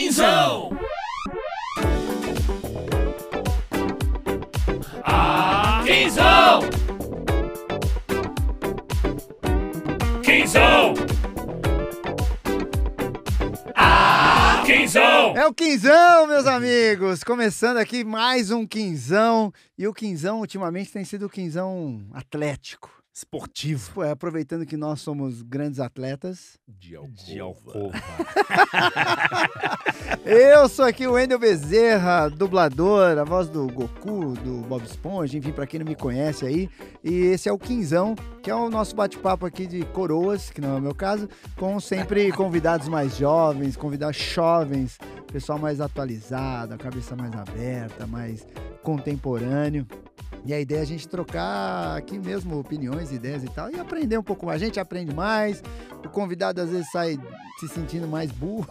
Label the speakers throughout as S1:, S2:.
S1: Quinzão! Ah, quinzão! Quinzão! Ah, quinzão!
S2: É o Quinzão, meus amigos! Começando aqui mais um Quinzão. E o Quinzão, ultimamente, tem sido o Quinzão atlético.
S3: Esportivo.
S2: Pô, é, aproveitando que nós somos grandes atletas.
S4: É
S3: De
S1: De alcova.
S2: Eu sou aqui o Wendel Bezerra, dublador, a voz do Goku, do Bob Esponja, enfim, pra quem não me conhece aí. E esse é o Quinzão, que é o nosso bate-papo aqui de coroas, que não é o meu caso, com sempre convidados mais jovens, convidados jovens, pessoal mais atualizado, a cabeça mais aberta, mais contemporâneo. E a ideia é a gente trocar aqui mesmo opiniões, ideias e tal, e aprender um pouco mais. A gente aprende mais, o convidado às vezes sai se sentindo mais burro.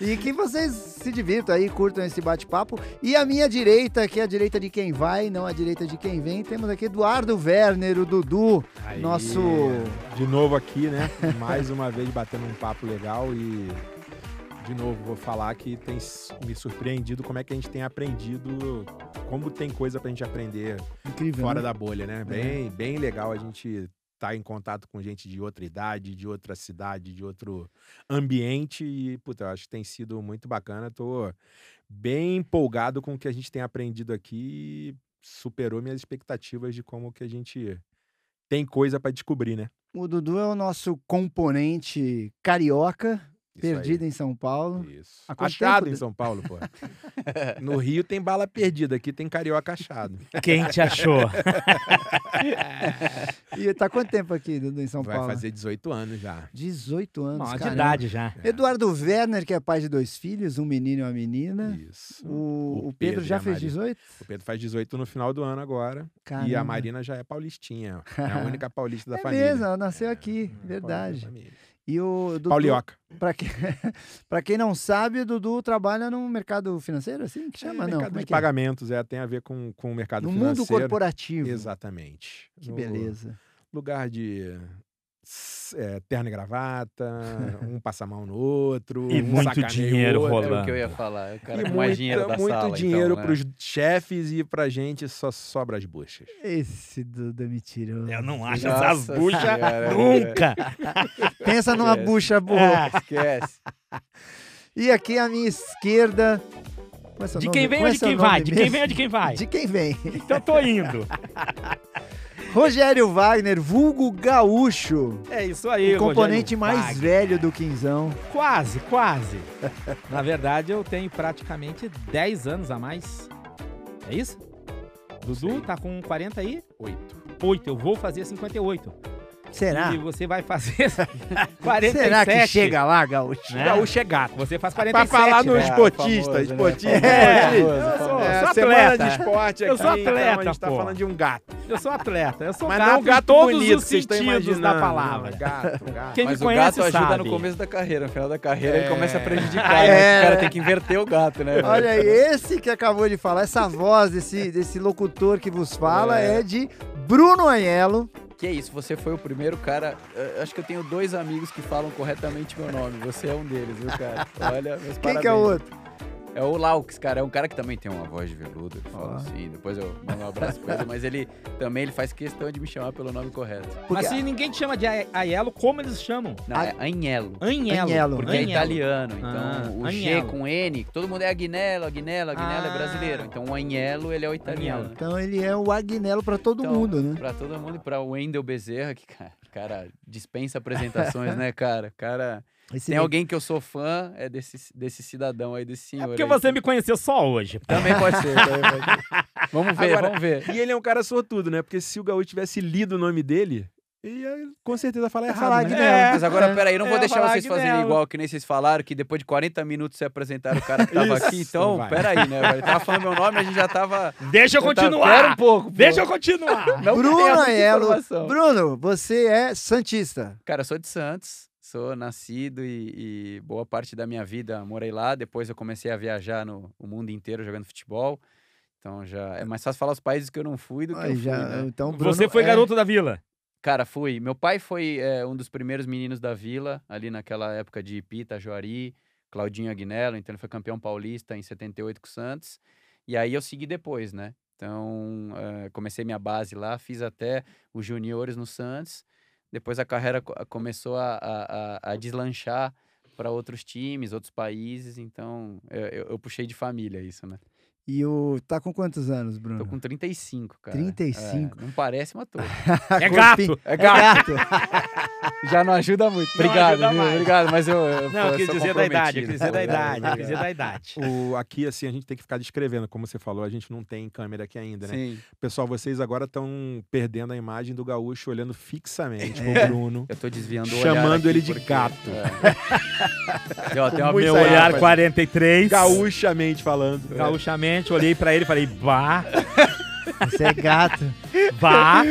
S2: e que vocês se divirtam aí, curtam esse bate-papo. E a minha direita, que é a direita de quem vai, não a direita de quem vem, temos aqui Eduardo Werner, o Dudu,
S3: Aí.
S2: nosso.
S4: De novo aqui, né? Mais uma vez batendo um papo legal e de novo vou falar que tem s- me surpreendido como é que a gente tem aprendido, como tem coisa pra gente aprender
S2: Incrível.
S4: fora
S2: né?
S4: da bolha, né? Bem, bem legal a gente tá em contato com gente de outra idade, de outra cidade, de outro ambiente e puta, eu acho que tem sido muito bacana. Tô bem empolgado com o que a gente tem aprendido aqui, e superou minhas expectativas de como que a gente tem coisa pra descobrir, né?
S2: O Dudu é o nosso componente carioca,
S4: Isso aí.
S2: perdido em São Paulo.
S4: Isso.
S2: Há quanto
S4: achado
S2: tempo?
S4: em São Paulo, pô. No Rio tem bala perdida, aqui tem carioca achado.
S1: Quem te achou?
S2: E tá quanto tempo aqui, Dudu, em São
S4: Vai
S2: Paulo?
S4: fazer 18 anos já.
S2: 18 anos.
S1: Maior de
S2: caramba.
S1: idade já.
S4: né?
S2: Eduardo Werner, que é pai de dois filhos, um menino e uma menina.
S4: Isso.
S2: O,
S4: O
S2: o Pedro
S4: Pedro e
S2: já
S4: a
S2: fez
S4: Maria.
S2: 18?
S4: O Pedro faz 18 no final do ano agora. E
S2: Caramba.
S4: a Marina já é paulistinha. É a única paulista da
S2: é
S4: família.
S2: mesmo, ela nasceu aqui,
S4: É,
S2: verdade.
S4: paulista da família.
S2: E o Dudu,
S4: Paulioca.
S2: pra, que, pra quem não sabe, o Dudu trabalha no mercado financeiro, assim, que chama, não?
S4: É, mercado
S2: Como é
S4: de
S2: que é?
S4: pagamentos, é, tem a ver com, com o mercado
S2: No
S4: financeiro.
S2: mundo corporativo.
S4: Exatamente.
S2: Que
S4: No
S2: beleza.
S4: Lugar de s- é, terno e gravata, um passa a mão no outro.
S1: E
S4: um
S1: muito
S4: sacaneia o
S1: dinheiro
S4: outro.
S1: rolando.
S5: Era É o que eu ia falar. é O cara
S4: e
S5: com
S4: muito,
S5: mais dinheiro da
S4: muito
S5: sala. então,
S4: dinheiro
S5: né?
S4: pros chefes e pra gente só sobra as buchas.
S2: Esse Dudu é mentiroso.
S1: Eu não acho
S5: Nossa
S1: essas buchas
S5: senhora,
S1: nunca.
S2: Pensa numa
S4: É.
S5: Esquece.
S2: bucha
S1: É.
S2: boa.
S5: Esquece.
S2: E aqui à minha esquerda... como é seu
S1: De
S2: nome?
S1: quem vem
S2: Como
S1: ou
S2: é
S1: de
S2: seu
S1: quem
S2: nome
S1: vai? De quem
S2: mesmo?
S1: vem ou de quem vai?
S2: De quem vem.
S1: Então tô indo.
S2: Rogério Wagner, vulgo gaúcho.
S1: É isso aí,
S2: o componente
S1: Rogério
S2: mais
S1: Wagner.
S2: velho do Quinzão.
S6: Quase, quase. Na verdade, eu tenho praticamente 10 anos a mais. É isso? Dudu
S4: sei.
S6: tá com 48.
S4: Oito.
S6: Eu vou fazer 58.
S2: Será?
S6: E você vai fazer 47.
S2: Será que chega lá, gaúcho?
S6: Né?
S4: Gaúcho é gato.
S6: Você faz
S4: Pra
S6: 47.
S4: falar no
S5: né?
S4: esportista,
S5: Famoso, né?
S4: esportista.
S6: É,
S4: esportista.
S5: Famoso, famoso.
S6: eu
S4: É,
S6: sou
S4: semana
S6: atleta.
S4: de esporte aqui,
S6: Eu sou
S4: então a
S6: atleta,
S4: gente tá
S6: pô.
S4: falando de um gato.
S6: Eu sou atleta. Eu sou
S4: Mas
S6: gato,
S4: não um
S6: em
S4: gato
S6: todos
S4: bonito,
S6: os
S4: vocês estão
S6: sentidos
S4: imaginando.
S6: da palavra.
S4: Não, é gato, gato.
S6: Quem
S5: Mas
S6: me
S5: o
S6: conhece
S5: gato ajuda
S6: sabe.
S5: no começo da carreira. No final da carreira ele começa a
S4: É.
S5: prejudicar.
S2: É.
S5: Né? O cara tem que inverter o gato, né? velho?
S2: Olha aí, esse que acabou de falar, essa voz desse, desse locutor que vos fala é, de Bruno Anhelo.
S5: Que isso, você foi o primeiro cara. eh, Acho que eu tenho dois amigos que falam corretamente meu nome. Você é um deles, viu, cara? Olha, meus
S2: Quem que é o outro?
S5: É o Laux, cara. É um cara que também tem uma voz de veludo. Ele fala
S2: Ó.
S5: assim. Depois eu mando um abraço pra ele. Mas ele também ele faz questão de me chamar pelo nome correto.
S6: Mas
S2: Porque- ah,
S6: se ninguém te chama de A- Aiello, como eles chamam?
S5: Não, é Anhelo.
S6: Anhelo.
S2: Anhelo,
S5: Porque é
S6: Anhelo.
S5: italiano, então
S6: Ah,
S5: o
S6: Agnello.
S5: G com N, todo mundo é Agnello, Agnello, Agnello
S6: Ah.
S5: é brasileiro. Então o Agnello, ele é o italiano. né?
S2: Então ele é o Agnello pra todo
S5: Então,
S2: mundo, né?
S5: Pra todo mundo e pra Wendel Bezerra, que, cara, cara, dispensa apresentações, né, cara? Cara,
S2: Esse
S5: tem alguém que eu sou fã, é desse, desse cidadão aí, desse senhor.
S6: É porque
S5: aí.
S6: você me conheceu só hoje.
S5: Também pode ser, também pode ser. Vamos ver,
S4: Agora-
S5: vamos ver.
S4: E ele é um cara sortudo, né? Porque se o gaúcho tivesse lido o nome dele, ele ia com certeza falar
S2: Ia
S4: errado,
S2: falar
S4: né?
S2: Agnello.
S6: É.
S5: Mas agora, peraí, eu não
S6: É,
S5: vou
S6: eu
S5: deixar
S6: falar
S5: vocês fazerem
S6: Agnello.
S5: igual que nem vocês falaram, que depois de 40 minutos se apresentaram o cara que tava
S4: Isso,
S5: aqui.
S4: não
S5: Então,
S4: vai.
S5: peraí, né? velho? Ele tava falando meu nome, a gente já tava...
S6: Deixa eu
S5: tava- Pera um
S6: continuar.
S5: pouco, pô.
S6: Deixa eu continuar.
S5: Não tem
S2: Bruno
S5: essa
S2: Aiello.
S5: informação.
S2: Bruno, você é Santista.
S5: Cara, eu sou de Santos, sou nascido e, e boa parte da minha vida morei lá. Depois eu comecei a viajar no o mundo inteiro jogando futebol. Então já é mais fácil falar os países que eu não fui do que
S2: Aí
S5: eu fui,
S2: já-
S5: né?
S2: então, Bruno
S6: Você foi
S2: é-
S6: garoto da vila.
S5: Cara, fui. eh, Meu pai foi é, um dos primeiros meninos da vila, ali naquela época de Pita, Juari. Claudinho Agnello, então ele foi campeão paulista em 78 com o Santos. E aí eu segui depois, né? Então, eh, comecei minha base lá, fiz até os juniores no Santos. Depois a carreira co- a- começou a, a, a- a deslanchar para outros times, outros países. Então, eh, eu, eu puxei de família isso, né?
S2: E o. Tá com quantos anos, Bruno?
S5: Tô com 35, cara.
S2: 35.
S5: É, não parece, mas tô.
S2: É
S1: gato!
S2: É gato!
S5: Já não ajuda muito.
S6: Não
S5: Obrigado,
S6: ajuda
S5: viu?
S6: mais.
S5: Obrigado, mas eu. eu
S6: Não,
S5: pô,
S6: eu quis
S5: sou
S6: dizer da idade, eu quis dizer da
S5: comprometido,
S6: idade,
S5: pô,
S6: eu quis
S5: obrigado.
S6: dizer da idade.
S4: O, aqui, assim, a gente tem que ficar descrevendo. Como você falou, a gente não tem câmera aqui ainda, né?
S5: Sim,
S4: Pessoal, vocês agora estão perdendo a imagem do gaúcho olhando fixamente
S6: É.
S4: pro Bruno.
S5: eu tô desviando o olhar
S4: Chamando
S5: aqui
S4: ele de
S5: porque-
S4: gato.
S5: É. Eu, tenho uma
S1: Meu
S5: piada,
S1: olhar
S5: mas-
S1: 43.
S4: Gaúchamente
S6: É.
S4: falando.
S1: Gaúchamente, olhei pra ele e falei, bah,
S2: Você é gato.
S1: bah,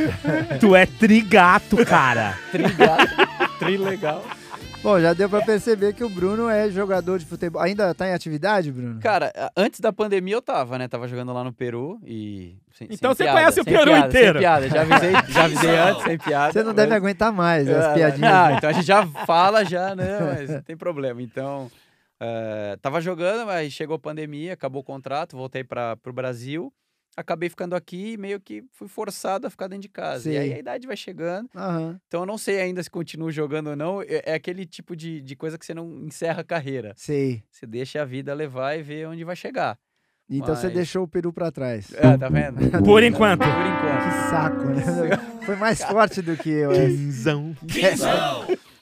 S1: tu é trigato, cara.
S5: Trigato. Tri legal.
S2: Bom, já deu pra perceber que o Bruno é jogador de futebol. Ainda tá em atividade, Bruno?
S5: Cara, a- antes da pandemia eu tava, né? Tava jogando lá no Peru e. sem- sem
S1: Então você
S5: piada,
S1: conhece o
S5: sem
S1: Peru
S5: piada,
S1: inteiro.
S5: Sem piada, já avisei, já avisei antes, sem piada.
S2: Você não deve
S5: mas-
S2: aguentar mais
S5: Ah,
S2: as
S5: não,
S2: piadinhas. né?
S5: Não, então a gente já fala, já, né? Mas não tem problema. Então, eh, tava jogando, mas chegou a pandemia, acabou o contrato, voltei para o Brasil. Acabei ficando aqui e meio que fui forçado a ficar dentro de casa. E aí
S2: Sim.
S5: a idade vai chegando.
S2: Aham.
S5: Então eu não sei ainda se continuo jogando ou não. É, é aquele tipo de, de coisa que você não encerra a carreira.
S2: Sei.
S5: Você deixa a vida levar e vê onde vai chegar.
S2: Então você
S5: Mas-
S2: deixou o Peru pra trás.
S5: É, tá vendo?
S1: Por enquanto.
S5: Por enquanto.
S2: Que saco, né? Foi mais forte do que eu. é. essa.
S4: Quinzão.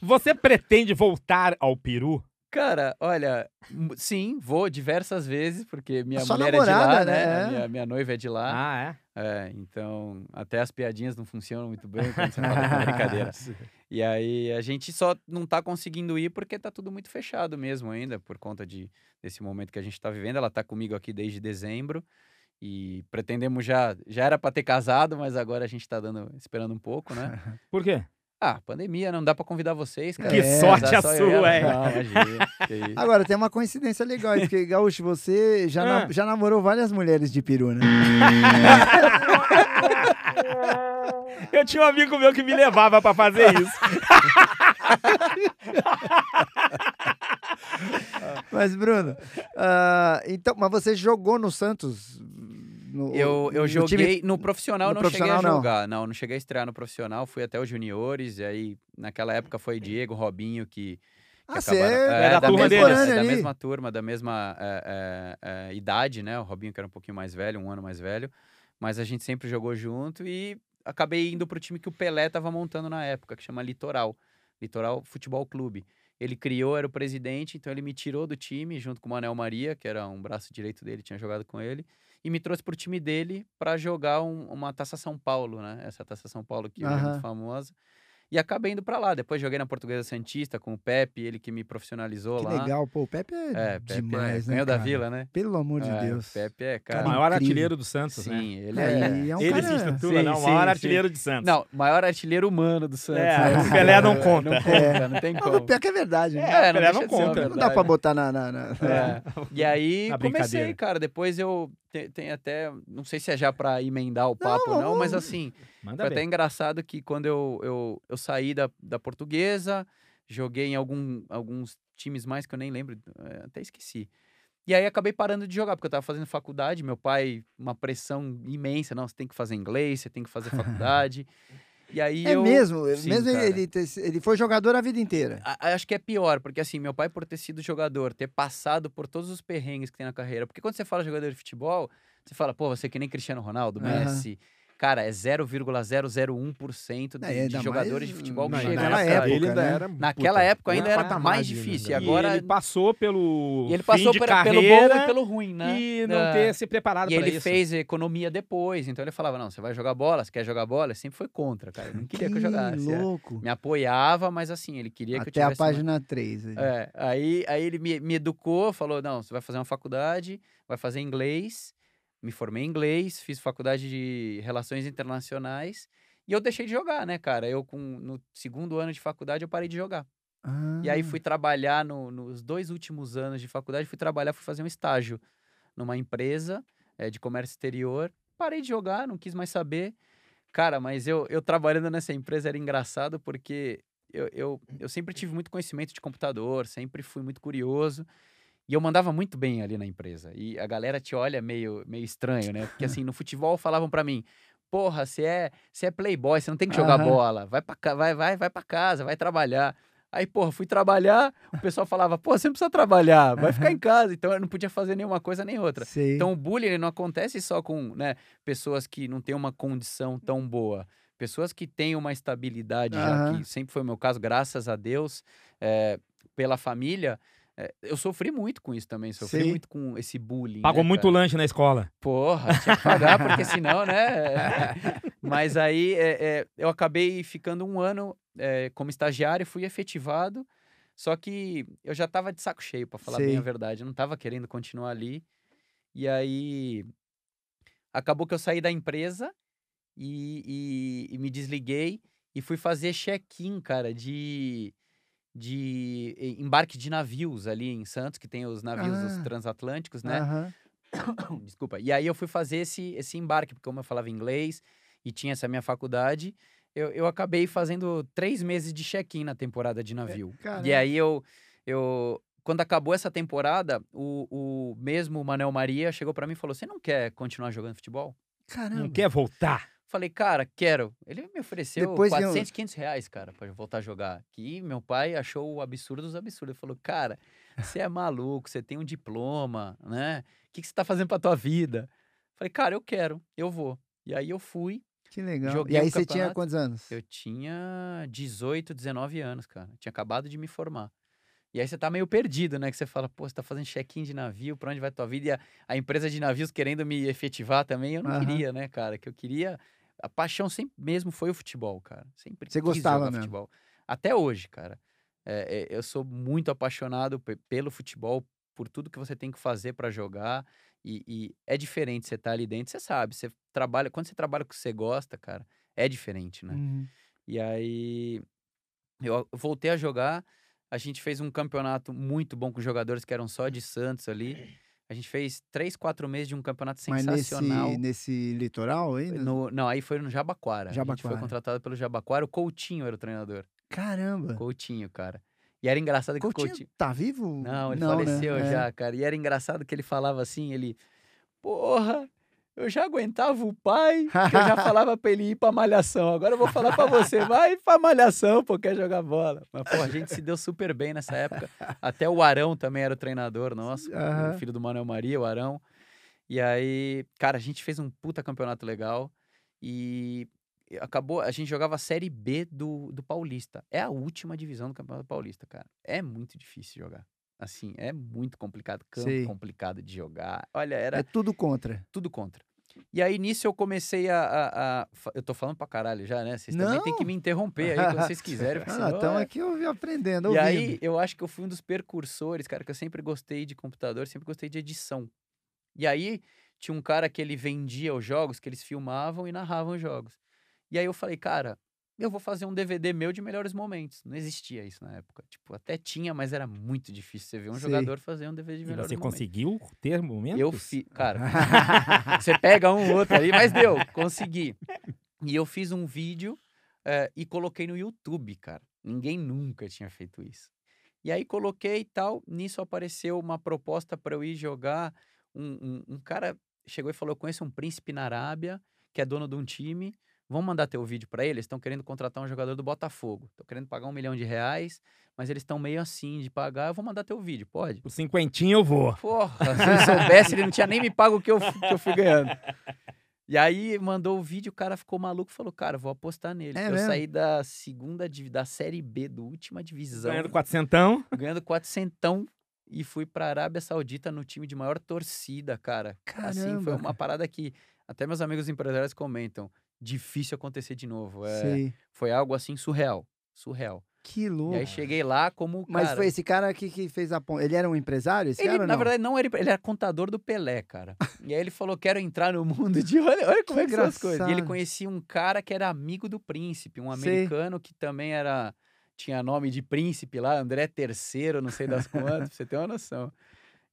S1: Você pretende voltar ao Peru?
S5: Cara, olha, m- sim, vou diversas vezes, porque minha
S2: sua
S5: mulher é de lá,
S2: namorada,
S5: né?
S2: né?
S5: A Minha, minha noiva é de lá.
S6: Ah, é?
S5: É, então, até as piadinhas não funcionam muito bem quando você fala que é brincadeira. E aí, a gente só não tá conseguindo ir porque tá tudo muito fechado mesmo ainda, por conta de, desse momento que a gente tá vivendo. Ela tá comigo aqui desde dezembro e pretendemos já... Já era pra ter casado, mas agora a gente tá dando, esperando um pouco, né?
S6: Por quê?
S5: Ah, pandemia, não dá pra convidar vocês, cara.
S1: Que
S5: Casar
S1: sorte a
S5: só eu e
S1: sua,
S5: ela.
S1: é.
S5: Não, imagina, que isso.
S2: Agora, tem uma coincidência legal aí, porque, Gaúcho, você
S5: É.
S2: já, na-
S6: Ah.
S2: já namorou várias mulheres de peru, né?
S1: Eu tinha um amigo meu que me levava pra fazer isso.
S2: Mas, Bruno, ah, então, mas você jogou no Santos? No,
S5: Eu, eu
S2: no time-
S5: joguei no profissional,
S2: no
S5: não
S2: profissional,
S5: cheguei a
S2: não.
S5: jogar. Não. não, cheguei a estrear no profissional, fui até os juniores, e aí naquela época foi Diego, Robinho que, que
S2: Ah, você
S5: acabaram.
S2: é,
S1: da turma
S5: mesma,
S1: deles.
S5: é da
S2: ali.
S5: mesma turma, da mesma é, é, é, idade, né? O Robinho que era um pouquinho mais velho, um ano mais velho, mas a gente sempre jogou junto e acabei indo pro time que o Pelé estava montando na época, que chama Litoral. Litoral Futebol Clube. Ele criou, era o presidente, então ele me tirou do time junto com o Manel Maria, que era um braço direito dele, tinha jogado com ele, e me trouxe pro time dele para jogar um- uma Taça São Paulo, né? Essa Taça São Paulo que hoje é
S2: Aham.
S5: muito famosa. E acabei indo para lá. Depois joguei na Portuguesa Santista com o Pepe, ele que me profissionalizou
S2: Que
S5: lá.
S2: legal, pô, o Pepe é,
S5: É, Pepe é-
S2: demais, né,
S5: ganhou da
S2: cara?
S5: Vila, né?
S2: Pelo amor de
S5: É,
S2: Deus.
S5: Pepe é,
S6: O
S5: cara.
S2: Maior
S6: maior
S2: incrível.
S6: artilheiro do Santos, né?
S5: Sim, ele é.
S2: É, e é um
S1: Ele se
S2: cara...
S1: estrutura,
S5: Sim,
S1: não. O
S5: sim,
S1: maior
S5: sim.
S1: artilheiro de Santos.
S5: Não, maior artilheiro humano do Santos.
S1: É,
S5: né?
S1: o Pelé não conta.
S5: Não conta, não tem
S2: Ah, mas
S5: como.
S2: pior que é verdade, né?
S5: É,
S1: Pelé
S5: deixa
S1: não
S5: de ser uma
S1: conta.
S2: Não dá pra
S5: verdade.
S2: botar né? na... na- na-
S5: É. E aí
S6: Na brincadeira.
S5: comecei, cara. Depois eu te- tem até. Não sei se é já pra emendar o papo ou não, mas assim,
S6: Manda
S5: foi até
S6: bem.
S5: engraçado que quando eu, eu, eu saí da, da portuguesa, joguei em algum, alguns times mais que eu nem lembro, eh, até esqueci. E aí acabei parando de jogar, porque eu tava fazendo faculdade, meu pai, uma pressão imensa, não, você tem que fazer inglês, você tem que fazer faculdade. e aí
S2: É
S5: eu,
S2: mesmo, é
S5: Sim,
S2: mesmo ele-
S5: cara.
S2: ele, ter- ele foi jogador a vida inteira.
S5: A- a- Acho que é pior, porque assim, meu pai, por ter sido jogador, ter passado por todos os perrengues que tem na carreira. Porque quando você fala jogador de futebol, você fala, pô, você é que nem Cristiano Ronaldo,
S2: Aham.
S5: Messi. Cara, é 0,001% de,
S2: É, ainda
S5: de
S2: mais
S5: jogadores de futebol que
S2: na-
S5: chegam
S2: naquela
S5: nessa-
S2: época,
S4: ele ainda
S2: né?
S4: era,
S5: Naquela
S4: puta,
S5: época
S4: um
S5: ainda era
S4: patamar
S5: mais
S4: de
S5: difícil,
S4: nível.
S5: e agora-
S6: né? E ele passou pelo.
S5: E ele
S6: fim
S5: passou
S6: de
S5: pela- pelo
S6: carreira
S5: bom e pelo ruim, né?
S6: E não
S5: É.
S6: ter se preparado
S5: E
S6: pra
S5: ele
S6: isso.
S5: fez economia depois, então ele falava: não, você vai jogar bola, você quer jogar bola? Sempre foi contra, cara. Ele não queria que eu jogasse. é.
S2: louco.
S5: Me apoiava, mas assim, ele queria que eu
S2: Até
S5: tivesse.
S2: a
S5: uma-
S2: página 3. ali.
S5: É, aí, aí ele me, me educou, falou: não, você vai fazer uma faculdade, vai fazer inglês. Me formei em inglês, fiz faculdade de Relações Internacionais. E eu deixei de jogar, né, cara? Eu, com, no segundo ano de faculdade, eu parei de jogar. E aí
S2: Ah,
S5: fui trabalhar no- nos dois últimos anos de faculdade, fui trabalhar, fui fazer um estágio numa empresa eh, de comércio exterior. Parei de jogar, não quis mais saber. Cara, mas eu, eu trabalhando nessa empresa era engraçado porque eu, eu, eu sempre tive muito conhecimento de computador, sempre fui muito curioso. E eu mandava muito bem ali na empresa. E a galera te olha meio, meio estranho, né? Porque assim, no futebol falavam pra mim: porra, você é, você é playboy, você não tem que jogar
S2: Aham.
S5: bola. Vai pra, ca- vai, vai, vai pra casa, vai trabalhar. Aí, porra, fui trabalhar, o pessoal falava: pô, você não precisa trabalhar, vai ficar em casa. Então eu não podia fazer nenhuma coisa nem outra.
S2: Sei.
S5: Então o bullying ele não acontece só com né, pessoas que não têm uma condição tão boa. Pessoas que têm uma estabilidade, já
S2: Aham.
S5: que sempre foi o meu caso, graças a Deus, é, pela família. é, eu sofri muito com isso também, sofri
S2: Sim.
S5: muito com esse bullying.
S6: Pagou
S5: né,
S6: muito
S5: cara?
S6: lanche na escola.
S5: Porra, tinha que pagar, porque senão, né? Mas aí é, é, eu acabei ficando um ano é, como estagiário, fui efetivado. Só que eu já tava de saco cheio, pra falar bem
S2: Sei.
S5: a verdade. Eu não tava querendo continuar ali. E aí acabou que eu saí da empresa e, e- e me desliguei e fui fazer check-in, cara, de, de em- embarque de navios ali em Santos, que tem os navios os
S2: Ah.
S5: transatlânticos, né?
S2: Aham.
S5: Desculpa. E aí eu fui fazer esse, esse embarque, porque como eu falava inglês e tinha essa minha faculdade, eu, eu acabei fazendo três meses de check-in na temporada de navio. e
S2: caramba.
S5: aí eu, eu... Quando acabou essa temporada, o, o mesmo Manuel Maria chegou pra mim e falou, você não quer continuar jogando futebol?
S2: Caramba.
S6: Não quer voltar.
S5: Falei, cara, quero. Ele me ofereceu
S2: Depois de um-
S5: 400, 500 reais, cara, pra eu voltar a jogar. Que meu pai achou o absurdo dos absurdos. Ele falou, cara, você é maluco, você tem um diploma, né? O que, que você tá fazendo pra tua vida? Falei, cara, eu quero, eu vou. E aí eu fui.
S2: Que legal.
S5: Joguei
S2: e
S5: um
S2: aí você tinha
S5: campeonato.
S2: quantos anos?
S5: Eu tinha 18, 19 anos, cara. Tinha acabado de me formar. E aí você tá meio perdido, né? Que você fala, pô, você tá fazendo check-in de navio, pra onde vai tua vida? E a, a empresa de navios querendo me efetivar também, eu não
S2: Aham.
S5: queria, né, cara? Que eu queria... A paixão sempre mesmo foi o futebol, cara. Sempre
S2: Você
S5: quis
S2: gostava
S5: jogar
S2: mesmo?
S5: futebol. Até hoje, cara. É, é, eu sou muito apaixonado pe- pelo futebol, por tudo que você tem que fazer pra jogar. E, e é diferente você tá ali dentro, você sabe. Você trabalha... Quando você trabalha com o que você gosta, cara, é diferente, né?
S2: Uhum.
S5: E aí eu a- voltei a jogar. A gente fez um campeonato muito bom com jogadores que eram só de Santos ali. A gente fez três, quatro meses de um campeonato
S2: Mas nesse,
S5: sensacional.
S2: nesse litoral né? ainda?
S5: No- não, aí foi no Jabaquara. A gente foi
S2: Jabaquara.
S5: contratado pelo Jabaquara. O Coutinho era o treinador.
S2: Caramba.
S5: Coutinho, cara. E era engraçado que o
S2: Ah. Coutinho
S5: Coutinho.
S2: tá vivo?
S5: Não, ele
S2: né?
S5: faleceu
S2: É.
S5: já, cara. E era engraçado que ele falava assim, ele... Porra, eu já aguentava o pai, que eu já falava pra ele ir pra malhação. Agora eu vou falar pra você, vai pra malhação, pô, quer jogar bola. Mas, pô, a gente se deu super bem nessa época. Até o Arão também era o treinador nosso,
S2: Aham.
S5: o filho do Manuel Maria, o Arão. E aí, cara, a gente fez um puta campeonato legal e acabou, a gente jogava a Série B do, do Paulista. É a última divisão do Campeonato Paulista, cara. É muito difícil jogar. Assim, é muito complicado, campo
S2: Sei.
S5: complicado de jogar. Olha, era
S2: É tudo contra.
S5: tudo contra. E aí, nisso, eu comecei a. a- a fa- Eu tô falando pra caralho já, né? Vocês também têm que me interromper aí quando vocês quiserem. porque
S2: Ah,
S5: senão
S2: estamos
S5: é-
S2: aqui ouvi- aprendendo,
S5: E
S2: ouvindo.
S5: aí, eu acho que eu fui um dos percursores, cara, que eu sempre gostei de computador, sempre gostei de edição. E aí, tinha um cara que ele vendia os jogos, que eles filmavam e narravam os jogos. E aí eu falei, cara, eu vou fazer um DVD meu de melhores momentos. Não existia isso na época. Tipo, até tinha, mas era muito difícil você ver um
S2: Sei.
S5: jogador fazer um DVD de
S6: E
S5: melhores
S6: você
S5: momentos.
S6: assim, conseguiu ter momentos?
S5: Eu fiz, cara. você pega um outro ali, mas deu, consegui. E eu fiz um vídeo eh, e coloquei no YouTube, cara. Ninguém nunca tinha feito isso. E aí coloquei e tal. Nisso apareceu uma proposta para eu ir jogar. Um, um, um cara chegou e falou: "Eu conheço um príncipe na Arábia que é dono de um time. Vamos mandar teu vídeo para ele? Eles estão querendo contratar um jogador do Botafogo. Estão querendo pagar um milhão de reais, mas eles estão meio assim de pagar. Eu vou mandar teu vídeo, pode?
S6: O cinquentinho eu vou.
S5: Porra, se ele soubesse, ele não tinha nem me pago o que eu, fu- que eu fui ganhando. E aí mandou o vídeo, o cara ficou maluco e falou: Cara, vou apostar nele.
S2: É
S5: eu
S2: mesmo?
S5: saí da segunda div- da série B, do última divisão,
S6: Ganhando quatrocentão.
S5: ganhando quatrocentão e fui pra Arábia Saudita no time de maior torcida, cara. assim, foi
S2: Caramba,
S5: uma parada que até meus amigos empresários comentam: difícil acontecer de novo. É,
S2: Sei.
S5: foi algo assim surreal. Surreal.
S2: Que
S5: E
S2: louco.
S5: aí cheguei lá como.
S2: Mas
S5: cara,
S2: foi esse cara aqui que fez a ponta. Ele era um empresário, esse
S5: Ele,
S2: cara ou
S5: na
S2: não?
S5: verdade, não era. empre- Ele era contador do Pelé, cara. e aí ele falou: quero entrar no mundo de. Olha, olha como
S2: Que
S5: é que são as coisas. E ele
S2: engraçado.
S5: conhecia um cara que era amigo do príncipe, um
S2: Sei.
S5: americano que também era. Tinha nome de príncipe lá, André III, não sei das quantas, pra você ter uma noção.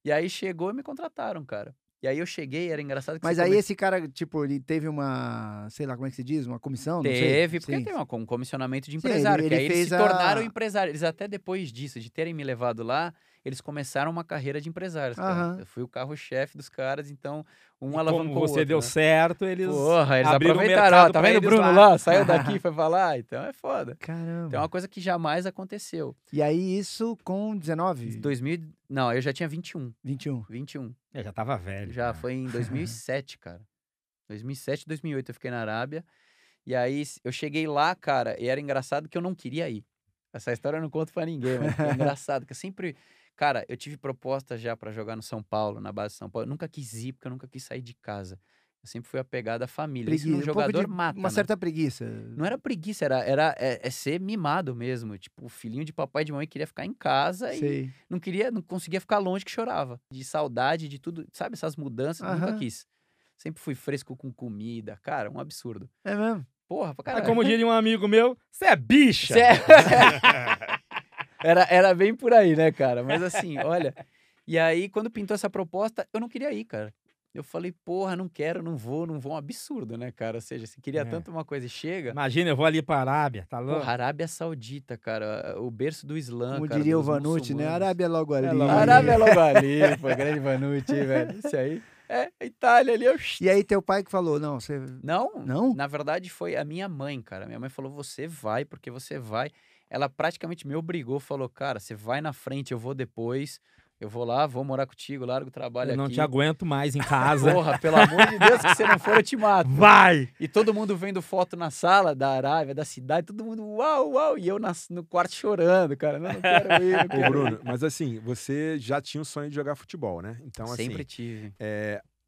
S5: E aí chegou e me contrataram, cara. E aí eu cheguei, era engraçado que
S2: Mas
S5: você
S2: aí
S5: come-
S2: esse cara, tipo, ele teve uma, sei lá como é que se diz, uma comissão? não sei.
S5: Teve, porque
S2: Sim.
S5: teve uma- um comissionamento de
S2: Sim,
S5: empresário,
S2: ele-
S5: que
S2: ele
S5: aí eles se
S2: fez a-
S5: tornaram empresários. Eles até depois disso, de terem me levado lá, eles começaram uma carreira de empresários, cara.
S2: Aham.
S5: Eu fui o carro-chefe dos caras, então um
S6: E
S5: alavancou
S6: como
S5: o
S6: você
S5: outro,
S6: deu
S5: né?
S6: certo, eles.
S5: Porra, eles
S6: abriram o
S5: aproveitaram.
S6: mercado
S5: ó, tá
S6: pra
S5: vendo o
S6: eles
S5: Bruno
S6: lá.
S5: lá? Saiu daqui, foi pra lá, então é foda.
S2: Caramba.
S5: Então é uma coisa que jamais aconteceu.
S2: E aí isso com 19,
S5: 2000, não, eu já tinha 21,
S2: 21.
S5: 21.
S6: Eu já tava velho.
S2: né?
S5: Já
S6: cara.
S5: foi em 2007, cara. 2007, 2008 eu fiquei na Arábia. E aí s- eu cheguei lá, cara, e era engraçado que eu não queria ir. Essa história eu não conto pra ninguém, mas é engraçado que eu sempre, cara, eu tive proposta já pra jogar no São Paulo, na base de São Paulo. Eu nunca quis ir porque eu nunca quis sair de casa. Eu sempre fui apegado à família. Isso num
S2: Pregui- um pouco
S5: jogador
S2: de-
S5: mata,
S2: Uma
S5: né?
S2: certa preguiça.
S5: Não era preguiça, era, era é, é ser mimado mesmo. Tipo, o filhinho de papai e de mamãe queria ficar em casa e
S2: Sei.
S5: não queria, não conseguia ficar longe que chorava. De saudade, de tudo, sabe? Essas mudanças, nunca
S2: Aham.
S5: quis. Sempre fui fresco com comida, cara, um absurdo.
S2: É mesmo?
S5: Porra, pra
S6: É
S5: caralho.
S6: como diria um amigo meu, você é bicha.
S5: Cê- era, era bem por aí, né, cara? Mas assim, olha. E aí, quando pintou essa proposta, eu não queria ir, cara. Eu falei, porra, não quero, não vou, não vou. Um absurdo, né, cara? Ou seja, se queria
S6: É.
S5: tanto uma coisa e chega.
S6: Imagina, eu vou ali pra Arábia, tá louco?
S5: Porra, Arábia Saudita, cara, o berço do Islã.
S2: Como
S5: Ah, cara,
S2: diria o
S5: dos
S2: Vanucci, né?
S5: muçulmanos.
S2: Arábia logo ali.
S6: É logo ali.
S5: Arábia é logo ali, pô, grande Vanucci, velho. Isso aí. É, Itália ali, eu.
S2: E aí teu pai que falou, não, você...
S5: Não,
S2: Não?
S5: na verdade foi a minha mãe, cara. Minha mãe falou: você vai, porque você vai. Ela praticamente me obrigou, falou: cara, você vai na frente, eu vou depois. Eu vou lá, vou morar contigo, largo o trabalho
S6: eu não
S5: aqui.
S6: te aguento mais em casa.
S5: Porra, pelo amor de Deus, que você não for, eu te mato.
S6: Vai!
S5: E todo mundo vendo foto na sala da Arábia, da cidade, todo mundo uau, uau. E eu nas- no quarto chorando, cara. Não, não quero ir, não
S4: Ô,
S5: quero ir.
S4: Bruno, mas assim, você já tinha o sonho de jogar futebol, né? Então,
S5: Sempre
S4: assim,
S5: tive.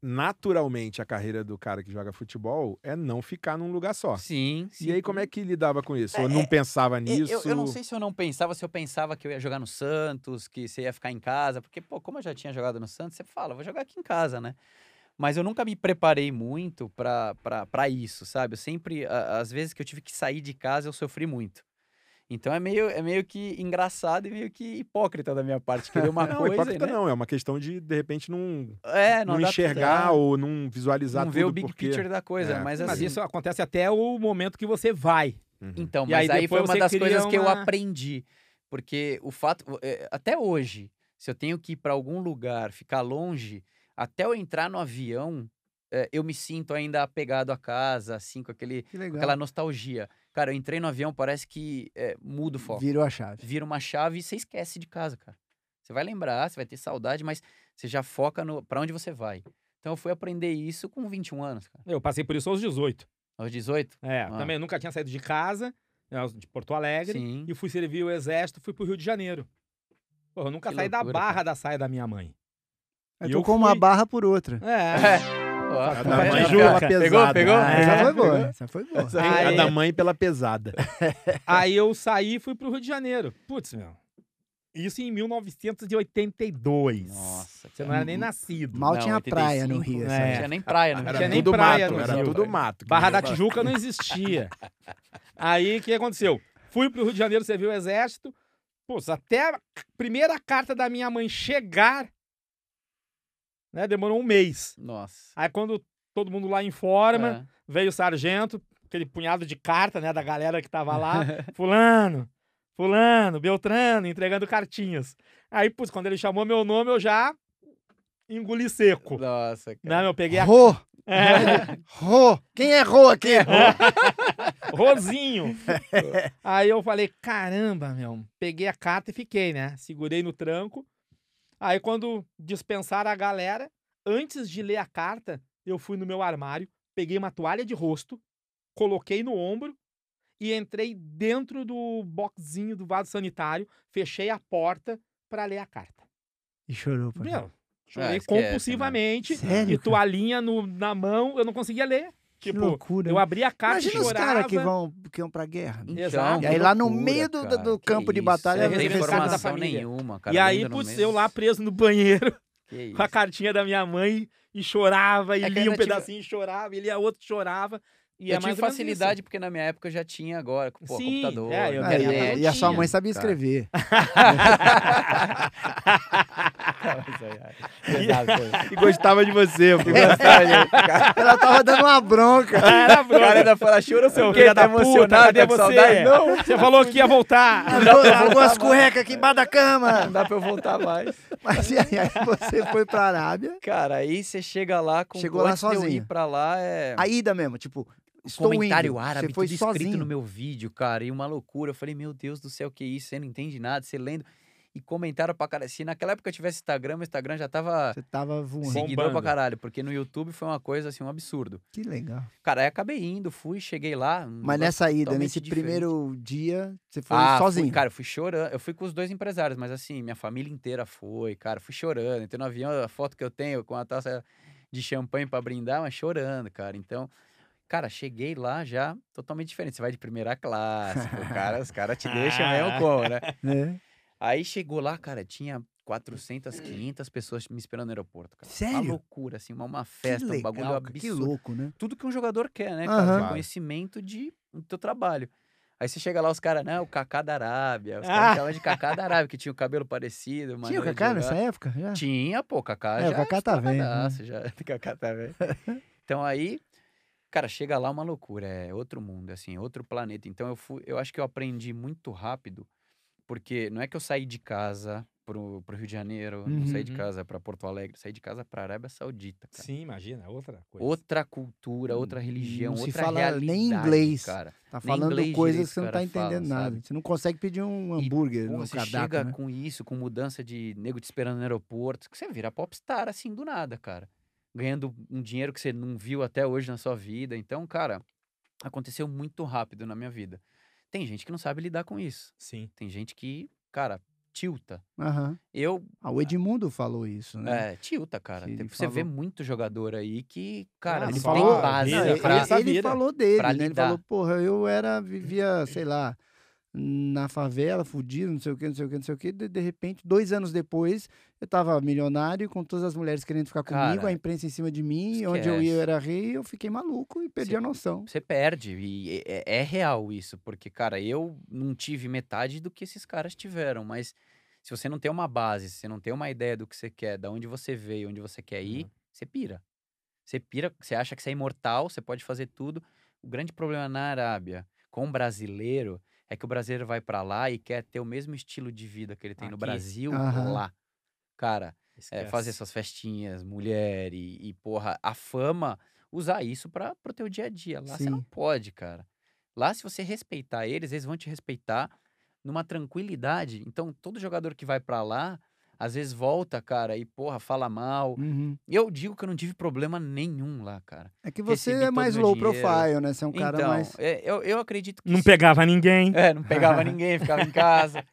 S4: naturalmente a carreira do cara que joga futebol é não ficar num lugar só.
S5: Sim, sim.
S4: E aí, como é que lidava com isso? Ou
S5: É,
S4: não pensava
S5: Eu-
S4: nisso?
S5: Eu, eu não sei se eu não pensava, se eu pensava que eu ia jogar no Santos, que você ia ficar em casa, porque, pô, como eu já tinha jogado no Santos, você fala, vou jogar aqui em casa, né? Mas eu nunca me preparei muito pra- pra pra isso, sabe? Eu sempre, a- às vezes que eu tive que sair de casa, eu sofri muito. Então é meio, é meio que engraçado e meio que hipócrita da minha parte, querer uma
S4: Não,
S5: coisa,
S4: hipócrita
S5: né?
S4: não. É uma questão de, de repente, não,
S5: É,
S4: não,
S5: não, adaptar,
S4: enxergar ou não visualizar
S5: não
S4: tudo.
S5: ver o big
S4: porque...
S5: picture da coisa,
S4: É,
S5: mas
S6: Mas,
S5: assim...
S6: isso acontece até o momento que você vai.
S4: Uhum.
S5: Então,
S6: né? E
S5: mas
S6: aí
S5: aí,
S6: depois
S5: foi uma
S6: você
S5: das
S6: cria
S5: coisas que eu
S6: uma-
S5: aprendi. Porque o fato. eh, Até hoje, se eu tenho que ir para algum lugar, ficar longe, até eu entrar no avião, eh, eu me sinto ainda apegado à casa, assim, com aquele,
S2: Que legal.
S5: aquela nostalgia. Cara, eu entrei no avião, parece que eh, muda o foco.
S2: Virou a chave.
S5: Vira uma chave e você esquece de casa, cara. Você vai lembrar, você vai ter saudade, mas você já foca no para onde você vai. Então eu fui aprender isso com 21 anos, cara.
S6: Eu passei por isso aos 18.
S5: Aos 18?
S6: É,
S5: Ah.
S6: também eu nunca tinha saído de casa, né, eu- de Porto Alegre.
S5: Sim.
S6: E fui servir o exército, fui pro Rio de Janeiro. Porra, eu nunca
S5: Que
S6: saí da
S5: loucura,
S6: barra
S5: cara.
S6: da saia da minha mãe.
S2: Eu
S6: E
S2: tô
S6: eu
S2: com uma
S6: fui.
S2: barra por outra.
S6: É.
S5: Ó,
S4: da
S5: tá
S4: mãe
S5: vendo?
S4: Ju, ela
S5: Pegou, pegou?
S2: Ah, Essa
S6: É.
S2: foi boa. Essa foi boa.
S6: Aí-
S4: A da mãe pela pesada.
S6: Aí eu saí e fui pro Rio de Janeiro. Putz, meu. Isso em 1982.
S5: Nossa. Hum,
S6: Você
S5: cara.
S6: não era nem nascido.
S2: Mal
S5: Não,
S2: tinha
S5: 85,
S2: praia no Rio.
S6: né?
S2: assim.
S5: Não tinha nem praia, não
S6: Era
S5: tinha
S6: nem
S4: tudo
S6: praia
S4: mato,
S6: no
S4: era
S6: Rio,
S4: tudo
S6: velho.
S4: mato. que
S6: Barra da
S4: nem-
S6: Tijuca não existia. Aí o que aconteceu? Fui pro Rio de Janeiro servir o exército. Pô, até a primeira carta da minha mãe chegar, né? Demorou um mês.
S5: Nossa.
S6: Aí quando todo mundo lá informa,
S5: É.
S6: veio o sargento, aquele punhado de carta, né, da galera que tava lá. fulano, fulano, Beltrano, entregando cartinhas. Aí, putz, quando ele chamou meu nome, eu já engoli seco.
S5: Nossa,
S6: Não,
S5: cara.
S6: eu peguei a...
S2: Rô!
S6: É.
S2: Rô! Quem é Rô aqui?
S6: Rosinho. Aí eu falei, caramba, meu. Peguei a carta e fiquei, né? Segurei no tranco. Aí quando dispensaram a galera, antes de ler a carta, eu fui no meu armário, peguei uma toalha de rosto, coloquei no ombro e entrei dentro do boxinho do vaso sanitário, fechei a porta pra ler a carta.
S2: E chorou, pô.
S6: Meu, chorei
S5: esquece, né?
S6: compulsivamente
S2: Sério,
S6: e
S2: cara?
S6: toalhinha no- na mão, eu não conseguia ler.
S2: que
S6: Tipo,
S2: loucura.
S6: eu abri a carta
S2: Imagina
S6: e
S2: os
S6: chorava.
S2: caras que vão, que vão pra guerra. né?
S6: Exato.
S2: E aí lá no meio do- do- do campo de batalha,
S5: não
S6: você
S5: tem
S6: recebe carta da
S5: informação
S6: família.
S5: nenhuma, cara.
S6: e aí,
S5: ainda no
S6: putz,
S5: meio.
S6: eu lá preso no banheiro
S5: Que isso.
S6: com a cartinha da minha mãe e chorava, e
S5: É que
S6: lia um
S5: ainda tive-
S6: pedacinho e chorava, e lia outro e chorava. E
S5: eu
S6: é
S5: tive
S6: mais ou menos isso.
S5: facilidade, porque na minha época eu já tinha agora, pô,
S6: Sim,
S5: computador.
S6: é, eu
S2: Ah,
S6: quero
S2: e-
S6: minha
S2: e a sua
S6: plantinha,
S2: mãe sabia
S4: cara.
S5: Tá.
S2: escrever.
S4: E gostava de você. Porque
S2: Ela tava dando uma bronca.
S6: Era
S5: O cara
S6: brother.
S5: ainda fala, chora seu
S6: Seu
S5: filho,
S6: filho
S5: tá
S6: da puta,
S5: emocionado,
S6: cadê
S5: tá com saudade.
S6: você?
S5: Não,
S6: Você falou que ia voltar.
S2: Jogou as cuecas aqui embaixo da cama.
S5: não dá pra eu voltar mais.
S2: Mas e aí, aí você foi pra Arábia?
S5: Cara, aí você chega lá com...
S2: Chegou lá
S5: antes de eu
S2: sozinha.
S5: ir pra lá, é...
S2: A ida mesmo, tipo, estou
S5: Um comentário
S2: indo.
S5: árabe,
S2: você foi
S5: tudo
S2: sozinho.
S5: escrito no meu vídeo, cara, e uma loucura. Eu falei, meu Deus do céu, que isso? Você não entende nada, você lendo. E comentaram pra cara. Se naquela época eu tivesse Instagram, meu Instagram já tava
S2: Você tá tava voando.
S6: Sim.
S5: seguidor pra
S6: bombando.
S5: caralho, porque no YouTube foi uma coisa assim, um absurdo.
S2: Que legal.
S5: Cara, aí acabei indo, fui, cheguei lá. um
S2: Mas
S5: negócio
S2: nessa ida,
S5: totalmente
S2: nesse
S5: diferente.
S2: primeiro dia, você foi
S5: Ah, fui,
S2: sozinho.
S5: cara, eu fui chorando. Eu fui com os dois empresários, mas assim, minha família inteira foi, cara. Fui chorando. Entrei no avião, a foto que eu tenho com a taça de champanhe pra brindar, mas chorando, cara. Então, cara, cheguei lá já totalmente diferente. Você vai de primeira classe, pô, cara, os caras te deixam mesmo como, né?
S2: né?
S5: Aí chegou lá, cara, tinha 400, 500 pessoas me esperando no aeroporto, cara. Uma
S2: Sério?
S5: loucura, assim, uma, uma
S2: Que
S5: festa, um bagulho
S2: legal, cara, Que
S5: absurdo
S2: louco, né?
S5: tudo que um jogador quer, né,
S2: Aham.
S5: cara?
S4: Claro.
S5: Reconhecimento de do teu trabalho. Aí você chega lá, os caras, não, o Kaká da Arábia. Os
S6: Ah.
S5: caras chamavam de Kaká da Arábia, que tinha o cabelo parecido.
S2: Tinha
S5: maneira
S2: o
S5: de
S2: Kaká
S5: jogar.
S2: nessa época? Já?
S5: Tinha, pô, o Kaká
S2: É,
S5: já.
S2: o Kaká tá velho, né?
S5: estouradaço, Já, o Kaká tá velho. Então aí, cara, chega lá uma loucura, é outro mundo, assim, outro planeta. Então eu fui, eu acho que eu aprendi muito rápido, porque não é que eu saí de casa pro, pro Rio de Janeiro, não saí de
S6: Uhum.
S5: casa pra Porto Alegre, saí de casa pra Arábia Saudita, cara
S6: Sim, imagina, outra coisa.
S5: é outra cultura, outra religião,
S2: não se
S5: outra
S2: fala
S5: realidade,
S2: nem inglês.
S5: cara.
S2: Tá
S5: Nem
S2: falando
S5: inglês
S2: coisas
S5: direito
S2: que você não tá
S5: os cara
S2: entendendo
S5: fala,
S2: nada.
S5: sabe?
S2: Você não consegue pedir um hambúrguer
S5: Pô,
S2: no
S5: você
S2: cardápio,
S5: chega
S2: né?
S5: com isso, com mudança de nego te esperando no aeroporto, que você vira popstar assim do nada, cara. Ganhando um dinheiro que você não viu até hoje na sua vida. Então, cara, aconteceu muito rápido na minha vida. Tem gente que não sabe lidar com isso.
S6: Sim.
S5: Tem gente que, cara, tilta.
S2: Aham.
S5: Eu,
S2: Ah, o Edmundo falou isso, né?
S5: é, tilta, cara.
S2: Que ele
S5: Tem- Você vê
S2: falou-
S5: muito jogador aí que, cara,
S6: Ah,
S5: não
S6: ele
S5: tem
S6: falou-
S5: base
S6: Não,
S2: ele,
S6: pra-
S2: ele-
S5: É, pra...
S6: essa
S2: ele
S6: vida,
S2: falou dele,
S5: pra
S2: né? Ele
S5: lidar.
S2: falou, porra, eu era, vivia, sei lá, na favela, fudido, não sei o que, não sei o que, não sei o que. De, de repente, dois anos depois, eu tava milionário, com todas as mulheres querendo ficar comigo,
S5: Cara,
S2: a imprensa em cima de mim, onde eu ia eu
S5: esquece.
S2: era rei, eu fiquei maluco e perdi
S5: Cê-
S2: a noção.
S5: Você perde, e é, é- é real isso, porque, cara, eu não tive metade do que esses caras tiveram, mas se você não tem uma base, se você não tem uma ideia do que você quer, da onde você veio, onde você quer ir, você pira. Você pira, você acha que você é imortal, você pode fazer tudo. O grande problema na Arábia com o brasileiro é que o brasileiro vai pra lá e quer ter o mesmo estilo de vida que ele tem no
S6: Aqui.
S5: Brasil
S2: Aham.
S5: lá. Cara, é,
S6: Esquece.
S5: fazer suas festinhas, mulher e, e, porra, a fama, usar isso para pro teu dia a dia. Lá você não
S2: Sim.
S5: pode, cara. Lá, se você respeitar eles, eles vão te respeitar numa tranquilidade. Então, todo jogador que vai para lá, às vezes volta, cara, e porra, fala mal.
S2: Uhum.
S5: Eu digo que eu não tive problema nenhum lá, cara.
S2: É que você
S5: Recebi
S2: é
S5: todo
S2: mais
S5: meu
S2: low
S5: dinheiro.
S2: profile, né? Você é um cara
S5: então,
S2: mais.
S5: é, eu, eu acredito que.
S6: Não
S5: se-
S6: pegava ninguém.
S5: É, não pegava ninguém, ficava em casa.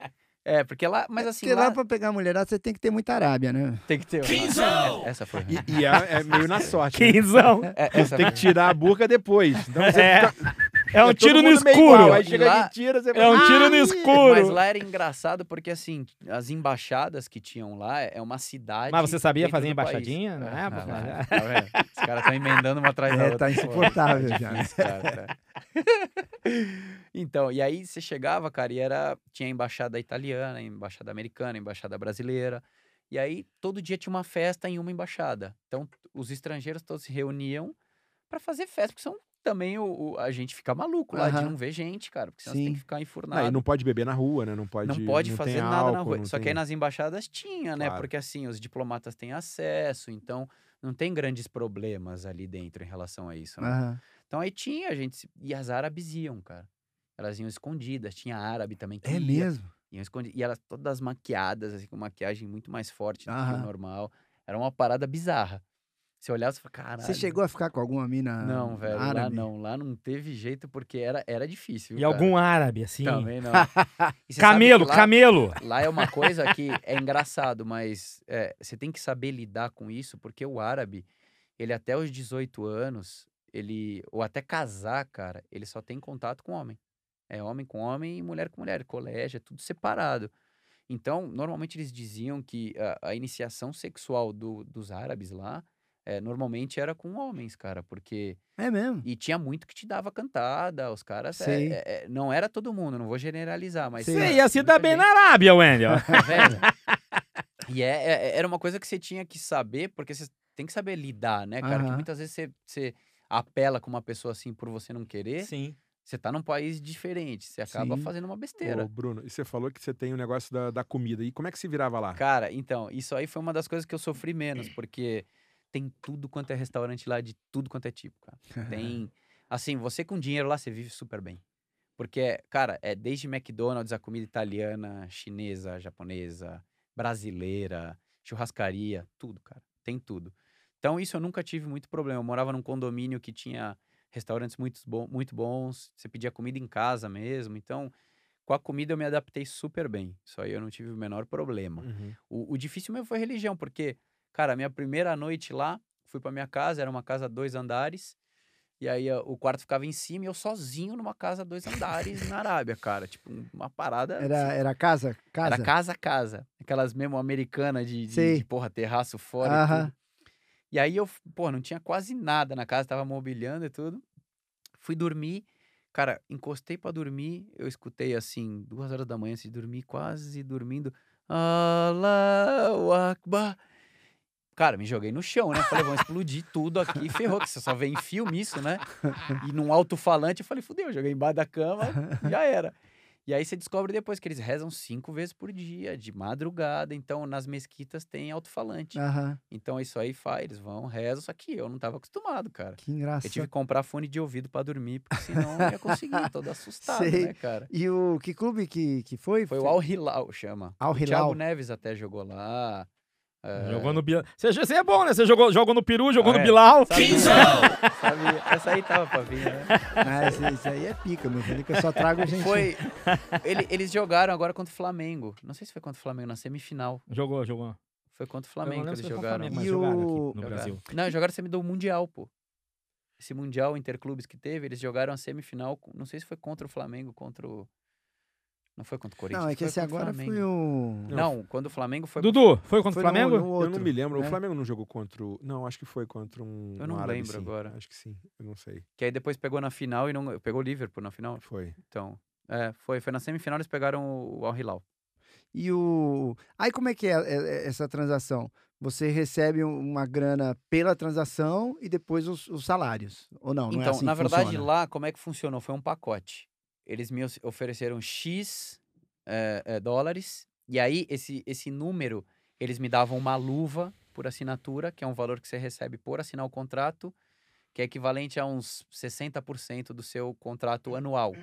S5: É, porque lá. Mas assim,
S2: Porque lá é
S5: lá,
S2: pra pegar mulherada, você tem que ter muita Arábia, né?
S5: tem que ter.
S1: Quinzão!
S5: Essa foi. ruim.
S4: E, e é, é meio na sorte. né?
S6: Quinzão.
S5: É, essa
S4: Tem
S5: foi-
S4: que tirar a burca depois. Então, você
S6: É.
S4: fica-
S6: É um
S4: todo
S6: tiro no
S4: mundo meio igual,
S6: escuro.
S4: Aí chega
S5: E lá-
S4: de tira, você
S6: É
S4: fala,
S6: um tiro no
S4: "Ai!"
S5: Mas
S6: escuro.
S5: lá era engraçado porque, assim, as embaixadas que tinham lá é uma cidade.
S6: Mas você sabia
S5: dentro
S6: fazer
S5: do país.
S6: embaixadinha né, é. na
S5: Ah,
S6: época?
S5: lá, tá vendo? Os caras estão emendando uma atrás da
S2: É,
S5: outra.
S2: tá
S5: pô,
S2: insuportável
S5: tá
S2: já. né?
S5: difícil, cara, tá. Então, e aí você chegava, cara, e era. Tinha embaixada italiana, embaixada americana, embaixada brasileira. E aí todo dia tinha uma festa em uma embaixada. Então os estrangeiros todos se reuniam pra fazer festa, porque são também o, o- a gente fica maluco lá de
S2: Aham.
S5: não ver gente, cara, porque senão você
S2: Sim.
S5: tem que ficar
S4: Não,
S5: enfurnado
S4: e não pode beber na rua, né? Não pode,
S5: não pode
S4: tem
S5: fazer nada na
S4: álcool,
S5: rua.
S4: não
S5: Só que
S4: tem-
S5: aí nas embaixadas tinha, né?
S4: Claro.
S5: Porque assim, os diplomatas têm acesso, então não tem grandes problemas ali dentro em relação a isso. né?
S2: Aham.
S5: Então aí tinha gente. se- E as árabes iam, cara. Elas iam escondidas, tinha árabe também que
S2: É
S5: ia,
S2: mesmo?
S5: iam escondi- E elas todas maquiadas, assim, com maquiagem muito mais forte do que
S2: Aham.
S5: o normal. Era uma parada bizarra. Você olhava e falava, caralho.
S2: Você chegou a ficar com alguma mina
S5: Não, velho, lá
S2: árabe?
S5: não. Lá não teve jeito, porque era, era difícil.
S6: E
S5: viu, cara?
S6: algum árabe, assim.
S5: Também não. E você sabe que
S6: Camelo,
S5: lá-
S6: camelo.
S5: Lá é uma coisa que é engraçado, mas é, você tem que saber lidar com isso, porque o árabe, ele até os 18 anos, ele ou até casar, cara, ele só tem contato com homem. É homem com homem e mulher com mulher, colégio, é tudo separado. Então, normalmente eles diziam que a, a iniciação sexual do- dos árabes lá é, normalmente era com homens, cara, porque
S2: É mesmo.
S6: Hum.
S5: e tinha muito que te dava cantada, os caras. é-
S2: Sei.
S5: é- é- não era todo mundo, não vou generalizar, mas.
S2: Sei.
S5: cara,
S6: Você ia se
S5: muita
S6: dar bem
S5: gente,
S6: na Arábia, Wendel.
S5: velho. Tá E é- é- é- era uma coisa que você tinha que saber, porque você tem que saber lidar, né, cara? Que
S2: Aham.
S5: muitas vezes você, você apela com uma pessoa assim por você não querer,
S6: Sim.
S5: você tá num país diferente, você acaba
S2: Sim.
S5: fazendo uma
S4: Ô,
S5: besteira.
S4: Bruno, e você falou que você tem o negócio da, da comida. E como é que se virava lá?
S5: Cara, então, isso aí foi uma das coisas que eu sofri menos, porque tem tudo quanto é restaurante lá, de tudo quanto é tipo, cara. Tem. Assim, você com dinheiro lá, você vive super bem. Porque, é, cara, é desde McDonald's a comida italiana, chinesa, japonesa, brasileira, churrascaria, tudo, cara. Tem tudo. Então, isso eu nunca tive muito problema. Eu morava num condomínio que tinha restaurantes muito, bom, muito bons, você pedia comida em casa mesmo. Então, com a comida eu me adaptei super bem. Isso aí eu não tive o menor problema.
S4: Uhum.
S5: O, o difícil mesmo foi a religião, porque, cara, minha primeira noite lá, fui pra minha casa, era uma casa dois andares, e aí ó, o quarto ficava em cima e eu sozinho numa casa dois andares na Arábia, cara. Tipo, um- uma parada.
S2: Era,
S5: assim,
S2: era casa? Casa.
S5: era casa a casa. Aquelas mesmo americanas de, de,
S2: Sei.
S5: de, porra, terraço fora e
S2: Aham.
S5: tudo. E aí eu, pô, não tinha quase nada na casa, tava mobiliando e tudo. Fui dormir. Cara, encostei pra dormir, eu escutei assim, duas horas da manhã, assim, dormi quase dormindo. Allahu Akbar. Cara, me joguei no chão, né? Falei, vão explodir tudo aqui, ferrou, que você só vê em filme isso, né? E num alto-falante, eu falei, fudeu, joguei embaixo da cama, já era. E aí você descobre depois que eles rezam cinco vezes por dia, de madrugada. Então, nas mesquitas tem alto-falante.
S2: Aham.
S5: Então, isso aí faz, eles vão, rezam, só que eu não tava acostumado, cara.
S2: Que engraçado.
S5: Eu tive que comprar fone de ouvido pra dormir, porque senão eu não ia conseguir, todo assustado,
S2: Sei.
S5: né, cara?
S2: E o que clube que, que foi?
S5: Foi o Al Hilal, chama.
S2: Al
S5: O Thiago né?
S2: Hilal.
S5: Neves até jogou lá. é,
S6: Jogou no Bilal. Você, você é bom, né? Você jogou, jogou no Peru, jogou
S5: Ah,
S6: no
S5: é.
S6: Bilal.
S5: Sabia, sabia. Essa aí tava pra vir, né?
S2: Ah, isso, isso aí é pica, meu filho, que eu só trago gente.
S5: Foi. ele- eles jogaram agora contra o Flamengo. Não sei se foi contra o Flamengo, na semifinal.
S6: Jogou, jogou.
S5: Foi contra o
S6: Eu não
S5: é Flamengo que
S6: lembro
S5: eles
S6: se foi o
S5: jogaram. É.
S6: Flamengo,
S2: mas
S6: mas
S2: E jogaram aqui
S6: jogaram
S2: o-
S6: aqui no
S5: Jogaram.
S6: Brasil.
S5: Não, jogaram semi do Mundial, pô. Esse Mundial Interclubes que teve, eles jogaram a semifinal. com- Não sei se foi contra o Flamengo, contra o. Não foi contra o Corinthians.
S2: Não, é que
S5: foi
S2: esse
S5: contra o
S2: agora
S5: Flamengo.
S2: foi um.
S5: Não, quando o Flamengo foi.
S6: Dudu, foi contra o
S2: foi no-
S6: Flamengo?
S2: no
S4: eu
S2: outro,
S4: não me lembro.
S2: né?
S4: O Flamengo não jogou contra o. Não, acho que foi contra um.
S5: Eu
S4: um
S5: não
S4: árabe,
S5: lembro
S4: sim.
S5: agora.
S4: Acho que sim. Eu não sei.
S5: Que aí depois pegou na final e não. Pegou o Liverpool na final.
S4: Foi.
S5: Então. É, foi. Foi na semifinal, eles pegaram o Al Hilal.
S2: E o. Aí como é que é é, é, essa transação? Você recebe um- uma grana pela transação e depois os, os salários. Ou não? não é
S5: então,
S2: assim
S5: na
S2: que
S5: verdade,
S2: funciona?
S5: lá, como é que funcionou? Foi um pacote. Eles me os- ofereceram X eh, eh, dólares, e aí esse, esse número, eles me davam uma luva por assinatura, que é um valor que você recebe por assinar o contrato, que é equivalente a uns 60% do seu contrato anual.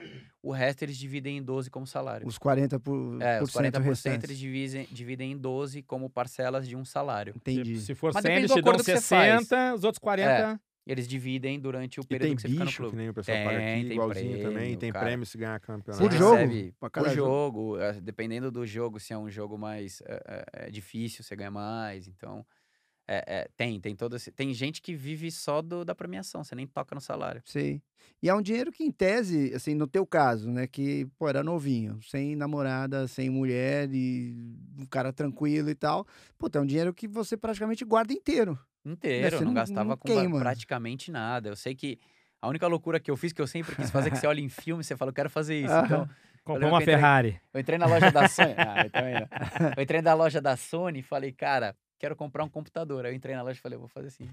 S5: O resto eles dividem em 12 como salário.
S2: Os 40%, por,
S5: é, os 40%
S2: restantes.
S5: eles dividem, dividem em 12 como parcelas de um salário.
S2: Entendi.
S6: Se for 100,
S5: Mas depende
S6: eles
S5: do
S6: te dão
S5: acordo que você faz.
S6: 60, os outros 40.
S5: Eles dividem durante o
S4: E
S5: período
S4: tem
S5: que você fica no
S4: bicho,
S5: clube. É,
S4: que nem o pessoal paga
S5: Tem,
S4: aqui,
S5: tem
S4: igualzinho também. E
S5: prêmio,
S4: tem
S5: cara.
S4: prêmio se ganhar campeonato.
S2: Por
S5: Você
S2: jogo?
S5: recebe
S2: Pra
S5: Por
S2: cada
S5: jogo, eh, dependendo do jogo, se é um jogo mais eh, eh, eh, difícil, você ganha mais. Então, é, é, tem, tem todo esse- Tem gente que vive só do, da premiação, você nem toca no salário.
S2: Sei. E é um dinheiro que, em tese, assim, no teu caso, né? Que, pô, era novinho, sem namorada, sem mulher e um cara tranquilo e tal. Puta, é um dinheiro que você praticamente guarda inteiro.
S5: Inteiro, eu
S2: É, você
S5: não,
S2: não-
S5: gastava
S2: não
S5: com ba-
S2: queima.
S5: praticamente nada. Eu sei que a única loucura que eu fiz, que eu sempre quis fazer, é que você olha em filme e você fala, eu quero fazer isso.
S2: Aham.
S5: Então,
S6: Comprou
S5: Valeu
S6: uma
S5: a pena.
S6: Ferrari.
S5: eu entrei na loja da Sony. Ah, eu também não. Eu entrei na loja da Sony e falei, cara, quero comprar um computador. Aí eu entrei na loja e falei, eu vou fazer assim.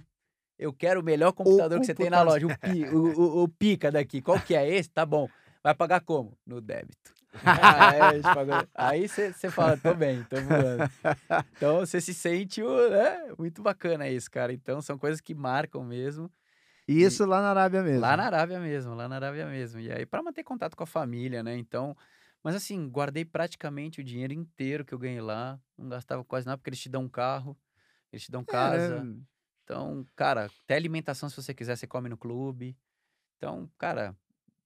S5: Eu quero o melhor computador que você tem na
S2: computador.
S5: loja. o, pi- o- o- o pica daqui. Qual que é esse? Tá bom. Vai pagar como? No débito. Ah, é, a gente pagou. Aí você fala, tô bem, tô voando. Então você se sente o- né? muito bacana isso, cara. Então são coisas que marcam mesmo.
S2: E isso lá na Arábia mesmo.
S5: Lá na Arábia mesmo, lá na Arábia mesmo. E aí, para manter contato com a família, né? Então. Mas assim, guardei praticamente o dinheiro inteiro que eu ganhei lá. Não gastava quase nada, porque eles te dão um carro, eles te dão casa.
S2: Era-
S5: Então, cara, até alimentação, se você quiser, você come no clube. Então, cara,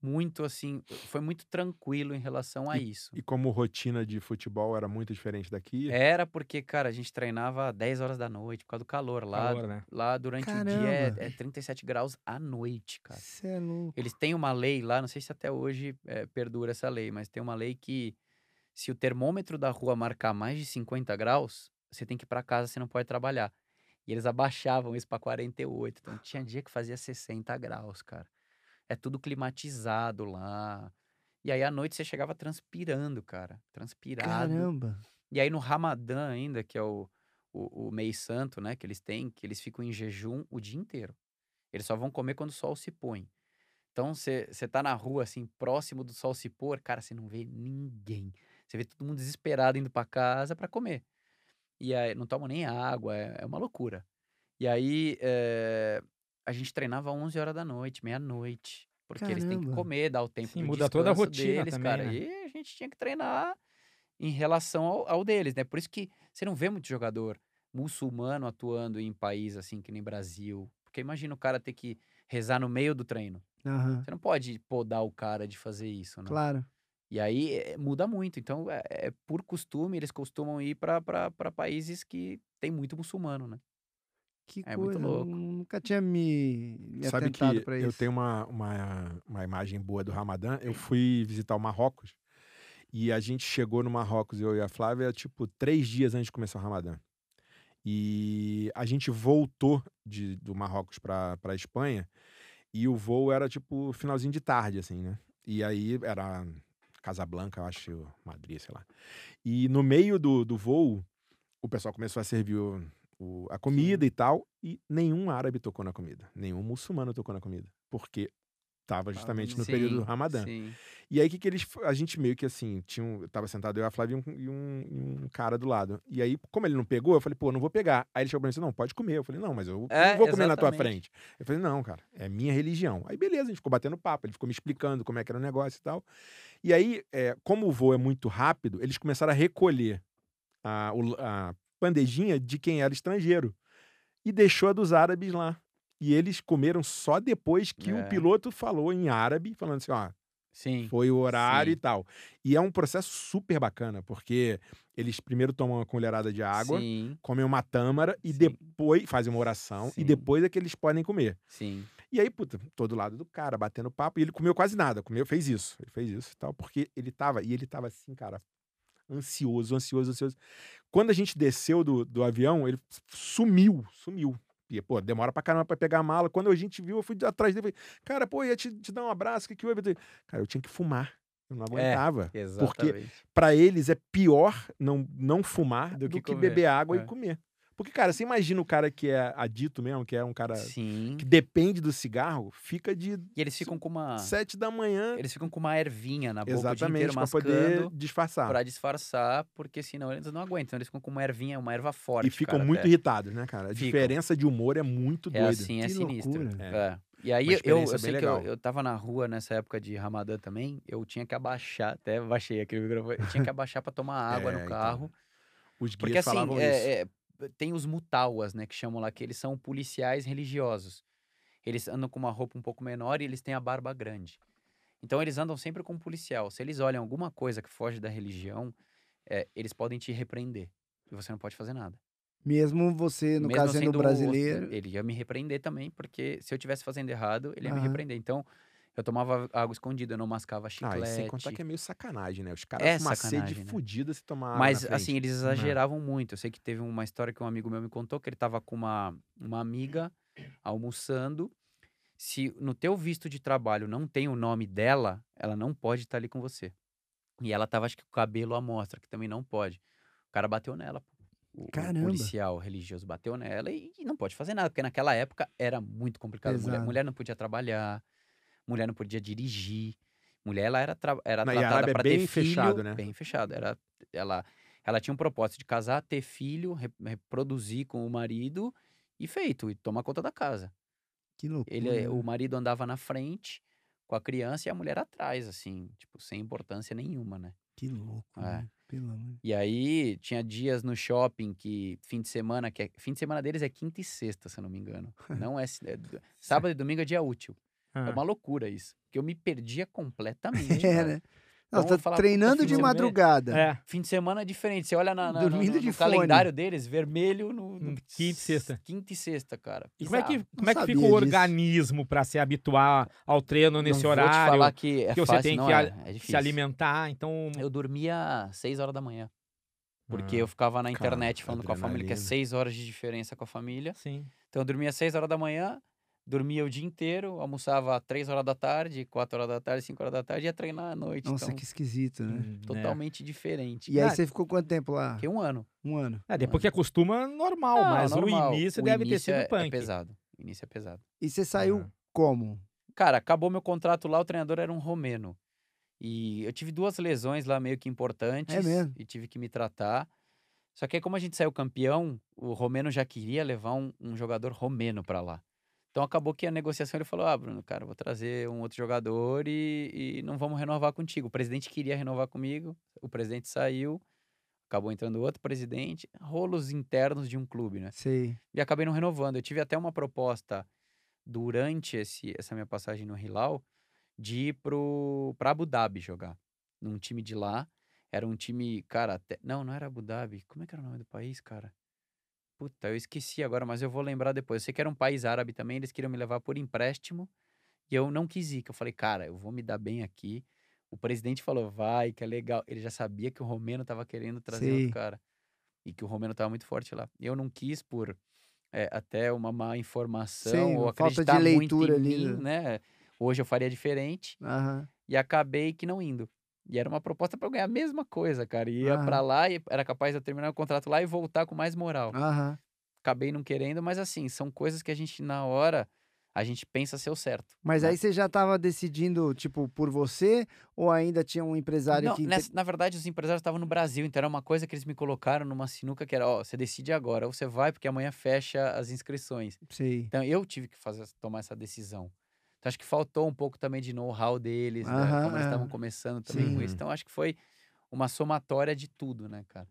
S5: muito assim, foi muito tranquilo em relação a isso.
S4: E como rotina de futebol era muito diferente daqui.
S5: Era porque, cara, a gente treinava 10 horas da noite por causa do calor. Lá,
S6: Calor, né?
S5: lá durante o dia
S2: Caramba.
S5: é, é 37 graus à noite, cara.
S2: Cê é louco.
S5: Eles têm uma lei lá, não sei se até hoje eh, perdura essa lei, mas tem uma lei que se o termômetro da rua marcar mais de 50 graus, você tem que ir pra casa, você não pode trabalhar. E eles abaixavam isso para 48. Então tinha dia que fazia 60 graus, cara. É tudo climatizado lá. E aí à noite você chegava transpirando, cara. Transpirado.
S2: Caramba.
S5: E aí no Ramadã ainda, que é o, o, o mês santo, né, que eles têm, que eles ficam em jejum o dia inteiro. Eles só vão comer quando o sol se põe. Então você tá na rua, assim, próximo do sol se pôr, cara, você não vê ninguém. Você vê todo mundo desesperado indo para casa para comer. E aí não tomam nem água, é, é uma loucura. E aí eh, a gente treinava 11 horas da noite, meia-noite. Porque eles têm que
S2: Caramba.
S5: comer, dar o tempo
S6: Sim,
S5: do
S6: muda toda a
S5: descanso
S6: rotina
S5: deles,
S6: também,
S5: cara.
S6: né?
S5: E a gente tinha que treinar em relação ao, ao deles, né? Por isso que você não vê muito jogador muçulmano atuando em país assim que nem Brasil. Porque imagina o cara ter que rezar no meio do treino.
S2: Aham,
S5: Você não pode podar o cara de fazer isso, né?
S2: Claro.
S5: E aí é, muda muito. Então, é, é por costume, eles costumam ir para países que tem muito muçulmano, né?
S2: Que
S5: É muito
S2: coisa.
S5: louco.
S2: Nunca tinha me, me
S4: Sabe
S2: atentado
S4: que
S2: pra isso.
S4: eu tenho uma, uma, uma imagem boa do Ramadã. Eu fui visitar o Marrocos e a gente chegou no Marrocos, eu e a Flávia, tipo, três dias antes de começar o Ramadã. E a gente voltou de, do Marrocos pra, pra Espanha e o voo era, tipo, finalzinho de tarde, assim, né? E aí era Casablanca, eu acho, Madrid, sei lá. E no meio do, do voo, o pessoal começou a servir o- o- a comida e tal, e nenhum árabe tocou na comida, nenhum muçulmano tocou na comida, porque estava justamente no período do Ramadã.
S5: Sim.
S4: E aí, o que, que eles. f- A gente meio que assim, tinha um, eu tava sentado eu e a Flávia e um, e um- e um cara do lado. E aí, como ele não pegou, eu falei, pô, não vou pegar. Aí ele chegou pra mim e disse, não, pode comer. Eu falei, não, mas eu
S5: É,
S4: não vou comer na tua
S5: exatamente.
S4: frente. Eu falei, não, cara, é minha religião. Aí, beleza, a gente ficou batendo papo, ele ficou me explicando como é que era o negócio e tal. E aí, é, como o voo é muito rápido, eles começaram a recolher a, o- a bandejinha de quem era estrangeiro. E deixou a dos árabes lá. E eles comeram só depois que
S5: É.
S4: o piloto falou em árabe, falando assim, ó,
S5: Sim.
S4: foi o horário
S5: Sim.
S4: e tal. E é um processo super bacana, porque eles primeiro tomam uma colherada de água,
S5: Sim,
S4: comem uma tâmara e
S5: Sim.
S4: depois fazem uma oração
S5: Sim.
S4: e depois é que eles podem comer.
S5: sim.
S4: E aí, puta, todo lado do cara, batendo papo, e ele comeu quase nada, comeu, fez isso, ele fez isso e tal, porque ele tava, e ele tava assim, cara, ansioso, ansioso, ansioso. Quando a gente desceu do, do avião, ele sumiu, sumiu. E, pô, demora pra caramba pra pegar a mala. Quando a gente viu, eu fui atrás dele. Falei, cara, pô, ia te, te dar um abraço, o que que houve? Eu falei, Cara, eu tinha que fumar. Eu não
S5: É.
S4: aguentava.
S5: Exatamente.
S4: Pra eles é pior não, não fumar do,
S5: que
S4: que,
S5: comer,
S4: beber água
S5: é.
S4: e comer. Porque, cara, você imagina o cara que é adito mesmo, que é um cara
S5: Sim.
S4: que depende do cigarro, fica de
S5: E eles ficam com uma.
S4: sete da manhã
S5: Eles ficam com uma ervinha na Ah. tá boca
S4: exatamente
S5: o
S4: pra
S5: dia inteiro,
S4: poder tá.
S5: mascando
S4: disfarçar.
S5: pra disfarçar, porque senão eles não aguentam. Então, Eles ficam com uma ervinha, uma erva forte.
S4: e ficam
S5: cara,
S4: muito
S5: até.
S4: irritados, né, cara? A
S5: Ficam.
S4: diferença de humor é muito
S5: É
S4: doida.
S5: assim, é
S2: Que
S5: sinistro.
S2: loucura.
S4: É.
S5: É. E aí
S4: Uma
S5: eu- eu, eu
S4: experiência
S5: sei
S4: bem
S5: que eu,
S4: legal.
S5: eu tava na rua nessa época de Ramadã também, eu tinha que abaixar, até baixei aquele microfone, eu tinha que abaixar pra tomar água
S4: É,
S5: no
S4: então.
S5: carro.
S4: Os guias
S5: Porque assim,
S4: falavam isso.
S5: é- é, tem os mutauas, né, que chamam lá, que eles são policiais religiosos. Eles andam com uma roupa um pouco menor e eles têm a barba grande. Então eles andam sempre com um policial. Se eles olham alguma coisa que foge da religião, é, eles podem te repreender. E você não pode fazer nada.
S2: Mesmo você, no
S5: Mesmo
S2: caso, sendo
S5: sendo um
S2: brasileiro.
S5: Ele ia me repreender também, porque se eu tivesse fazendo errado, ele ia me
S2: Aham.
S5: repreender. Então, eu tomava água escondida, eu não mascava
S4: Ah,
S5: chiclete.
S4: e sem contar que é meio sacanagem, né? Os caras
S5: É
S4: com uma sede
S5: sacanagem, né?
S4: fodida se tomar água
S5: Mas,
S4: na frente.
S5: assim, eles exageravam muito. Eu sei que teve uma história que um amigo meu me contou que ele tava com uma, uma amiga almoçando. Se no teu visto de trabalho não tem o nome dela, ela não pode estar ali com você. E ela tava, acho que, com o cabelo à mostra, que também não pode. O cara bateu nela. pô. O-
S2: Caramba.
S5: O policial religioso bateu nela e, e não pode fazer nada, porque naquela época era muito complicado. Mulher,
S2: Pesado.
S5: mulher não podia trabalhar, mulher não podia dirigir. Mulher, ela era, tra- era
S4: Na- e a
S5: tratada
S4: Arábia é
S5: para
S4: bem
S5: ter filho,
S4: fechado, né?
S5: bem fechado. Era, ela, ela tinha um propósito de casar, ter filho, re- reproduzir com o marido e feito, e tomar conta da casa.
S2: Que loucura.
S5: Ele, é
S2: né?
S4: Uhum.
S5: O marido andava na frente com a criança e a mulher atrás, assim, tipo, sem importância nenhuma, né?
S2: Que louco.
S5: É.
S2: né? Pelo amor.
S5: E aí tinha dias no shopping que fim de semana, que é- fim de semana deles é quinta e sexta, se eu não me engano. Não é, é d- sábado e domingo é dia útil.
S6: Ah.
S4: Ah.
S5: É uma loucura isso, porque eu me
S4: É,
S5: perdia completamente.
S2: É,
S5: cara.
S2: né? Não,
S5: Então,
S2: tá
S5: eu falava,
S2: treinando
S5: puta,
S2: de
S5: filho,
S2: madrugada.
S6: É,
S5: Fim de semana é diferente. Você olha na, na- na-
S2: Dormindo
S5: no,
S2: de
S5: no
S2: fone.
S5: calendário deles, vermelho no, no-
S6: No Hum, quinta e sexta.
S5: Quinta e sexta, cara.
S6: e como é que,
S5: Bizarro.
S6: como é que
S2: sabia
S6: fica o
S2: disso.
S6: organismo pra se habituar ao treino nesse
S5: Não
S6: horário?
S5: Vou te falar que é
S6: que você
S5: fácil,
S6: tem
S5: não
S6: que
S5: é,
S6: a-
S5: é difícil.
S6: Se alimentar, então. ah,
S5: Eu dormia às 6 horas da manhã. Porque eu ficava na internet
S4: cara,
S5: falando com a família, que é
S4: adrenalina.
S5: seis horas de diferença com a família.
S6: Sim.
S5: Então eu dormia 6 horas da manhã, dormia o dia inteiro, almoçava 3 horas da tarde, 4 horas da tarde, 5 horas da tarde e ia treinar à noite.
S2: Nossa,
S5: então,
S2: que esquisito, né?
S5: totalmente diferente.
S2: E aí
S6: Hum. Cara,
S2: você ficou quanto tempo lá?
S5: Fiquei um ano.
S2: Um ano.
S6: É, depois que acostuma, normal,
S5: Não,
S6: mas
S5: normal.
S6: o início deve
S5: início
S6: ter
S5: é,
S6: sido punk.
S5: É pesado. O início é pesado.
S2: E você saiu
S6: Aham.
S2: como?
S5: Cara, acabou meu contrato lá, o treinador era um romeno. E eu tive duas lesões lá meio que importantes.
S2: É mesmo?
S5: E tive que me tratar. Só que aí, como a gente saiu campeão, o romeno já queria levar um, um jogador romeno pra lá. Então acabou que a negociação ele falou: Ah, Bruno, cara, eu vou trazer um outro jogador e, e não vamos renovar contigo. O presidente queria renovar comigo, o presidente saiu, acabou entrando outro presidente. Rolos internos de um clube, né?
S2: Sei.
S5: e acabei não renovando. Eu tive até uma proposta durante esse, essa minha passagem no Hilal de ir pro, pra Abu Dhabi jogar, num time de lá. Era um time, cara, até- não, não era Abu Dhabi. Como é que era o nome do país, cara? Puta, eu esqueci agora, mas eu vou lembrar depois. Eu sei que era um país árabe também, eles queriam me levar por empréstimo e eu não quis ir, que eu falei, cara, eu vou me dar bem aqui. O presidente falou, vai, que é legal. Ele já sabia que o Romeno tava querendo trazer
S2: Sei.
S5: outro cara e que o Romeno tava muito forte lá. Eu não quis por é, até uma má informação
S2: Sim,
S5: ou
S2: falta de
S5: acreditar
S2: leitura
S5: muito em
S2: ali,
S5: mim, né? Hoje eu faria diferente
S2: Aham.
S5: e acabei que não indo. E era uma proposta para eu ganhar a mesma coisa, cara. Ia
S2: Aham. Ah.
S5: pra lá e era capaz de eu terminar o contrato lá e voltar com mais moral.
S2: Aham.
S5: Acabei não querendo, mas assim, são coisas que a gente na hora a gente pensa ser o certo.
S2: Mas
S5: né?
S2: aí você já tava decidindo, tipo, por você? Ou ainda tinha um empresário
S5: Não,
S2: que.
S5: nessa- na verdade, os empresários estavam no Brasil, então era uma coisa que eles me colocaram numa sinuca que era, ó, você decide agora, ou você vai, porque amanhã fecha as inscrições.
S2: Sei.
S5: Então eu tive que fazer, tomar essa decisão. Então acho que faltou um pouco também de know-how deles, né?
S2: Aham,
S5: como eles estavam
S2: é.
S5: começando também com isso.
S4: Sim.
S5: Então acho que foi uma somatória de tudo, né, cara?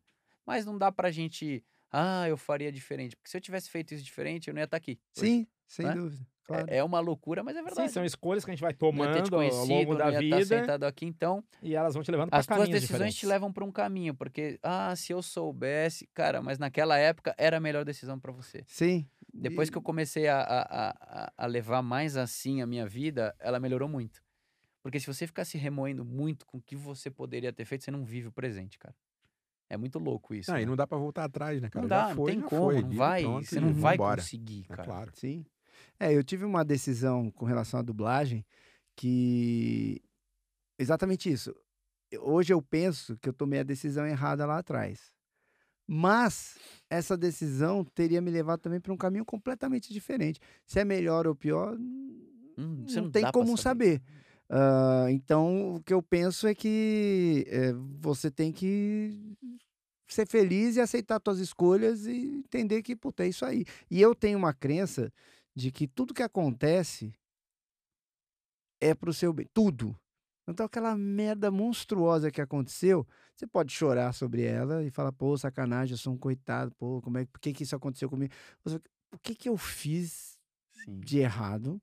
S5: Mas não dá pra gente, ah, eu faria diferente. Porque se eu tivesse feito isso diferente, eu não ia estar aqui. hoje.
S2: Sim, sem
S5: né?
S2: dúvida.
S5: É-
S2: Claro.
S5: É, uma loucura, mas é
S6: Sim,
S5: verdade.
S6: são escolhas que a gente vai
S5: não ia ter te
S6: tomando ao
S5: conhecido,
S6: longo da
S5: não ia estar
S6: vida
S5: sentado aqui. Então,
S6: e elas vão te levando pra
S5: as tuas
S6: caminhos
S5: decisões
S6: diferentes.
S5: te levam pra um caminho, porque, ah, se eu soubesse, cara, mas naquela época era a melhor decisão pra você.
S2: Sim.
S5: Depois que eu comecei a, a, a- a- a levar mais assim a minha vida, ela melhorou muito. Porque se você ficar se remoendo muito com o que você poderia ter feito, você não vive o presente, cara. É muito louco isso.
S4: Não, Ah, e
S5: né?
S4: não dá pra voltar atrás, né, cara?
S5: Não
S4: Já
S5: dá,
S4: foi,
S5: não
S4: já
S5: tem como,
S4: foi,
S5: não
S4: lido,
S5: vai,
S4: pronto,
S5: você não
S4: e
S5: vai
S4: vambora.
S5: conseguir,
S4: É
S5: cara.
S4: claro.
S2: Sim. É, eu tive uma decisão com relação à dublagem que. Exatamente isso. Eu- Hoje eu penso que eu tomei a decisão errada lá atrás. Mas essa decisão teria me levado também para um caminho completamente diferente. Se é melhor ou pior,
S5: Hum, você
S2: não,
S5: não
S2: tem
S5: dá pra
S2: como saber. Ah, então, o que eu penso é que é, você tem que ser feliz e aceitar suas escolhas e entender que, puta, é isso aí. E eu tenho uma crença de que tudo que acontece é pro seu bem. Tudo. Então, aquela merda monstruosa que aconteceu, você pode chorar sobre ela e falar, pô, sacanagem, eu sou um coitado, pô, como é, por que, que isso aconteceu comigo? Você- O que, que eu fiz
S5: Sim.
S2: de errado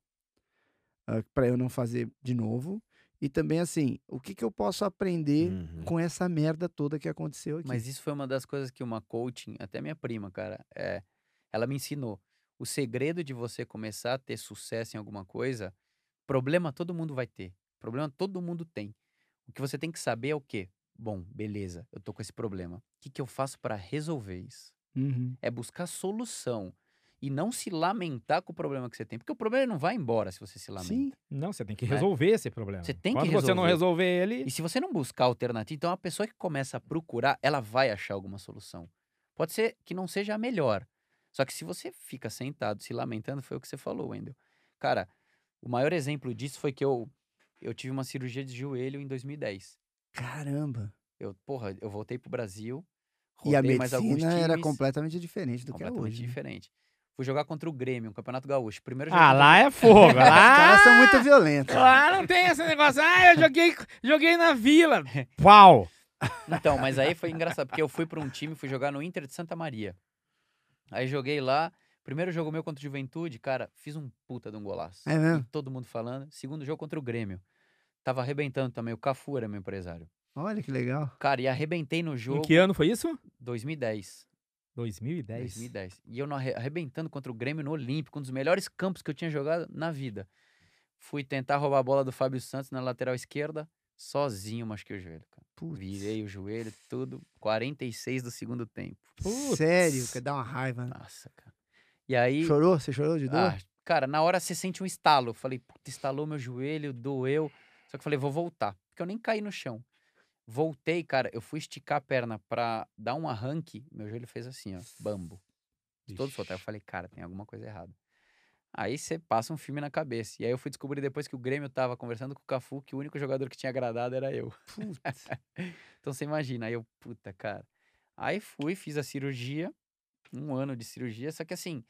S2: para eu não fazer de novo e também assim o que que eu posso aprender
S4: Uhum.
S2: com essa merda toda que aconteceu aqui
S5: Hum. Mas isso foi uma das coisas que uma coaching, até minha prima, cara, é, ela me ensinou. O segredo de você começar a ter sucesso em alguma coisa, problema todo mundo vai ter. Problema todo mundo tem. O que você tem que saber é o quê? Bom, beleza, eu tô com esse problema. O que, que eu faço pra resolver isso?
S2: Uhum.
S5: É buscar solução. E não se lamentar com o problema que você tem. Porque o problema ele não vai embora se você se lamenta.
S2: sim
S6: Não, você tem que
S5: né?
S6: resolver esse problema.
S5: Você tem que
S6: Quando você não resolver ele,
S5: E se você não buscar alternativa, então a pessoa que começa a procurar, ela vai achar alguma solução. Pode ser que não seja a melhor. Só que se você fica sentado se lamentando, foi o que você falou, Wendel. Cara, o maior exemplo disso foi que eu, eu tive uma cirurgia de joelho em 2010.
S2: caramba
S5: Eu, porra, eu voltei pro Brasil,
S2: e a
S5: rodei mais alguns
S2: medicina era
S5: times,
S2: completamente diferente do que é
S5: completamente
S2: hoje né?
S5: diferente. Fui jogar contra o Grêmio, um Campeonato Gaúcho. Primeiro jogo
S6: ah,
S5: do-
S6: lá é fogo.
S2: os caras são
S6: Lá,
S5: Ah!
S2: muito violentos
S6: lá não tem esse negócio. Ah, eu joguei, joguei na vila. Pau.
S5: Então, mas aí foi engraçado, porque eu fui pra um time, fui jogar no Inter de Santa Maria. Aí joguei lá, primeiro jogo meu contra o Juventude, cara, fiz um puta de um golaço.
S2: É mesmo?
S5: E todo mundo falando. Segundo jogo contra o Grêmio. Tava arrebentando também, o Cafu era meu empresário.
S2: olha que legal
S5: Cara, e arrebentei no
S6: Em
S5: jogo
S6: que ano foi isso?
S5: 2010.
S6: 2010.
S5: 2010. E eu não arre- arrebentando contra o Grêmio no Olímpico, um dos melhores campos que eu tinha jogado na vida. Fui tentar roubar a bola do Fábio Santos na lateral esquerda, Sozinho machuquei o joelho, cara.
S2: Putz.
S5: Virei o joelho, tudo. 46 do segundo tempo.
S6: Putz.
S2: Sério, que dá uma raiva. né?
S5: Nossa, cara. E aí.
S2: Chorou? Você chorou de dor?
S5: Ah, cara, na hora você sente um estalo. Eu falei, puta, estalou meu joelho, doeu. Só que eu falei, vou voltar. Porque eu nem caí no chão. Voltei, cara, eu fui esticar a perna pra dar um arranque. Meu joelho fez assim, ó, bambo. De todo soltar. Eu falei, cara, tem alguma coisa errada. Aí você passa um filme na cabeça. E aí eu fui descobrir depois que o Grêmio tava conversando com o Cafu que o único jogador que tinha agradado era eu.
S2: Putz.
S5: Então você imagina, aí eu, puta, cara. Aí fui, fiz a cirurgia, um ano de cirurgia, só que assim,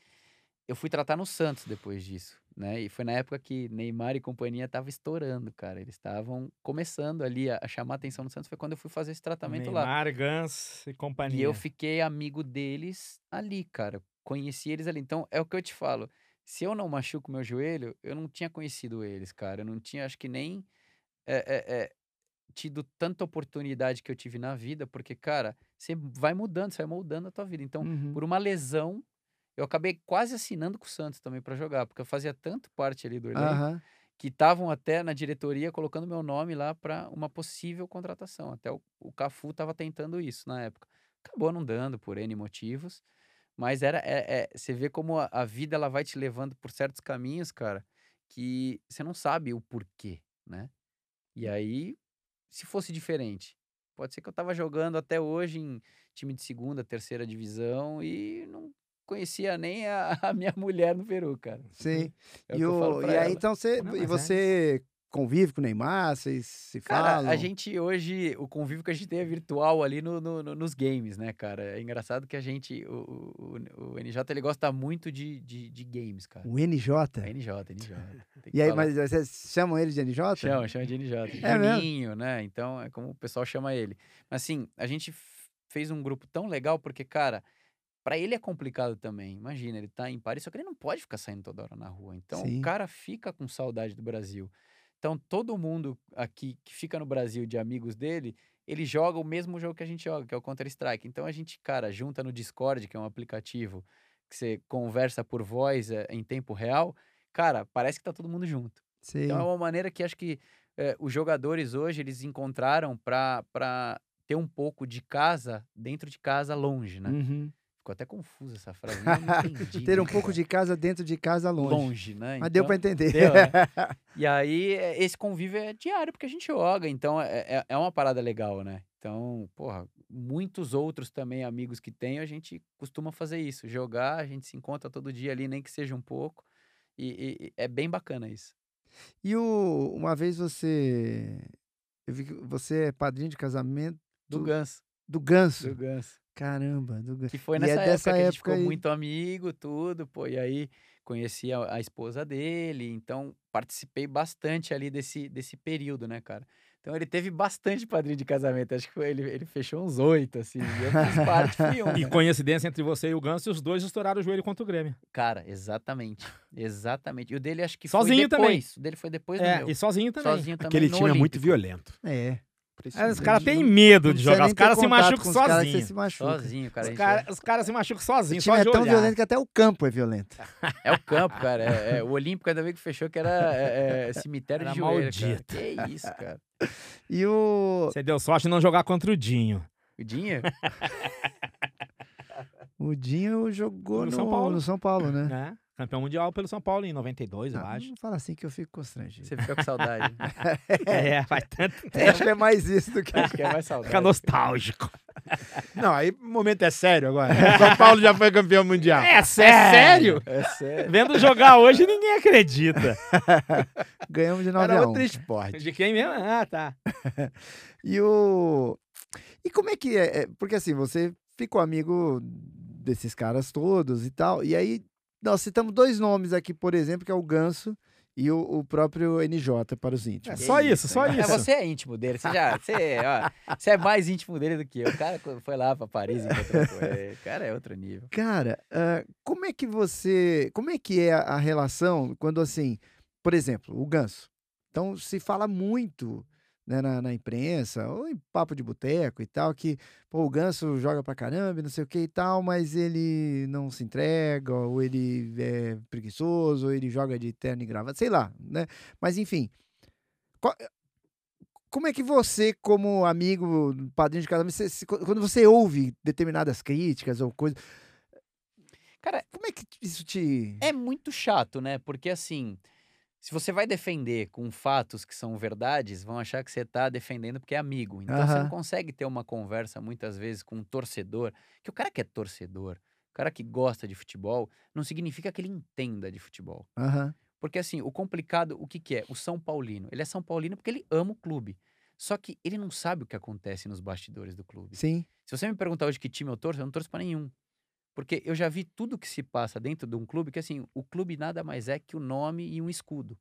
S5: eu fui tratar no Santos depois disso, né? E foi na época que Neymar e companhia tava estourando, cara. Eles estavam começando ali a, a chamar a atenção do Santos, foi quando eu fui fazer esse tratamento lá.
S6: Neymar, Gans e companhia.
S5: E eu fiquei amigo deles ali, cara. Conheci eles ali. Então, é o que eu te falo. Se eu não machuco meu joelho, eu não tinha conhecido eles, cara. Eu não tinha, acho que nem é, é, é, tido tanta oportunidade que eu tive na vida, porque, cara, você vai mudando, você vai moldando a tua vida. Então,
S2: Uhum.
S5: por uma lesão, eu acabei quase assinando com o Santos também pra jogar, porque eu fazia tanto parte ali do elenco
S2: Aham.
S5: que estavam até na diretoria colocando meu nome lá para uma possível contratação. Até o, o Cafu estava tentando isso na época. Acabou não dando por N motivos, mas era é, é, você vê como a, a vida ela vai te levando por certos caminhos, cara, que você não sabe o porquê, né? E
S2: Hum.
S5: aí, se fosse diferente, pode ser que eu tava jogando até hoje em time de segunda, terceira divisão e não conhecia nem a, a minha mulher no Peru, cara.
S2: Sei.
S5: É o
S2: e
S5: que eu
S2: o-
S5: falo pra
S2: e aí,
S5: ela.
S2: então, você,
S6: Não,
S2: e
S6: mas é.
S2: você convive com o Neymar? Vocês se
S5: Cara,
S2: falam?
S5: a gente hoje, o convívio que a gente tem é virtual ali no, no- no- nos games, né, cara? É engraçado que a gente, o, o, o- o NJ, ele gosta muito de, de, de games, cara.
S2: O NJ?
S5: É NJ, NJ. tem que
S2: E aí,
S5: falar.
S2: mas vocês chamam ele de NJ?
S5: Chama, chama de NJ.
S2: É mesmo?
S5: Juninho, né? Então, é como o pessoal chama ele. Mas, assim, a gente f- fez um grupo tão legal porque, cara, pra ele é complicado também. Imagina, ele tá em Paris, só que ele não pode ficar saindo toda hora na rua. Então,
S2: Sim.
S5: o cara fica com saudade do Brasil. Então, todo mundo aqui que fica no Brasil de amigos dele, ele joga o mesmo jogo que a gente joga, que é o Counter-Strike. Então, a gente, cara, junta no Discord, que é um aplicativo que você conversa por voz eh, em tempo real. Cara, parece que tá todo mundo junto.
S2: Sei.
S5: Então é uma maneira que acho que eh, os jogadores hoje eles encontraram para ter um pouco de casa dentro de casa longe, né?
S2: Uhum.
S5: Ficou até confusa essa frase. eu não entendi,
S2: Ter um
S5: né,
S2: pouco
S5: cara?
S2: de casa dentro de casa longe.
S5: longe, né?
S2: Mas deu
S5: Então-
S2: pra entender.
S5: deu, né? E aí, é, esse convívio é diário, porque a gente joga, então é, é- é uma parada legal, né? Então, porra, muitos outros também amigos que tenho, a gente costuma fazer isso, jogar, a gente se encontra todo dia ali, nem que seja um pouco, e- e e é bem bacana isso.
S2: E o- uma vez você. Eu vi que você é padrinho de casamento
S5: Do
S2: Do-
S5: Ganso.
S2: do Ganso.
S5: Do Ganso.
S2: Caramba, do Ganso.
S5: Que foi
S2: E
S5: nessa
S2: é
S5: época
S2: dessa
S5: que a gente
S2: época
S5: ficou
S2: aí.
S5: muito amigo, tudo, pô. E aí conheci a, a esposa dele, então participei bastante ali desse, desse período, né, cara? Então ele teve bastante padrinho de casamento, acho que foi- ele, ele fechou uns oito, assim. E eu fiz parte, fui um.
S6: E coincidência entre você e o Ganso, os dois estouraram o joelho contra o Grêmio.
S5: Cara, exatamente. Exatamente. E o dele acho que
S6: Sozinho
S5: foi
S6: também.
S5: depois. O dele foi depois
S6: É,
S5: do
S6: e
S5: meu.
S6: sozinho também.
S5: Sozinho também.
S4: Aquele
S5: no
S4: time é muito
S5: Olímpico.
S4: violento.
S2: É.
S6: Os
S2: Impressionante.
S6: caras têm
S2: Não- não
S6: medo de
S2: precisa
S6: jogar.
S2: nem
S6: Os
S2: ter
S6: caras se
S2: contato
S6: machucam
S2: com os caras, você
S6: sozinhos.
S2: se machuca.
S5: Sozinho, cara. a
S6: Os
S5: gente-
S6: né, cara- Os caras se machucam
S2: O
S6: sozinhos, só
S2: time é
S6: de
S2: tão
S6: olhar.
S2: violento que até o campo é violento.
S5: É o campo, cara. É, é, o Olímpico ainda bem que fechou, que era é, é, cemitério
S6: Era
S5: de joelho,
S6: maldito.
S5: cara. Que isso, cara.
S2: E o,
S6: Você deu sorte de não jogar contra o Dinho.
S5: O Dinho?
S2: o Dinho jogou no,
S6: No São Paulo.
S2: no São Paulo, né?
S6: né? Campeão mundial pelo São Paulo em 92, eu
S2: Ah,
S6: acho.
S2: Não fala assim que eu fico constrangido.
S5: Você fica com saudade.
S6: É, faz tanto tempo.
S2: Acho que é mais isso do que.
S5: Acho que é mais saudade.
S6: Fica nostálgico.
S4: Não, aí o momento é sério agora. São Paulo já foi campeão mundial.
S6: É sério?
S5: É sério.
S6: Vendo jogar hoje, ninguém acredita.
S2: Ganhamos de 9
S4: Era
S2: a 1.
S4: outro esporte.
S6: De quem mesmo? Ah, tá.
S2: E o. E como é que é? é, Porque assim, você ficou amigo desses caras todos e tal. E aí, nós citamos dois nomes aqui, por exemplo, que é o Ganso e o, o próprio NJ para os
S6: É
S2: íntimos.
S6: só
S5: Que
S6: isso, só
S5: hein? É,
S6: isso.
S5: você é íntimo dele. Você já. Você, ó, você é mais íntimo dele do que eu. O cara quando foi lá pra Paris e encontrou com ele. O cara é outro nível.
S2: Cara, ah, como é que você. Como é que é a, a relação quando, assim, por exemplo, o ganso. Então, se fala muito né, na, na imprensa, ou em papo de boteco e tal, que pô, o ganso joga pra caramba, e não sei o que e tal, mas ele não se entrega, ou ele é preguiçoso, ou ele joga de terno e gravata, sei lá, né? Mas, enfim. qual- eh, Como é que você, como amigo, padrinho de casamento, você- se- quando você ouve determinadas críticas ou coisas.
S5: Cara,
S2: Como é que isso te.
S5: É muito chato, né? Porque assim, se você vai defender com fatos que são verdades, vão achar que você tá defendendo porque é amigo. Então você
S2: Aham.
S5: não consegue ter uma conversa muitas vezes com um torcedor, que o cara que é torcedor, o cara que gosta de futebol, não significa que ele entenda de futebol.
S2: Aham.
S5: Porque assim, o complicado, o que que é? O São Paulino. Ele é São Paulino porque ele ama o clube. Só que ele não sabe o que acontece nos bastidores do clube.
S2: Sim.
S5: Se você me perguntar hoje que time eu torço, eu não torço pra nenhum. Porque eu já vi tudo que se passa dentro de um clube, que assim, o clube nada mais é que o nome e um escudo.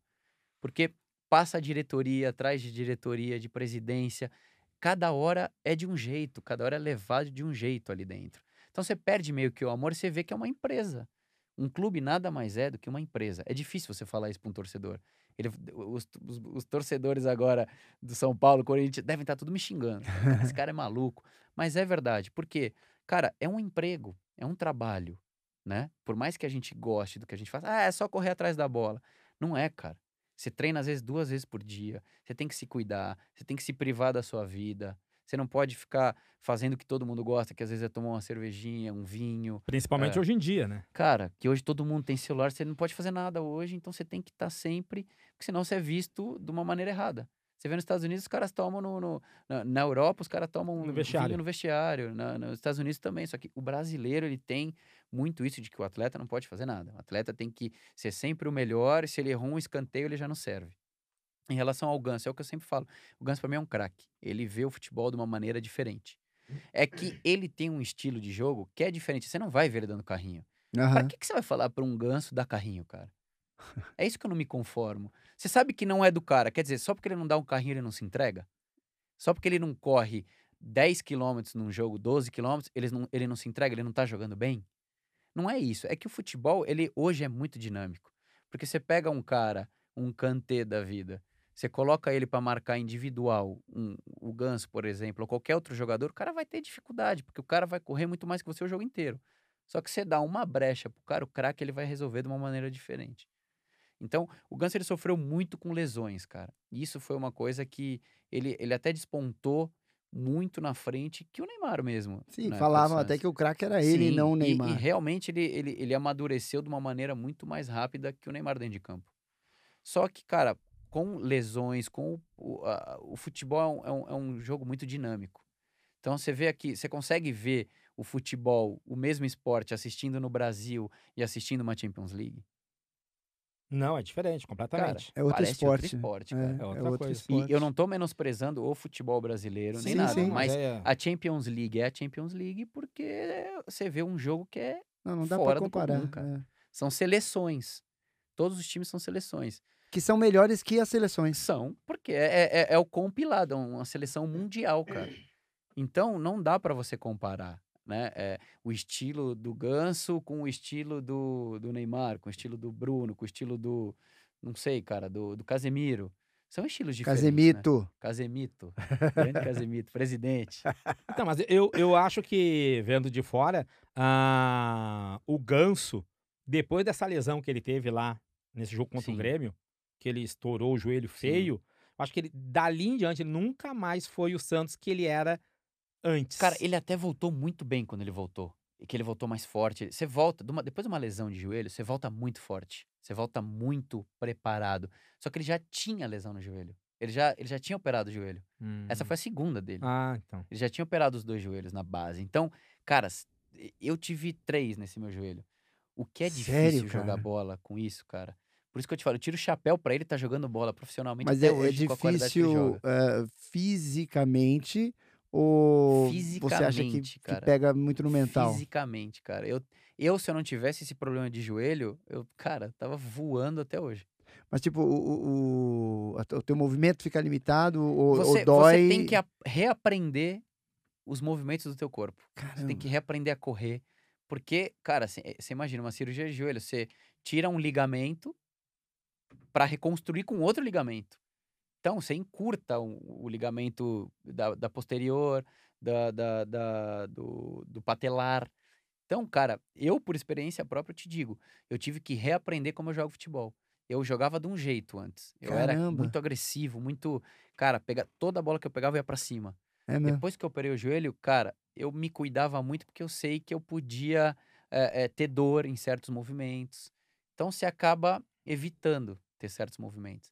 S5: Porque passa a diretoria, atrás de diretoria, de presidência, cada hora é de um jeito, cada hora é levado de um jeito ali dentro. Então você perde meio que o amor, você vê que é uma empresa. Um clube nada mais é do que uma empresa. É difícil você falar isso pra um torcedor. Ele, os, os- os torcedores agora do São Paulo, Corinthians, devem estar tudo me xingando. Cara, Esse cara é maluco. Mas é verdade, porque, cara, é um emprego, é um trabalho, né? Por mais que a gente goste do que a gente faz, ah, é só correr atrás da bola. Não é, cara. Você treina às vezes duas vezes por dia, você tem que se cuidar, você tem que se privar da sua vida. Você não pode ficar fazendo o que todo mundo gosta, que às vezes é tomar uma cervejinha, um vinho.
S6: Principalmente
S5: É.
S6: hoje em dia, né?
S5: Cara, que hoje todo mundo tem celular, você não pode fazer nada hoje, então você tem que estar sempre, porque senão você é visto de uma maneira errada. Você vê nos Estados Unidos, os caras tomam no. no- na, na Europa, os caras tomam
S6: No
S5: vinho
S6: vestiário.
S5: no vestiário. na- nos Estados Unidos também. Só que o brasileiro, ele tem muito isso de que o atleta não pode fazer nada. O atleta tem que ser sempre o melhor, e se ele errou um escanteio, ele já não serve. Em relação ao Ganso, é o que eu sempre falo. O Ganso, pra mim, é um craque. Ele vê o futebol de uma maneira diferente. É que ele tem um estilo de jogo que é diferente. Você não vai ver ele dando carrinho. Pra
S2: Aham.
S5: que, que você vai falar pra um ganso dar carrinho, cara? É isso que eu não me conformo. Você sabe que não é do cara. Quer dizer, só porque ele não dá um carrinho, ele não se entrega? Só porque ele não corre 10 quilômetros num jogo, 12 quilômetros, ele não, ele não se entrega, ele não tá jogando bem? Não é isso. É que o futebol, ele hoje é muito dinâmico. Porque você pega um cara, um Kanté da vida, você coloca ele pra marcar individual, um- o Ganso, por exemplo, ou qualquer outro jogador, o cara vai ter dificuldade, porque o cara vai correr muito mais que você o jogo inteiro. Só que você dá uma brecha pro cara, o craque ele vai resolver de uma maneira diferente. Então, o Ganso ele sofreu muito com lesões, cara. E Isso foi uma coisa que ele, ele até despontou muito na frente que o Neymar mesmo.
S2: Sim,
S5: né,
S2: falavam
S5: pro
S2: até
S5: Santos.
S2: que o craque era ele e
S5: Sim,
S2: não o
S5: e- E,
S2: Neymar.
S5: realmente ele, ele, ele amadureceu de uma maneira muito mais rápida que o Neymar dentro de campo. Só que, cara, com lesões, com o, o, a- o futebol é um, é, um, é um jogo muito dinâmico. Então você vê aqui, você consegue ver o futebol, o mesmo esporte, assistindo no Brasil e assistindo uma Champions League?
S6: Não, é diferente,
S5: Cara,
S6: completamente.
S2: É outro
S5: parece
S2: esporte.
S5: outro esporte, cara.
S2: É, é
S6: outra
S2: outro
S6: coisa.
S2: esporte.
S5: E eu não tô menosprezando o futebol brasileiro nem
S2: Sim,
S5: nada,
S2: sim.
S5: mas
S6: é-
S5: a Champions League é a Champions League porque você vê um jogo que é
S2: Não, não dá pra
S5: fora do
S2: comparar.
S5: comum, cara.
S2: é.
S5: São seleções. Todos os times são seleções.
S2: Que são melhores que as seleções.
S5: São, porque é, é- é o compilado, é uma seleção mundial, cara. Então, não dá pra você comparar, né? É, o estilo do Ganso com o estilo do, do Neymar, com o estilo do Bruno, com o estilo do, não sei, cara, do, do Casemiro. São estilos diferentes, Né?
S2: Casemito.
S5: Casemito. Grande Casemito, presidente.
S6: Então, mas eu, eu acho que, vendo de fora, ah, o Ganso, depois dessa lesão que ele teve lá nesse jogo contra o
S5: Sim.
S6: Grêmio, que ele estourou o joelho feio, eu acho que ele, dali em diante, ele nunca mais foi o Santos que ele era antes.
S5: Cara, ele até voltou muito bem quando ele voltou. E que ele voltou mais forte. Você volta, de uma- depois de uma lesão de joelho, você volta muito forte. Você volta muito preparado. Só que ele já tinha lesão no joelho. Ele já, ele já tinha operado o joelho.
S6: Hum.
S2: Uhum.
S5: Essa foi a segunda dele.
S6: Ah, então.
S5: Ele já tinha operado os dois joelhos na base. Então, cara, s- e- eu tive três nesse meu joelho. O que é difícil
S2: Sério,
S5: jogar
S2: cara?
S5: bola com isso, cara. Por isso que eu te falo, eu tiro o chapéu pra ele tá jogando bola profissionalmente
S2: Mas é,
S5: até
S2: é
S5: hoje com a qualidade que ele
S2: difícil
S5: joga.
S2: é, fisicamente ou você acha que,
S5: Fisicamente,
S2: que
S5: cara.
S2: pega muito no mental?
S5: Fisicamente, cara. Eu, eu, se eu não tivesse esse problema de joelho, eu, cara, tava voando até hoje.
S2: Mas tipo, o, o, o, a- o teu movimento fica limitado ou, ou
S5: você,
S2: dói?
S5: você tem que a- reaprender os movimentos do teu corpo. Você tem
S2: Caramba.
S5: que reaprender a correr. Porque, cara, você imagina uma cirurgia de joelho, você tira um ligamento para reconstruir com outro ligamento. Então, você encurta o, o ligamento da, da posterior, da, da- da- do, do patelar. Então, cara, eu, por experiência própria, eu te digo, eu tive que reaprender como eu jogo futebol. eu jogava de um jeito antes. Eu era
S2: Caramba.
S5: muito agressivo, muito. Cara, pega... toda bola que eu pegava eu ia pra cima.
S2: É mesmo.
S5: Depois que eu operei o joelho, cara, eu me cuidava muito porque eu sei que eu podia é, é, ter dor em certos movimentos. Então você acaba evitando ter certos movimentos.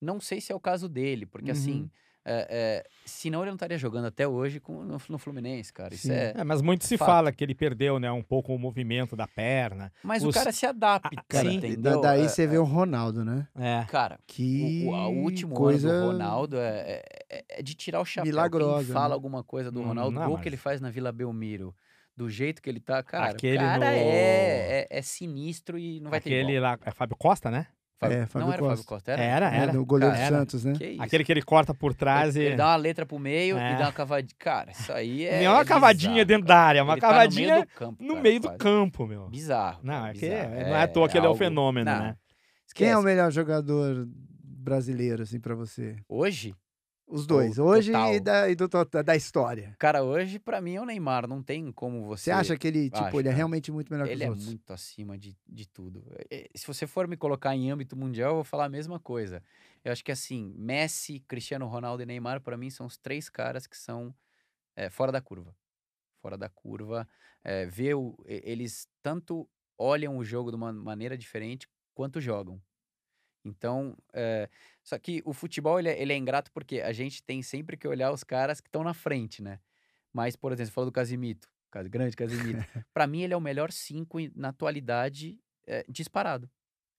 S5: Não sei se é o caso dele, porque
S2: Uhum.
S5: assim, é, é, senão ele não estaria jogando até hoje com, no, no Fluminense, cara. Isso
S2: Sim.
S5: é.
S6: É, mas muito se
S5: Fato.
S6: fala que ele perdeu, né, um pouco o movimento da perna.
S5: Mas
S6: Os-
S5: o cara se adapta,
S6: Ah,
S5: cara,
S6: sim.
S2: Da-
S5: entendeu?
S2: daí
S5: É,
S2: você vê o Ronaldo, né?
S6: É.
S5: Cara,
S2: Que
S5: o, o, a último
S2: coisa...
S5: ano do Ronaldo é, é- é de tirar o chapéu.
S2: Milagrosa,
S5: Quem fala
S2: né?
S5: alguma coisa do
S6: Hum,
S5: Ronaldo, o
S6: não,
S5: gol
S6: mas-
S5: que ele faz na Vila Belmiro, do jeito que ele tá, cara,
S6: Aquele
S5: o cara
S6: no-
S5: é, é, é sinistro e não vai ter
S6: Aquele
S5: igual.
S6: lá, é Fábio Costa, né?
S5: Fábio-
S2: É,
S5: não
S2: Fábio
S5: era Fábio
S2: Costa.
S5: Costa, era?
S6: Era,
S2: É,
S6: era.
S2: do goleiro
S5: Cara,
S2: do Santos, né?
S5: Que isso?
S6: Aquele que ele corta por trás
S5: ele,
S6: e...
S5: ele dá uma letra pro meio
S6: É.
S5: e dá uma cavadinha. Cara, isso aí é.
S6: Não é uma
S5: é
S6: cavadinha
S5: bizarro,
S6: dentro
S5: cara.
S6: da área, é uma
S5: Ele tá
S6: cavadinha
S5: no meio do campo.
S6: no
S5: cara,
S6: meio do
S5: quase.
S6: campo, meu.
S5: Bizarro.
S6: Não, é que
S5: bizarro.
S6: é- não é à toa que ele é o fenômeno,
S5: Não,
S6: né?
S2: Quem é o
S5: esquece.
S2: melhor jogador brasileiro, assim, pra você?
S5: Hoje,
S2: Os dois,
S5: Ou
S2: hoje e,
S5: total.
S2: da, e do tota- da história.
S5: cara, hoje pra mim é o Neymar. Não tem como você.
S2: Você acha que ele, tipo,
S5: Acho,
S2: ele é
S5: cara.
S2: realmente muito melhor
S5: Ele
S2: que
S5: é
S2: os outros?
S5: muito acima de, de tudo. É, é, Se você for me colocar em âmbito mundial, eu vou falar a mesma coisa. Eu acho que assim, Messi, Cristiano Ronaldo e Neymar, pra mim, são os três caras que são é, fora da curva. Fora da curva. É, vê o- e- eles tanto olham o jogo de uma maneira diferente quanto jogam. Então, é, só que o futebol ele é, ele é ingrato porque a gente tem sempre que olhar os caras que estão na frente, né? Mas, por exemplo, você falou do Casimito, Cas- grande Casimito. Pra mim, ele é o melhor cinco em- na atualidade é, disparado.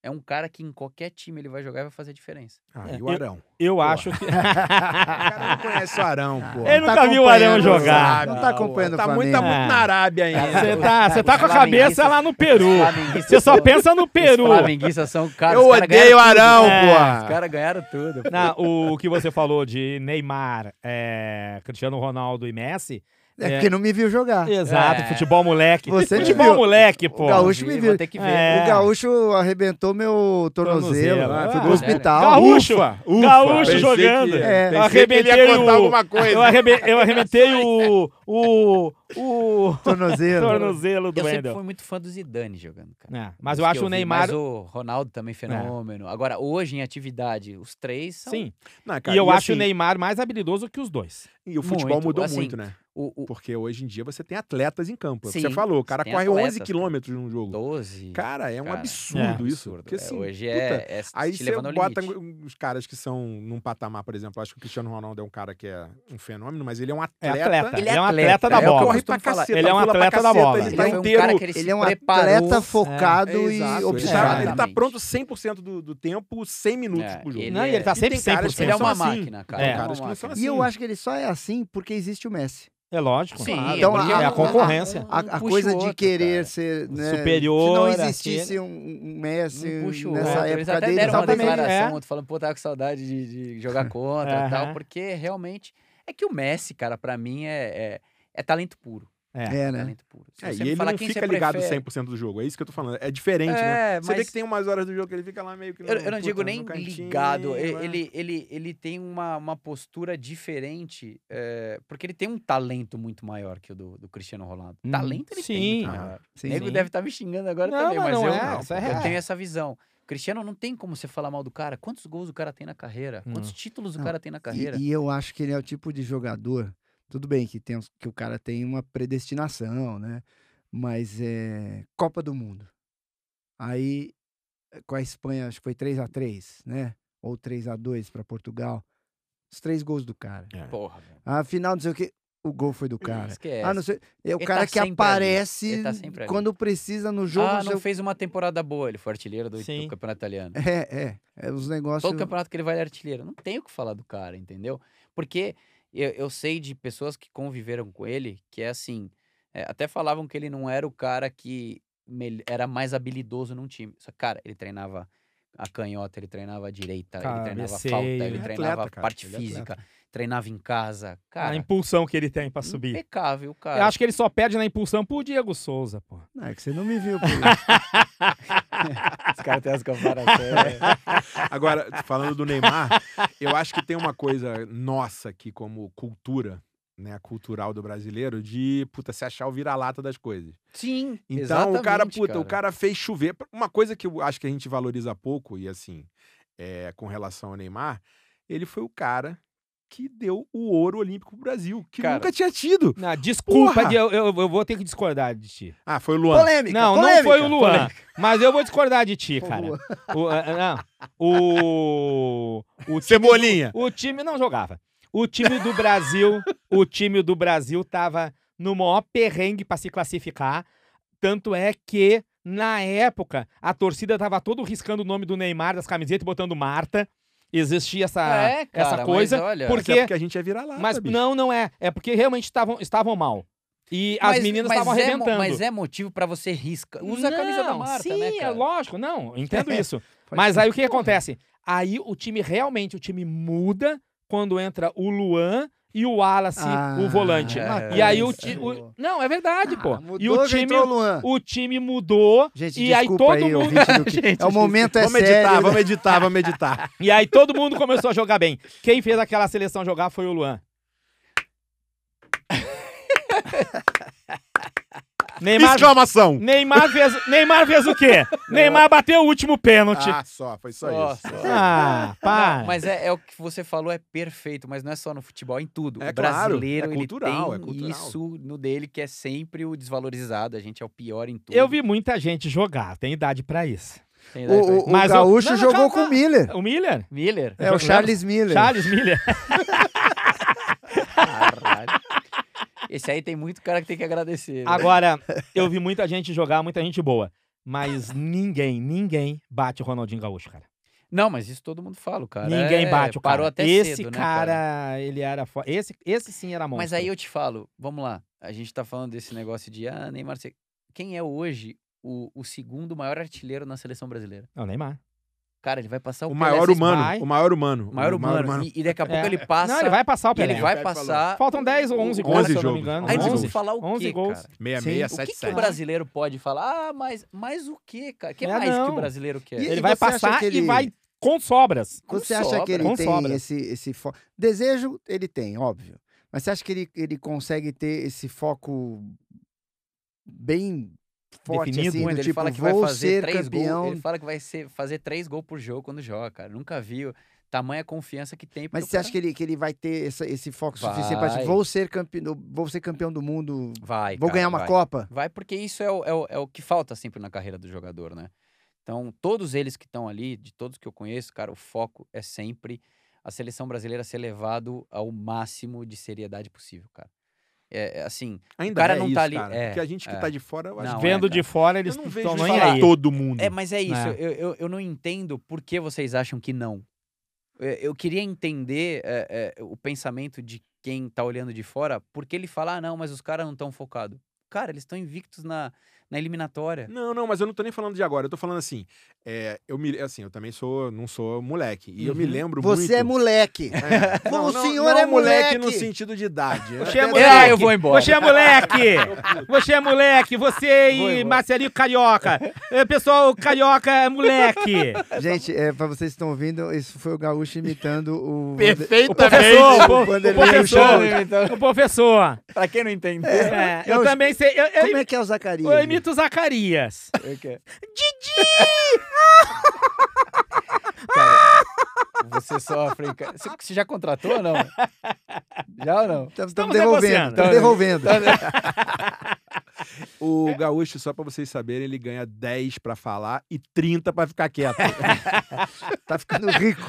S5: É um cara que em qualquer time ele vai jogar e vai fazer a diferença.
S4: Ah,
S6: É,
S4: e o Arão?
S6: Eu acho que...
S4: O cara não conhece o Arão, pô.
S6: Ele nunca viu o Arão
S2: tá acompanhando,
S6: jogar.
S2: Não tá acompanhando
S4: tá
S2: o
S4: muito,
S2: Flamengo.
S4: tá muito na Arábia
S5: Cara,
S4: ainda.
S6: Você
S5: Os-
S6: tá, você tá
S5: os
S6: com a cabeça lá no Peru.
S5: Flamenguistas
S6: Você só
S5: são-
S6: pensa no Peru.
S5: Os flamenguistas são caras.
S4: Eu odeio o Arão,
S6: É,
S5: Os
S4: pô.
S5: caras ganharam tudo. pô.
S6: Não, o que você falou de Neymar, é, Cristiano Ronaldo e Messi.
S2: É porque não me viu jogar.
S6: Exato,
S5: É.
S6: futebol moleque.
S2: Você me
S6: futebol
S2: viu.
S6: moleque, pô.
S2: Gaúcho- me
S5: Vi,
S2: viu.
S5: Vou ter que ver.
S6: É.
S2: O Gaúcho arrebentou meu tornozelo.
S6: Tornozelo,
S2: né? Fui
S6: ah,
S2: pro
S6: é.
S2: hospital.
S6: Gaúcho,
S4: ufa.
S6: Gaúcho
S4: Pensei
S6: jogando.
S4: que-
S2: É,
S6: eu
S4: pensei que ele ia
S6: arrebentei
S4: contar
S6: o-
S4: alguma coisa.
S6: Eu, arrebe- eu arrebentei o. O. O.
S2: Tornozelo.
S6: tornozelo do
S5: Eu sempre
S6: Wendel.
S5: fui muito fã do Zidane jogando, cara.
S6: É, então. mas
S5: Dos
S6: eu
S5: que
S6: acho o
S5: vi,
S6: Neymar.
S5: Mas o Ronaldo também fenômeno. Agora, hoje em atividade, os três são.
S6: Sim.
S4: Não,
S6: E
S4: cara,
S6: eu acho o
S4: assim,
S6: Neymar mais habilidoso que os dois.
S4: E o futebol
S5: Muito,
S4: mudou
S5: assim,
S4: muito, né?
S5: O, o
S4: Porque hoje em dia você tem atletas em campo. É o que Você
S5: Sim,
S4: falou, o cara
S5: você tem
S4: corre
S5: atletas,
S4: 11
S5: cara.
S4: quilômetros num jogo.
S5: 12.
S4: Cara, é um
S5: Cara,
S4: absurdo isso. Porque,
S5: é,
S4: assim,
S5: hoje
S4: puta,
S5: é, é
S4: Aí
S5: te
S4: você
S5: levando ao
S4: bota um,
S5: limite.
S4: os caras que são num patamar, por exemplo, eu acho que o Cristiano Ronaldo é um cara que é um fenômeno, mas ele é um atleta.
S6: atleta. Ele é um atleta da
S5: cara, é o que eu
S6: bola.
S4: corre
S5: costumo
S4: pra
S5: falar.
S4: caceta,
S6: Ele é um
S4: pula pra
S6: atleta da
S4: caceta,
S6: bola.
S4: Ele,
S5: Ele
S4: tá
S5: foi um
S4: inteiro.
S5: cara que ele, se
S2: Ele é um
S5: preparou.
S2: atleta focado
S4: É,
S2: e
S4: exato, ele, tá,
S2: obstinado.
S4: ele tá
S5: Exatamente.
S4: pronto 100% do, do tempo, 100 minutos
S5: É,
S4: pro jogo.
S5: ele
S6: Não, e ele tá
S5: é-
S4: E
S6: sempre
S4: tem caras que
S6: 100%.
S5: Ele é uma
S4: são assim.
S5: máquina, cara.
S6: É.
S5: ele
S4: Caras que
S5: uma
S4: não são
S2: E
S5: máquina.
S2: eu
S4: Assim.
S2: acho que ele só é assim porque existe o Messi.
S6: É lógico.
S5: Sim,
S4: assim.
S6: Claro. é
S2: Então,
S5: porque
S2: a-
S4: é
S5: um-
S2: a
S6: concorrência.
S5: um- um
S2: A, a
S5: puxa o
S2: coisa de
S5: outro,
S2: querer
S5: cara.
S2: ser né,
S6: Superior,
S2: Se não
S6: assim,
S2: existisse um, um Messi
S5: Um puxa o
S2: nessa
S5: outro. Eles
S2: época
S5: até
S2: dele,
S5: deram uma
S6: exatamente,
S5: declaração,
S6: é.
S5: outro falando, pô, tava com saudade de, de jogar contra e
S6: Aham.
S5: tal, porque realmente é que o Messi, cara, pra mim é, é, é talento puro.
S2: É, né?
S5: Talento puro. Se
S4: É,
S5: você
S4: e
S5: me
S4: ele
S5: falar
S4: não
S5: quem
S4: fica
S5: você
S4: ligado
S5: prefere-
S4: 100% do jogo, é isso que eu tô falando. É diferente, né?
S5: É,
S4: Você vê
S5: mas-
S4: que tem umas horas do jogo que ele fica lá meio que.
S5: Eu, eu
S4: no-
S5: não digo
S4: puta,
S5: nem
S4: no cantinho, né?
S5: ligado. e-
S4: lá.
S5: Ele, ele, ele tem uma, uma postura diferente, é, porque ele tem um talento muito maior que o do, do Cristiano Ronaldo.
S2: Uhum.
S5: Talento ele tem
S6: Hum, Sim. Ah,
S5: muito maior.
S2: Sim.
S5: o nego
S6: Sim.
S5: deve estar me xingando agora
S6: Não,
S5: também,
S6: mas
S5: mas
S6: não
S5: eu,
S6: é, isso é real.
S5: eu tenho essa visão. Cristiano, não tem como você falar mal do cara. Quantos gols o cara tem na carreira?
S6: Hum. Não.
S5: Quantos títulos
S2: Não,
S5: o cara tem na
S2: E-
S5: carreira?
S2: E, eu acho que ele é o tipo de jogador. Tudo bem que, tem, uns- que o cara tem uma predestinação, né? Mas é Copa do Mundo. Aí eh, com a Espanha, acho que foi 3 a 3 né? Ou 3 a 2 para Portugal. Os três gols do cara.
S5: Porra, velho.
S2: A final, não sei o que. O gol foi do cara.
S5: Hum, Esquece.
S2: Ah, não sei. É o
S5: Ele
S2: cara
S5: tá
S2: que
S5: sempre ali.
S2: aparece
S5: Ele tá sempre ali.
S2: quando precisa no jogo.
S5: Ah,
S2: não sei
S5: não
S2: o-
S5: fez uma temporada boa. Ele foi artilheiro do, do
S6: Sim.
S5: campeonato italiano.
S2: É, é. é os negócios.
S5: Todo campeonato que ele vai ele é artilheiro. Não tem o que falar do cara, entendeu? Porque eu, eu sei de pessoas que conviveram com ele que é assim. é, até falavam que ele não era o cara que mel- era mais habilidoso num time. Só que, cara, ele treinava a canhota, ele treinava a direita, ele treinava a falta,
S6: Cabeceio.
S5: ele
S6: Ele é
S5: treinava
S4: atleta,
S5: a
S4: cara,
S5: parte
S4: ele é
S5: física, treinava em casa. Cara,
S6: a impulsão que ele tem pra subir.
S5: impecável, cara.
S6: Eu acho que ele só perde na impulsão pro Diego Souza, pô.
S2: Não, é que você não me viu.
S6: Ah,
S2: pô.
S5: os caras têm as comparações.
S4: Agora, falando do Neymar, eu acho que tem uma coisa nossa aqui como cultura né, cultural do brasileiro de, puta, se achar o vira-lata das coisas.
S5: Sim,
S4: Então o cara, puta, o cara fez chover. Uma coisa que eu acho que a gente valoriza pouco, e assim, é, com relação ao Neymar, ele foi o cara que deu o ouro olímpico pro Brasil, que
S5: Cara.
S4: nunca tinha tido.
S6: Não, desculpa,
S4: Porra!
S6: de- eu, eu, eu vou ter que discordar de ti.
S4: Ah, foi o Luan.
S2: Polêmica,
S6: não, não
S2: polêmica.
S6: foi o Luan. Mas eu vou discordar de ti,
S2: Pô,
S6: cara.
S2: Luan.
S6: O, ah, não, o, o time
S4: Cebolinha.
S6: O time não jogava. O time do Brasil, o time do Brasil tava no maior perrengue para se classificar. Tanto é que, na época, a torcida tava todo riscando o nome do Neymar das camisetas e botando Marta. Existia essa,
S5: É, cara,
S6: essa
S5: mas
S6: coisa.
S5: olha-
S4: Mas é
S6: porque,
S4: porque a gente é vira-lata,
S6: mas
S4: bicho.
S6: não, não é. É porque realmente estavam, estavam mal. E as meninas estavam
S5: é mo-
S6: arrebentando.
S5: mas é motivo pra você risca. Usa a camisa da
S6: Não,
S5: Marta,
S6: sim,
S5: né,
S6: é
S5: cara?
S6: lógico. Não, entendo
S2: É,
S6: isso.
S2: pode
S6: Mas
S2: ser.
S6: aí o que acontece? Aí o time realmente, o time muda quando entra o Luan e o Wallace,
S2: Ah,
S6: o volante.
S2: é.
S6: E aí o,
S2: isso.
S6: ti- o- Não, é verdade, pô.
S2: Ah, mudou,
S6: e o
S2: já
S6: time,
S2: entrou o Luan.
S6: o time mudou.
S2: Gente,
S6: e aí
S2: desculpa
S6: todo
S2: aí,
S6: mundo-
S2: ouvinte do que-
S6: Gente,
S2: É o momento é
S4: Vamos
S2: sério.
S4: editar, vamos editar, vamos editar.
S6: E aí todo mundo começou a jogar bem. Quem fez aquela seleção jogar foi o Luan. Neymar,
S4: Exclamação!
S6: Neymar, fez, Neymar fez o
S2: É.
S6: quê? Neymar bateu o último pênalti.
S4: Ah, só, foi só
S5: Ó,
S4: isso.
S5: só.
S6: Ah, para.
S5: Não, mas é, é o que você falou, é perfeito, mas não é só no futebol, é em tudo.
S4: É
S5: o
S4: claro,
S5: brasileiro,
S4: é
S5: ele
S4: cultural,
S5: tem
S4: é cultural.
S5: isso no dele que é sempre o desvalorizado, a gente é o pior em tudo.
S6: Eu vi muita gente jogar, tem idade pra isso.
S2: O,
S5: Tem idade pra
S2: o-
S5: isso.
S2: o
S6: Mas o-
S2: Gaúcho
S6: não, não,
S2: jogou
S6: calma,
S2: com o
S6: calma.
S2: Miller.
S6: O Miller?
S5: Miller?
S2: É, o Charles Miller.
S6: Charles Miller.
S5: Caralho. Esse aí tem muito cara que tem que agradecer. né?
S6: Agora, eu vi muita gente jogar, muita gente boa. Mas ninguém, ninguém bate o Ronaldinho Gaúcho, cara.
S5: Não, mas isso todo mundo fala, o cara.
S6: ninguém
S5: é-
S6: bate o cara.
S5: Parou até
S6: esse
S5: cedo, né,
S6: cara, ele era fo... esse, esse sim era monstro.
S5: Mas aí eu te falo, vamos lá. A gente tá falando desse negócio de, ah, Neymar, você... quem é hoje o, o segundo maior artilheiro na seleção brasileira?
S6: Não, Neymar.
S5: Cara, ele vai passar o,
S4: O
S5: Pelé,
S4: maior
S5: vocês-
S6: vai.
S4: humano, o maior humano.
S5: O maior humano. E, e daqui a pouco
S6: É.
S5: ele passa.
S6: Não, ele vai passar o
S5: e
S6: Pelé.
S5: ele vai
S4: Pelé falou.
S5: passar.
S6: Faltam 10 ou 11 gols,
S4: 11
S6: se eu não me
S4: jogos.
S6: engano.
S5: Aí nós
S4: 11
S5: vamos
S4: gols.
S5: falar o
S6: 11
S5: quê,
S6: gols.
S2: É,
S5: cara? O que, que
S4: 6677.
S5: o brasileiro pode falar? Ah, mas, mas o quê, cara? O que
S6: É,
S5: mais que
S6: não.
S5: o brasileiro quer?
S2: E-
S6: Ele vai
S2: você acha
S6: passar
S2: que ele-
S6: e vai com sobras.
S5: Com
S2: Você acha que
S5: sobra.
S2: ele
S6: Com
S2: tem
S6: sobra.
S2: esse, esse foco? Desejo, ele tem, óbvio. Mas você acha que ele, ele consegue ter esse foco bem forte,
S6: Definido?
S2: assim,
S5: Quando
S2: do
S5: ele
S2: tipo,
S5: fala que vai
S2: vou
S5: fazer
S2: ser
S5: três
S2: campeão?
S5: gols. Ele fala que vai ser, fazer três gols por jogo quando joga, cara. Nunca viu. Tamanha confiança que tem.
S2: Mas
S5: pro
S2: você
S5: cara.
S2: acha que ele, que ele vai ter essa- esse foco suficiente para
S5: Vai.
S2: tipo, vou ser campeão, vou ser campeão do mundo,
S5: Vai.
S2: vou
S5: cara,
S2: ganhar uma
S5: vai.
S2: Copa?
S5: Vai, porque isso é o, é, o, é o que falta sempre na carreira do jogador, né? Então, todos eles que estão ali, de todos que eu conheço, cara, o foco é sempre a seleção brasileira ser levado ao máximo de seriedade possível, cara. É, é assim,
S4: Ainda
S5: O cara
S4: é
S5: não
S4: isso,
S5: tá ali,
S4: cara.
S5: é,
S4: Porque a gente que
S5: é.
S4: tá de fora, eu acho
S5: Não,
S4: que
S5: é,
S6: Vendo
S5: cara.
S6: de fora,
S4: eu
S6: eles
S4: não vejo
S6: estão
S4: de
S6: nem
S4: falar
S6: aí.
S4: todo mundo.
S5: É, mas é isso.
S6: É.
S5: Eu, eu, eu não entendo por que vocês acham que não. Eu, eu queria entender é, é, o pensamento de quem tá olhando de fora, porque ele fala, ah, não, mas os caras não estão focados. Cara, eles estão invictos na, na eliminatória.
S4: Não, não, mas eu não tô nem falando de agora. Eu tô falando assim. é, eu me, assim, eu também sou, não sou moleque. E eu me
S6: Uhum.
S4: lembro muito.
S2: Você é moleque.
S4: É.
S2: O senhor
S4: não
S2: é
S4: moleque no
S2: moleque.
S4: sentido de idade. né?
S6: Você é
S2: Até-
S6: moleque.
S5: Ah, eu vou embora.
S6: Você é moleque! Você é moleque! Você
S5: Vou
S6: e
S5: embora.
S6: Marcelinho Carioca! É, Pessoal, Carioca é moleque!
S2: Gente, é, para vocês que estão ouvindo, isso foi o Gaúcho imitando o...
S6: O professor! o
S2: o
S6: po-
S2: Vanderlei
S6: O professor!
S2: Luxemburgo.
S6: O professor!
S5: Então, Pra quem não entende.
S6: É, eu
S2: Não,
S6: também sei. Eu, eu,
S2: Como é que é o Zacarias?
S6: eu imito o Zacarias.
S5: Cara, você sofre. cara. Você, você já contratou ou não? Já ou não?
S2: Estamos
S6: negociando.
S2: Tá, devolvendo,
S5: Tá,
S2: estamos devolvendo.
S4: O gaúcho, só pra vocês saberem, ele ganha 10 pra falar e 30 pra ficar quieto.
S2: Tá ficando rico.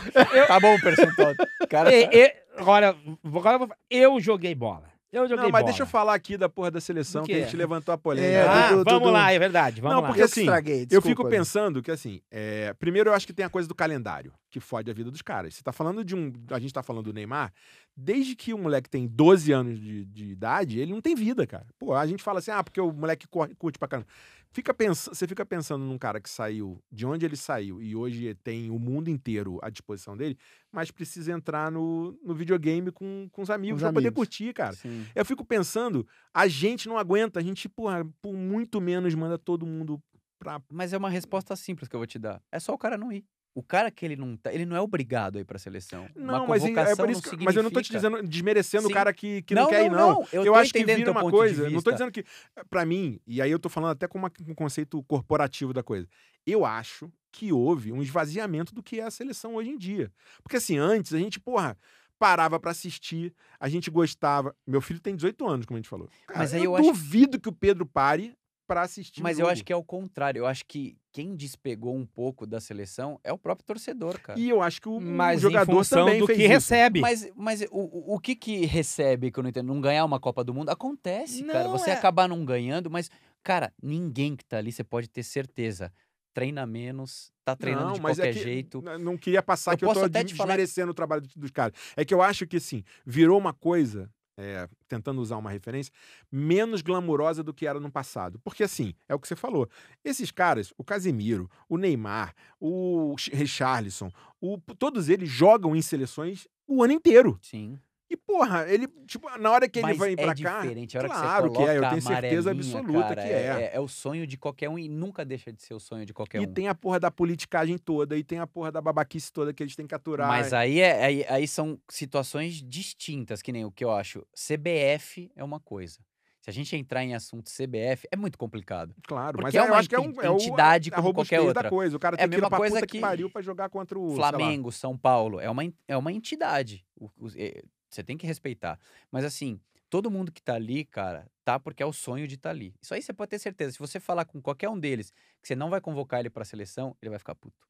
S5: Tá bom o percentual. Cara,
S6: E- e- agora, agora eu vou fa- eu joguei bola. Eu joguei
S4: não, mas
S6: bola.
S4: deixa eu falar aqui da porra da seleção
S6: Do
S4: que
S6: quê?
S4: a gente levantou a
S2: É,
S4: polêmica.
S6: Ah,
S2: do- do-
S6: vamos
S2: do-
S6: lá, é verdade. Vamos
S4: Não,
S6: lá.
S4: porque
S2: eu que
S4: assim,
S2: estraguei,
S4: Eu
S2: desculpa,
S4: fico
S2: né?
S4: pensando que, assim, é, primeiro eu acho que tem a coisa do calendário, que fode a vida dos caras. Você tá falando de um. A gente tá falando do Neymar, desde que o moleque tem 12 anos de, de idade, ele não tem vida, cara. Pô, a gente fala assim, ah, porque o moleque corre, curte pra caramba. Fica pensa, você fica pensando num cara que saiu, de onde ele saiu, e hoje tem o mundo inteiro à disposição dele, mas precisa entrar no, no videogame com, com os amigos
S2: os
S4: pra poder
S2: amigos.
S4: curtir, cara.
S5: sim.
S4: Eu fico pensando, a gente não aguenta, a gente, porra, por muito menos manda todo mundo pra
S5: Mas é uma resposta simples que eu vou te dar. É só o cara não ir. O cara que ele não tá, ele não é obrigado a ir pra seleção.
S4: Não,
S5: Uma
S4: mas em- é
S5: convocação
S4: por
S5: não
S4: isso que, mas eu não tô te
S5: significa-
S4: dizendo desmerecendo
S5: Sim.
S4: o cara que, que não, quer ir não.
S5: Eu,
S4: Eu,
S5: tô
S4: acho que
S5: entendendo
S4: vira
S5: teu
S4: uma
S5: ponto
S4: coisa,
S5: de
S4: não tô
S5: vista.
S4: dizendo que pra mim, e aí eu tô falando até com uma- com um conceito corporativo da coisa. Eu acho que houve um esvaziamento do que é a seleção hoje em dia. Porque assim, antes a gente, porra, parava pra assistir, a gente gostava. Meu filho tem 18 anos, como a gente falou. Cara,
S5: Mas aí
S4: eu,
S5: eu acho-
S4: duvido que o Pedro pare pra assistir.
S5: Mas eu acho que é o contrário. Eu acho que quem despegou um pouco da seleção é o próprio torcedor, cara.
S4: E eu acho que o, o
S6: Mas em
S4: jogador
S6: função
S4: também
S6: do
S4: fez
S6: que
S4: isso.
S6: recebe.
S5: Mas, mas o- o, o que que recebe que eu não entendo? Não ganhar uma Copa do Mundo? Acontece, cara.
S6: Não,
S5: Você
S6: é-
S5: acabar não ganhando, mas, cara, ninguém que tá ali, você pode ter certeza. Treina menos, tá treinando
S4: Não,
S5: de
S4: mas é
S5: qualquer
S4: que-
S5: jeito.
S4: n- Não queria passar
S5: Eu
S4: que eu tô
S5: posso até
S4: de-
S5: te falar-
S4: desmerecendo o trabalho dos- dos caras. É que eu acho que, assim, virou uma coisa, é, tentando usar uma referência, menos glamurosa do que era no passado. Porque, assim, é o que você falou. Esses caras, o Casemiro, o Neymar, o Ch- Richarlison, o, todos eles jogam em seleções o ano inteiro.
S5: Sim.
S4: E, porra, ele, tipo, na hora que
S5: mas
S4: ele vai
S5: é
S4: pra cá.
S5: diferente. A hora
S4: claro
S5: que
S4: que
S5: você coloca
S4: é, eu
S5: a
S4: tenho certeza
S5: amarelinha,
S4: absoluta
S5: cara,
S4: que é.
S5: é. o sonho de qualquer um e nunca deixa de ser o sonho de qualquer
S4: E
S5: um.
S4: tem a porra da politicagem toda, e tem a porra da babaquice toda que eles têm que aturar.
S5: Mas aí, é, aí, aí são situações distintas, que nem o que eu acho. CBF é uma coisa. Se a gente entrar em assunto CBF, é muito complicado.
S4: Claro,
S5: Porque
S4: mas
S5: é
S4: é, eu
S5: uma
S4: acho que é,
S5: enti-
S4: um, é o-
S5: entidade
S4: a
S5: como qualquer
S4: robustez
S5: outra.
S4: Da coisa. O cara
S5: É
S4: tem
S5: a
S4: que ir
S5: mesma
S4: pra
S5: coisa
S4: puta que...
S5: que
S4: pariu pra jogar contra o sei lá.
S5: Flamengo, São Paulo, é uma, en- é uma entidade. O- os- é, Você tem que respeitar. Mas assim, todo mundo que tá ali, cara, tá porque é o sonho de estar ali. Isso aí você pode ter certeza. Se você falar com qualquer um deles que você não vai convocar ele pra seleção, ele vai ficar puto.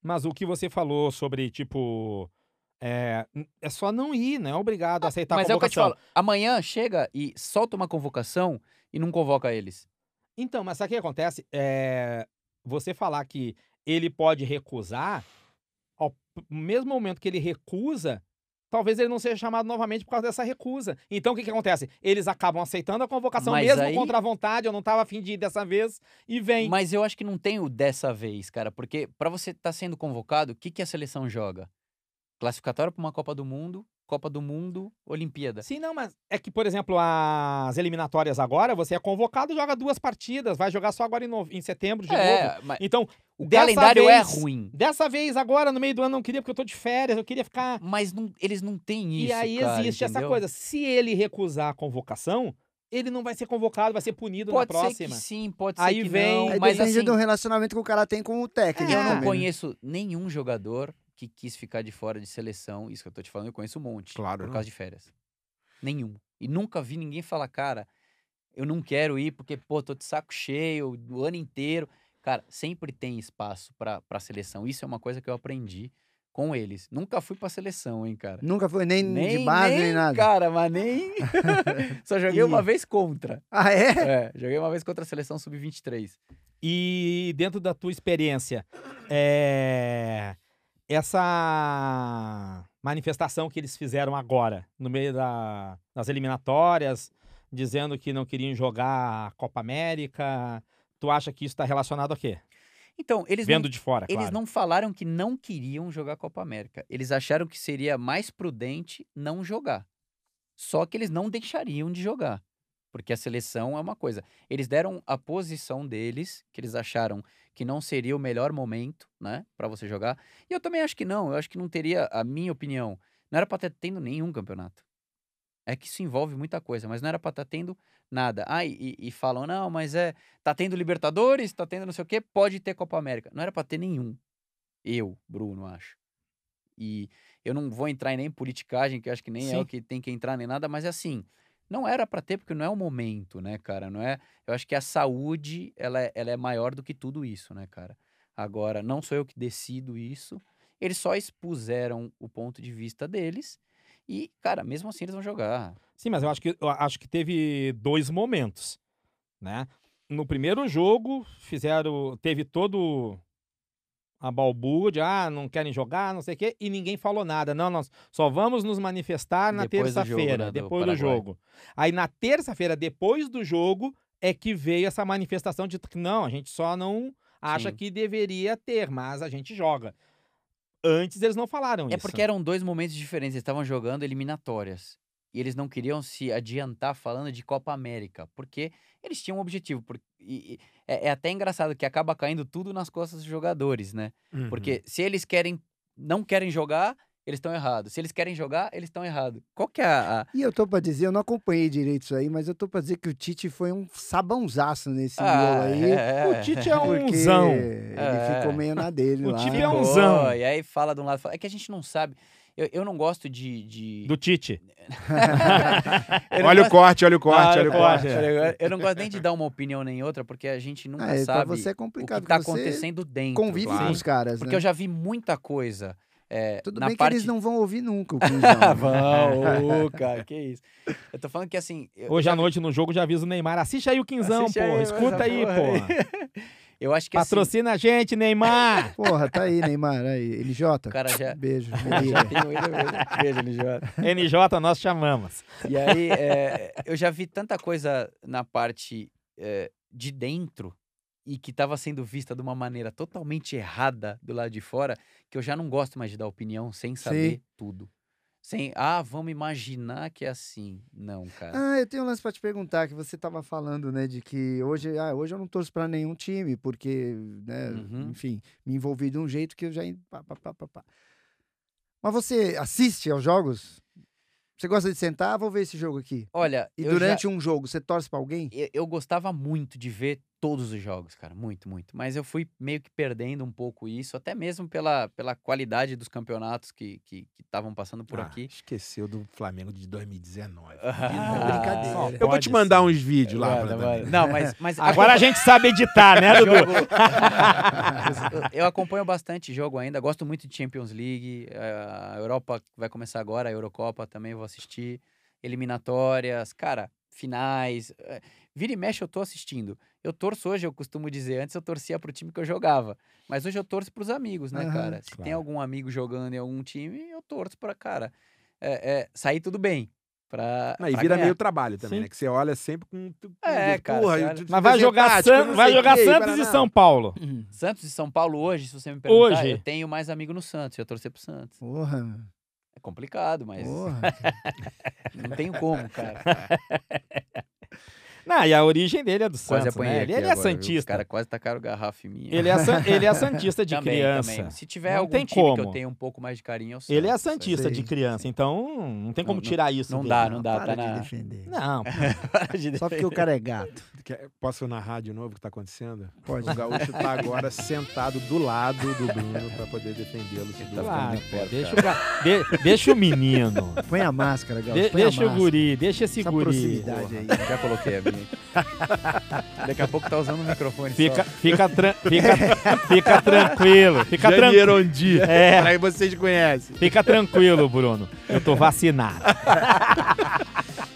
S6: Mas o que você falou sobre, tipo. É, é só não ir, não é obrigado a
S4: Tá
S6: aceitar
S5: Mas
S6: a
S5: é o que eu te
S6: convocação.
S5: falo. Amanhã chega e solta uma convocação e não convoca eles.
S6: Então, mas sabe o que acontece? É, você falar que ele pode recusar, ao p- mesmo momento que ele recusa, talvez ele não seja chamado novamente por causa dessa recusa. Então, o que, que acontece? Eles acabam aceitando a convocação,
S5: Mas
S6: mesmo
S5: aí-
S6: contra a vontade, eu não estava afim de ir dessa vez, e vem.
S5: Mas eu acho que não tem o dessa vez, cara, porque pra você estar sendo convocado, o que, que a seleção joga? Classificatório pra uma Copa do Mundo, Copa do Mundo, Olimpíada.
S6: Sim, não, mas é que, por exemplo, as eliminatórias agora, você é convocado, joga duas partidas, vai jogar só agora em, nove- em setembro de novo.
S5: É, mas
S6: Então,
S5: o
S6: dessa
S5: calendário é
S6: vez-
S5: ruim.
S6: Dessa vez, agora, no meio do ano, não queria, porque eu tô de férias, eu queria ficar.
S5: Mas não- eles não têm isso.
S6: e aí
S5: cara,
S6: existe essa
S5: entendeu?
S6: coisa. Se ele recusar a convocação, ele não vai ser convocado, vai ser punido
S5: Pode
S6: na
S5: ser que
S6: próxima.
S5: sim, pode
S6: Aí
S5: ser que
S6: vem- É,
S5: não.
S6: Aí
S5: mas
S2: depende
S5: assim, É,
S2: do relacionamento que o cara tem com o técnico.
S5: eu
S2: também,
S5: não
S2: né?
S5: conheço nenhum jogador que quis ficar de fora de seleção. Isso que eu tô te falando, eu conheço um monte.
S4: Claro.
S5: Por
S4: não.
S5: causa de férias. Nenhum. E nunca vi ninguém falar, cara, eu não quero ir porque, pô, tô de saco cheio o ano inteiro. Cara, sempre tem espaço pra, pra seleção. Isso é uma coisa que eu aprendi com eles. Nunca fui pra seleção, hein, cara.
S2: Nunca foi nem, de base, nem, nada.
S5: Cara, mas nem. Só joguei uma
S2: E-
S5: vez contra.
S2: Ah, é?
S5: É, joguei uma vez contra a seleção sub-23.
S6: E dentro da tua experiência, é, essa manifestação que eles fizeram agora, no meio da- das eliminatórias, dizendo que não queriam jogar a Copa América, tu acha que isso está relacionado a quê?
S5: Então, eles
S6: Vendo
S5: não,
S6: de fora,
S5: eles
S6: claro.
S5: não falaram que não queriam jogar Copa América. Eles acharam que seria mais prudente não jogar. Só que eles não deixariam de jogar. Porque a seleção é uma coisa. Eles deram a posição deles, que eles acharam que não seria o melhor momento, né, Pra você jogar. E eu também acho que não. Eu acho que não teria, a minha opinião, não era pra estar tendo nenhum campeonato. É que isso envolve muita coisa, mas não era pra estar tendo nada. Ah, e, e falam, não, mas é. Tá tendo Libertadores, tá tendo não sei o quê, pode ter Copa América. Não era pra ter nenhum. Eu, Bruno, acho. E eu não vou entrar em nem politicagem, que eu acho que nem é
S6: Sim.
S5: o que tem que entrar nem nada, mas assim, não era pra ter, porque não é o momento, né, cara? Não é. Eu acho que a saúde, ela é, ela é maior do que tudo isso, né, cara? Agora, não sou eu que decido isso. Eles só expuseram o ponto de vista deles. E, cara, mesmo assim eles vão jogar.
S6: Sim, mas eu acho que, eu acho que teve dois momentos, né? No primeiro jogo, fizeram, teve todo a balbúrdia, de, ah, não querem jogar, não sei o quê, e ninguém falou nada. Não, nós só vamos nos manifestar na
S5: Depois do jogo,
S6: terça-feira,
S5: né, do
S6: depois do
S5: Paraguai.
S6: jogo. Aí na terça-feira, depois do jogo, é que veio essa manifestação de que não, a gente só não acha
S5: Sim.
S6: que deveria ter, mas a gente joga. Antes eles não falaram isso.
S5: É porque eram dois momentos diferentes. Eles estavam jogando eliminatórias. E eles não queriam se adiantar falando de Copa América. Porque eles tinham um objetivo. por- e- e é, é até engraçado que acaba caindo tudo nas costas dos jogadores, né?
S4: Uhum.
S5: Porque se eles querem, não querem jogar, eles estão errados. Se eles querem jogar, eles estão errados. Qual que é a, a-
S2: E eu tô pra dizer, eu não acompanhei direito isso aí, mas eu tô pra dizer que o Tite foi um sabãozaço nesse
S5: Ah,
S2: gol aí.
S5: é,
S6: O Tite é um
S2: Porque
S6: zão.
S2: ele
S5: É.
S2: ficou meio na dele
S6: O
S2: lá.
S6: Tite é
S5: Ficou,
S6: um zão.
S5: E aí fala de um lado, fala, é que a gente não sabe. Eu, eu não gosto de. de-
S6: Do Tite.
S5: Eu não
S4: Olha o
S5: gosto-
S4: corte, olha o corte,
S6: Ah, olha
S4: olha o
S6: o
S4: corte.
S6: corte.
S5: Eu não gosto nem de dar uma opinião nem outra, porque a gente nunca
S2: Ah, é, pra
S5: sabe
S2: você é
S5: o que
S2: complicado,
S5: está
S2: porque você
S5: acontecendo dentro.
S2: convive
S5: claro.
S2: com os caras,
S5: Porque
S2: né?
S5: eu já vi muita coisa. é,
S2: Tudo
S5: na
S2: bem
S5: parte...
S2: que eles não vão ouvir nunca o né?
S5: Ah,
S2: Quinzão.
S5: vão, ô, cara, que isso. Eu tô falando que assim. eu-
S6: Hoje
S4: é
S6: à noite no jogo já avisa o Neymar. Assiste aí o Quinzão,
S5: Assiste
S6: porra.
S5: aí,
S6: Escuta
S5: essa
S6: aí,
S5: porra
S6: porra.
S5: Eu acho que assim,
S6: Patrocina a gente, Neymar.
S2: Porra, tá aí, Neymar. Aí, LJ.
S5: o cara é. já.
S2: Beijo.
S5: já tem ele mesmo. Beijo, LJ.
S6: NJ, nós chamamos.
S5: E aí, é, eu já vi tanta coisa na parte é, de dentro e que estava sendo vista de uma maneira totalmente errada do lado de fora, que eu já não gosto mais de dar opinião sem saber tudo. Sem, ah, vamos imaginar que é assim. Não, cara.
S2: Ah, eu tenho um lance pra te perguntar, que você tava falando, né, de que hoje, ah, hoje eu não torço pra nenhum time, porque, né,
S5: Uhum.
S2: enfim, me envolvi de um jeito que eu já... en- pá, pá, pá, pá, pá. Mas você assiste aos jogos? Você gosta de sentar? Vou ver esse jogo aqui.
S5: Olha,
S2: E
S5: eu, já-
S2: durante um jogo, você torce pra alguém?
S5: eu- eu gostava muito de ver todos os jogos, cara. Muito, muito. Mas eu fui meio que perdendo um pouco isso, até mesmo pela, pela qualidade dos campeonatos que estavam que, estavam passando por
S4: Ah,
S5: aqui. Ah.
S4: Esqueceu do Flamengo de 2019.
S2: brincadeira.
S6: Só
S2: Eu
S4: Eu vou
S6: pode
S4: te mandar
S6: ser.
S4: uns vídeos lá. né?
S5: Manda,
S4: Brandão.
S5: manda. Não, mas, mas
S6: Agora a gente sabe editar, né, Dudu?
S5: Jogo- eu acompanho bastante jogo ainda, gosto muito de Champions League, eh, a Europa vai começar agora, a Eurocopa também vou assistir, eliminatórias, cara, finais, eh, vira e mexe eu tô assistindo. Eu torço hoje, eu costumo dizer, antes eu torcia pro time que eu jogava, mas hoje eu torço pros amigos, né,
S2: Aham,
S5: cara? Se tem
S4: claro.
S5: algum amigo jogando em algum time, eu torço pra, cara, eh, eh, sair tudo bem. Pra,
S4: Não, e
S5: pra
S4: vira
S5: ganhar.
S4: meio trabalho também,
S6: Sim.
S4: né? Que você olha sempre com. tu-
S5: É, cara,
S4: Porra,
S5: você
S4: eu-
S5: olha-
S4: tu- tu
S6: Mas vai
S4: desenho
S6: jogar,
S4: tático,
S6: San-
S4: não
S6: vai
S4: sei o
S6: jogar
S4: quê, e
S6: Santos e
S4: Paraná.
S6: São Paulo.
S5: Santos e São Paulo hoje, se você me perguntar,
S6: Hoje.
S5: eu tenho mais amigo no Santos, eu torcer pro Santos.
S2: Porra,
S5: É complicado, mas
S2: porra.
S5: não tenho como, cara.
S6: Não, e a origem dele é do
S5: Quase
S6: Santos,
S5: apanhei
S6: né?
S5: aqui
S6: Ele, ele é
S5: agora, viu? Os
S6: Santista.
S5: caras quase tacaram garrafa em mim.
S6: Ele, é, san- ele é Santista de
S5: Também,
S6: criança.
S5: também. Se tiver
S6: Não
S5: algum
S6: tem
S5: time que eu
S6: como.
S5: tenho um pouco mais de carinho, eu sei.
S6: Ele é Santista de
S2: Sim,
S6: criança,
S5: sim.
S6: então não tem como
S5: Não- não-
S6: tirar isso
S5: não
S6: dele.
S5: dá, Tá não dá,
S2: Para
S5: tá
S2: de
S5: na...
S2: defender.
S6: Não,
S2: Só porque o cara é gato.
S4: Quer- Posso narrar de novo o que tá acontecendo?
S2: Pode.
S4: O Gaúcho tá agora sentado do lado do Bruno pra poder defendê-lo. se
S5: Ele
S4: Deus
S5: tá
S6: claro,
S5: ficando
S6: pô,
S5: de Então,
S6: deixa, o ga- de- deixa o menino.
S2: Põe a máscara, Gal.
S6: De-
S2: põe a
S6: deixa o
S2: máscara.
S6: guri, deixa esse
S2: Essa
S6: guri.
S2: proximidade aí.
S5: Já coloquei a minha. aqui. Daqui a pouco tá usando o microfone
S6: Fica,
S5: só.
S6: fica, tran- fica, fica tranquilo, fica tranquilo.
S4: Jandirondi.
S6: É.
S4: Aí vocês conhecem.
S6: Fica tranquilo, Bruno. Eu tô vacinado.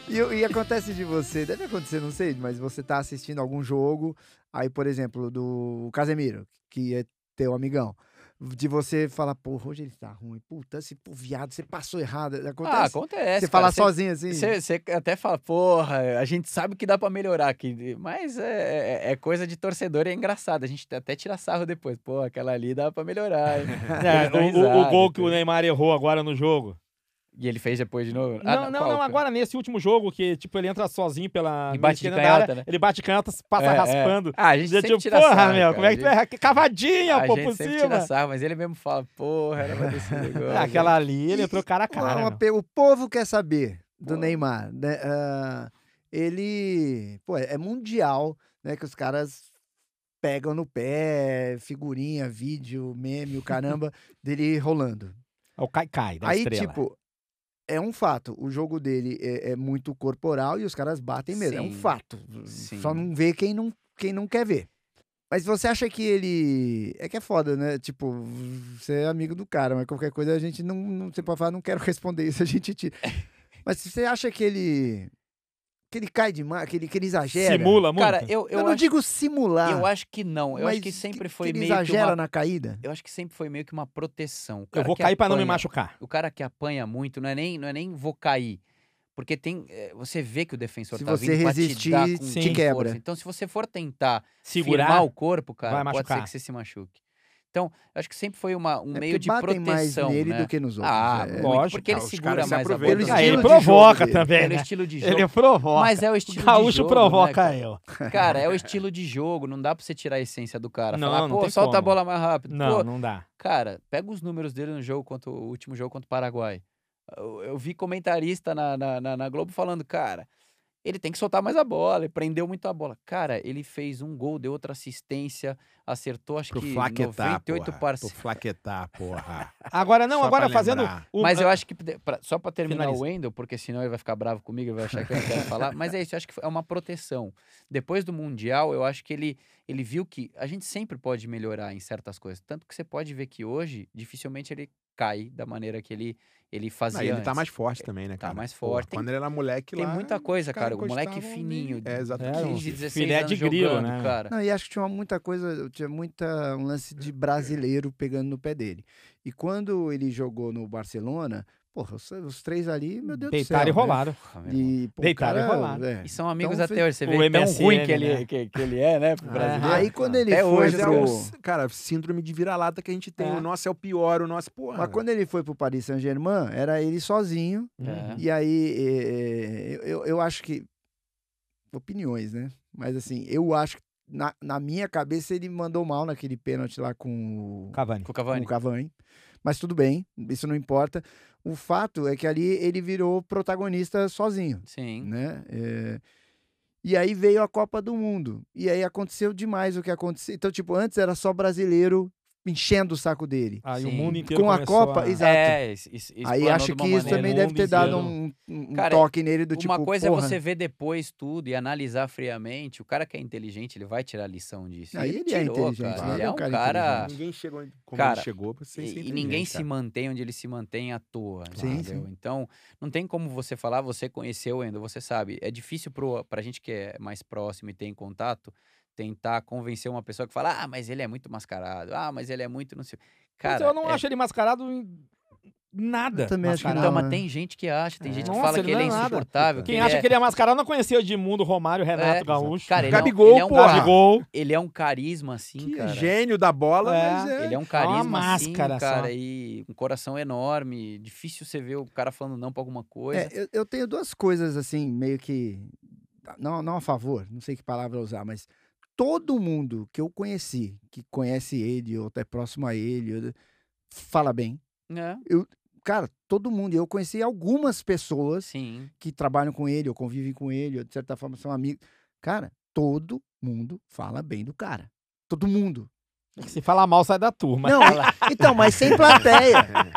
S2: E, e acontece de você, deve acontecer, não sei, mas você tá assistindo algum jogo, aí, por exemplo, do Casemiro, que é teu amigão, de você falar, porra, hoje ele tá ruim, puta, esse pô, viado, você passou errado,
S5: Ah,
S2: acontece. você
S5: acontece. cara.
S2: falar
S5: Você-
S2: sozinho assim,
S5: Você você até fala, porra, a gente sabe que dá pra melhorar aqui, mas é, é- é coisa de torcedor e é engraçado. A gente até tira sarro depois. Pô, aquela ali dá pra melhorar.
S6: É,
S5: hein?
S6: o, o-
S5: Eles dão
S6: o
S5: risada,
S6: gol que o
S5: tudo.
S6: Neymar errou agora no jogo.
S5: E ele fez depois de novo? Ah,
S6: Não, não,
S5: qual
S6: não,
S5: que-
S6: agora nesse último jogo que, tipo, ele entra sozinho pela.
S5: E
S6: meia
S5: bate de
S6: esquerda da
S5: canhota,
S6: área,
S5: né?
S6: Ele bate canhata, passa
S5: É, é.
S6: raspando.
S5: Ah, a gente
S6: Já
S5: sempre
S6: tipo,
S5: tira
S6: porra,
S5: sarro,
S6: meu,
S5: cara.
S6: como é que é? tu erra? Que Cavadinha,
S5: A
S6: pô,
S5: gente
S6: por
S5: sempre tira
S6: cima.
S5: sarro, mas ele mesmo fala, porra, era pra ter sido igual, né?"
S6: Ah, Aquela ali, ele entrou cara a
S2: uma-
S6: cara.
S2: uma
S6: meu.
S2: pe- o povo quer saber do
S5: Pô.
S2: Neymar, né? Ah, ele, pô, é mundial, né, que os caras pegam no pé, figurinha, vídeo, meme, o caramba, dele rolando.
S6: É o Cai-Cai da
S2: Aí,
S6: estrela.
S2: tipo, é um fato. O jogo dele é, é muito corporal e os caras batem mesmo. É um
S5: Sim.
S2: fato.
S5: Sim.
S2: Só não vê quem não, quem não quer ver. Mas você acha que ele. É que é foda, né? Tipo, você é amigo do cara, mas qualquer coisa a gente não. não você pode falar, não quero responder isso, a gente tira. mas você acha que ele. Que ele cai demais, que ele, que ele exagera?
S6: Simula muito.
S5: Cara, eu,
S2: Eu,
S5: eu,
S2: não
S5: acho,
S2: digo simular.
S5: eu acho que não. Eu
S2: mas
S5: acho que sempre foi
S2: que ele
S5: meio
S2: exagera
S5: que uma...
S2: na caída?
S5: Eu acho que sempre foi meio que uma proteção. O
S6: eu
S5: cara
S6: vou
S5: que
S6: cair pra não me
S5: apanha-
S6: machucar.
S5: O cara que apanha muito, não é nem, não é nem vou cair. Porque tem, eh, você vê que o defensor
S2: Se
S5: tá
S2: você
S5: vindo pra
S2: resistir,
S5: te dar com
S6: te
S5: com
S2: quebra.
S5: força. Então, se você for tentar
S6: Segurar.
S5: firmar o corpo, cara,
S6: vai
S5: pode ser
S6: machucar.
S5: que você se machuque. Então, acho que sempre foi uma, um
S2: É
S5: meio
S2: porque
S5: de
S2: batem
S5: proteção.
S2: mais nele
S5: né?
S2: do que nos outros.
S5: Ah,
S2: é.
S5: muito,
S6: lógico.
S5: porque ele
S4: Ah, os
S5: segura
S4: caras se
S5: mais a bola.
S4: aproveitam
S2: Pelo
S6: Ah, ele
S2: estilo de
S6: provoca
S2: jogo dele.
S6: também,
S5: Pelo
S6: né?
S5: estilo de jogo.
S6: Ele provoca.
S5: Mas é o
S6: o
S5: estilo de
S6: gaúcho
S5: jogo. né,
S6: provoca
S5: cara?
S6: eu.
S5: Cara, é o estilo de jogo, não dá pra você tirar a essência do cara.
S6: Não,
S5: Falar,
S6: não
S5: pô,
S6: tem
S5: solta a
S6: como.
S5: bola mais rápido.
S6: Não,
S5: Pô,
S6: não dá.
S5: Cara, pega os números dele no jogo contra o último jogo contra o Paraguai. Eu, eu vi comentarista na, na, na- na Globo falando, cara, ele tem que soltar mais a bola, ele prendeu muito a bola. Cara, ele fez um gol, deu outra assistência, acertou acho
S4: Pro
S5: que
S4: flaquetar, porra.
S5: 98
S4: Pro
S5: parceiros.
S4: flaquetar, porra.
S6: Agora não,
S4: Só
S6: agora
S4: pra
S6: fazendo.
S4: lembrar.
S6: o-
S5: Mas eu acho que, de- pra- só pra terminar
S6: Finaliza.
S5: o Wendel, porque senão ele vai ficar bravo comigo, ele vai achar que eu não quero falar. Mas é isso, eu acho que é uma proteção. Depois do Mundial, eu acho que ele, ele viu que a gente sempre pode melhorar em certas coisas. Tanto que você pode ver que hoje, dificilmente ele cai da maneira que ele, ele fazia.
S4: Não, ele tá
S5: antes.
S4: mais forte também, né, cara?
S5: mais
S4: Porra,
S5: forte. Tem-
S4: Quando ele era moleque
S5: Tem
S4: lá,
S5: muita
S4: os
S5: coisa, cara. O
S4: caras
S5: moleque
S4: encostavam
S5: fininho,
S4: nele. É,
S6: É, um
S4: exatamente.
S5: 15, 16
S6: filé
S5: anos
S6: de grilo,
S5: jogando,
S6: né?
S5: cara.
S2: Não, e acho que tinha muita coisa, tinha muita um lance de brasileiro pegando no pé dele. E quando ele jogou no Barcelona, porra, os, os três ali, meu Deus
S6: Deitaram e
S2: do céu. né?
S6: rolaram.
S5: Porra, meu irmão.
S2: E, pô, o
S6: Deitaram e
S2: cara,
S6: rolaram.
S2: é.
S5: E são amigos
S2: Então
S5: até
S2: fez-
S5: hoje. Você
S6: o
S5: vê tão ruim
S6: MSN,
S5: que ele,
S6: né?
S5: que, que ele é, né, pro
S4: Ah,
S5: brasileiro.
S2: Aí quando ele
S5: Até
S2: foi
S5: hoje,
S4: Mas é
S2: pro...
S4: um- cara, síndrome de vira-lata que a gente tem.
S6: É.
S4: O nosso é o pior, o nosso, porra.
S2: Mas quando ele foi pro Paris Saint-Germain, era ele sozinho,
S5: É.
S6: né?
S2: E aí, é, é, eu- eu, eu acho que. Opiniões, né? Mas assim, eu acho que na, na minha cabeça ele mandou mal naquele pênalti lá com o,
S6: Cavani.
S5: Com o
S2: com
S5: Cavani.
S2: o Cavani. Um Mas tudo bem, isso não importa. O fato é que ali ele virou protagonista sozinho,
S5: Sim.
S2: né? É, e aí veio a Copa do Mundo. E aí aconteceu demais o que aconteceu. Então, tipo, antes era só brasileiro enchendo o saco dele.
S6: Aí o
S5: Sim.
S6: mundo inteiro
S2: Com a
S6: começou
S2: Copa,
S6: a-
S2: exato.
S5: É, es- es-
S2: Aí
S5: explanou
S2: acho
S5: de uma
S2: que isso
S5: maneira.
S2: também
S6: O
S2: deve
S6: mundo
S2: ter dado
S6: inteiro.
S2: um, um- um
S5: Cara,
S2: toque nele do tipo.
S5: Uma coisa
S2: porra,
S5: é você ver depois tudo e analisar friamente. O cara que é inteligente, ele vai tirar lição disso. E
S2: Aí ele é inteligente,
S5: Cara.
S4: né?
S5: Ele
S4: Ele
S5: é
S2: é
S5: um
S2: um cara
S5: cara.
S4: Ninguém chegou onde- como
S5: Cara,
S4: ele chegou pra ser
S5: E, e
S4: inteligente,
S5: ninguém
S4: cara.
S5: se mantém onde ele se mantém à toa,
S2: Sim,
S5: entendeu? Então, não tem como você falar, você conheceu ainda, você sabe. É difícil pro, pra gente que é mais próximo e tem contato, tentar convencer uma pessoa que fala, ah, mas ele é muito mascarado, ah, mas ele é muito não sei... o quê."
S6: Mas
S5: Cara,
S6: Então, eu não
S5: é-
S6: acho ele mascarado em nada.
S2: Eu também acho que
S6: mascarado.
S5: Então,
S2: Não,
S5: mas
S2: né?
S5: tem gente que acha, tem
S4: É.
S5: gente que
S6: Nossa,
S5: fala
S6: ele
S5: que ele é
S6: não é nada.
S5: insuportável.
S6: Quem
S5: ele
S6: acha
S5: é-
S6: que ele é mascarado não conhecia Edmundo, Romário, Renato
S5: É,
S6: Gaúcho.
S5: Cara, ele, é um-
S4: Gabigol,
S5: ele é um,
S4: porra.
S5: cara-
S6: Gabigol.
S5: ele é um carisma, assim,
S4: Que
S5: cara.
S4: gênio da bola,
S6: É.
S4: mas é.
S5: Ele é um carisma,
S6: máscara
S5: assim,
S6: só.
S5: cara, e um coração enorme. Difícil você ver o cara falando não pra alguma coisa.
S2: É, eu, eu tenho duas coisas assim, meio que. Não, não a favor, não sei que palavra usar, mas todo mundo que eu conheci, que conhece ele ou até próximo a ele, ou- fala bem.
S5: É,
S2: Cara, todo mundo. Eu conheci algumas pessoas
S5: sim.
S2: que trabalham com ele, ou convivem com ele, ou de certa forma são amigos. Cara, todo mundo fala bem do cara. Todo mundo.
S6: Se falar mal, sai da turma.
S2: Não, então, mas sem plateia.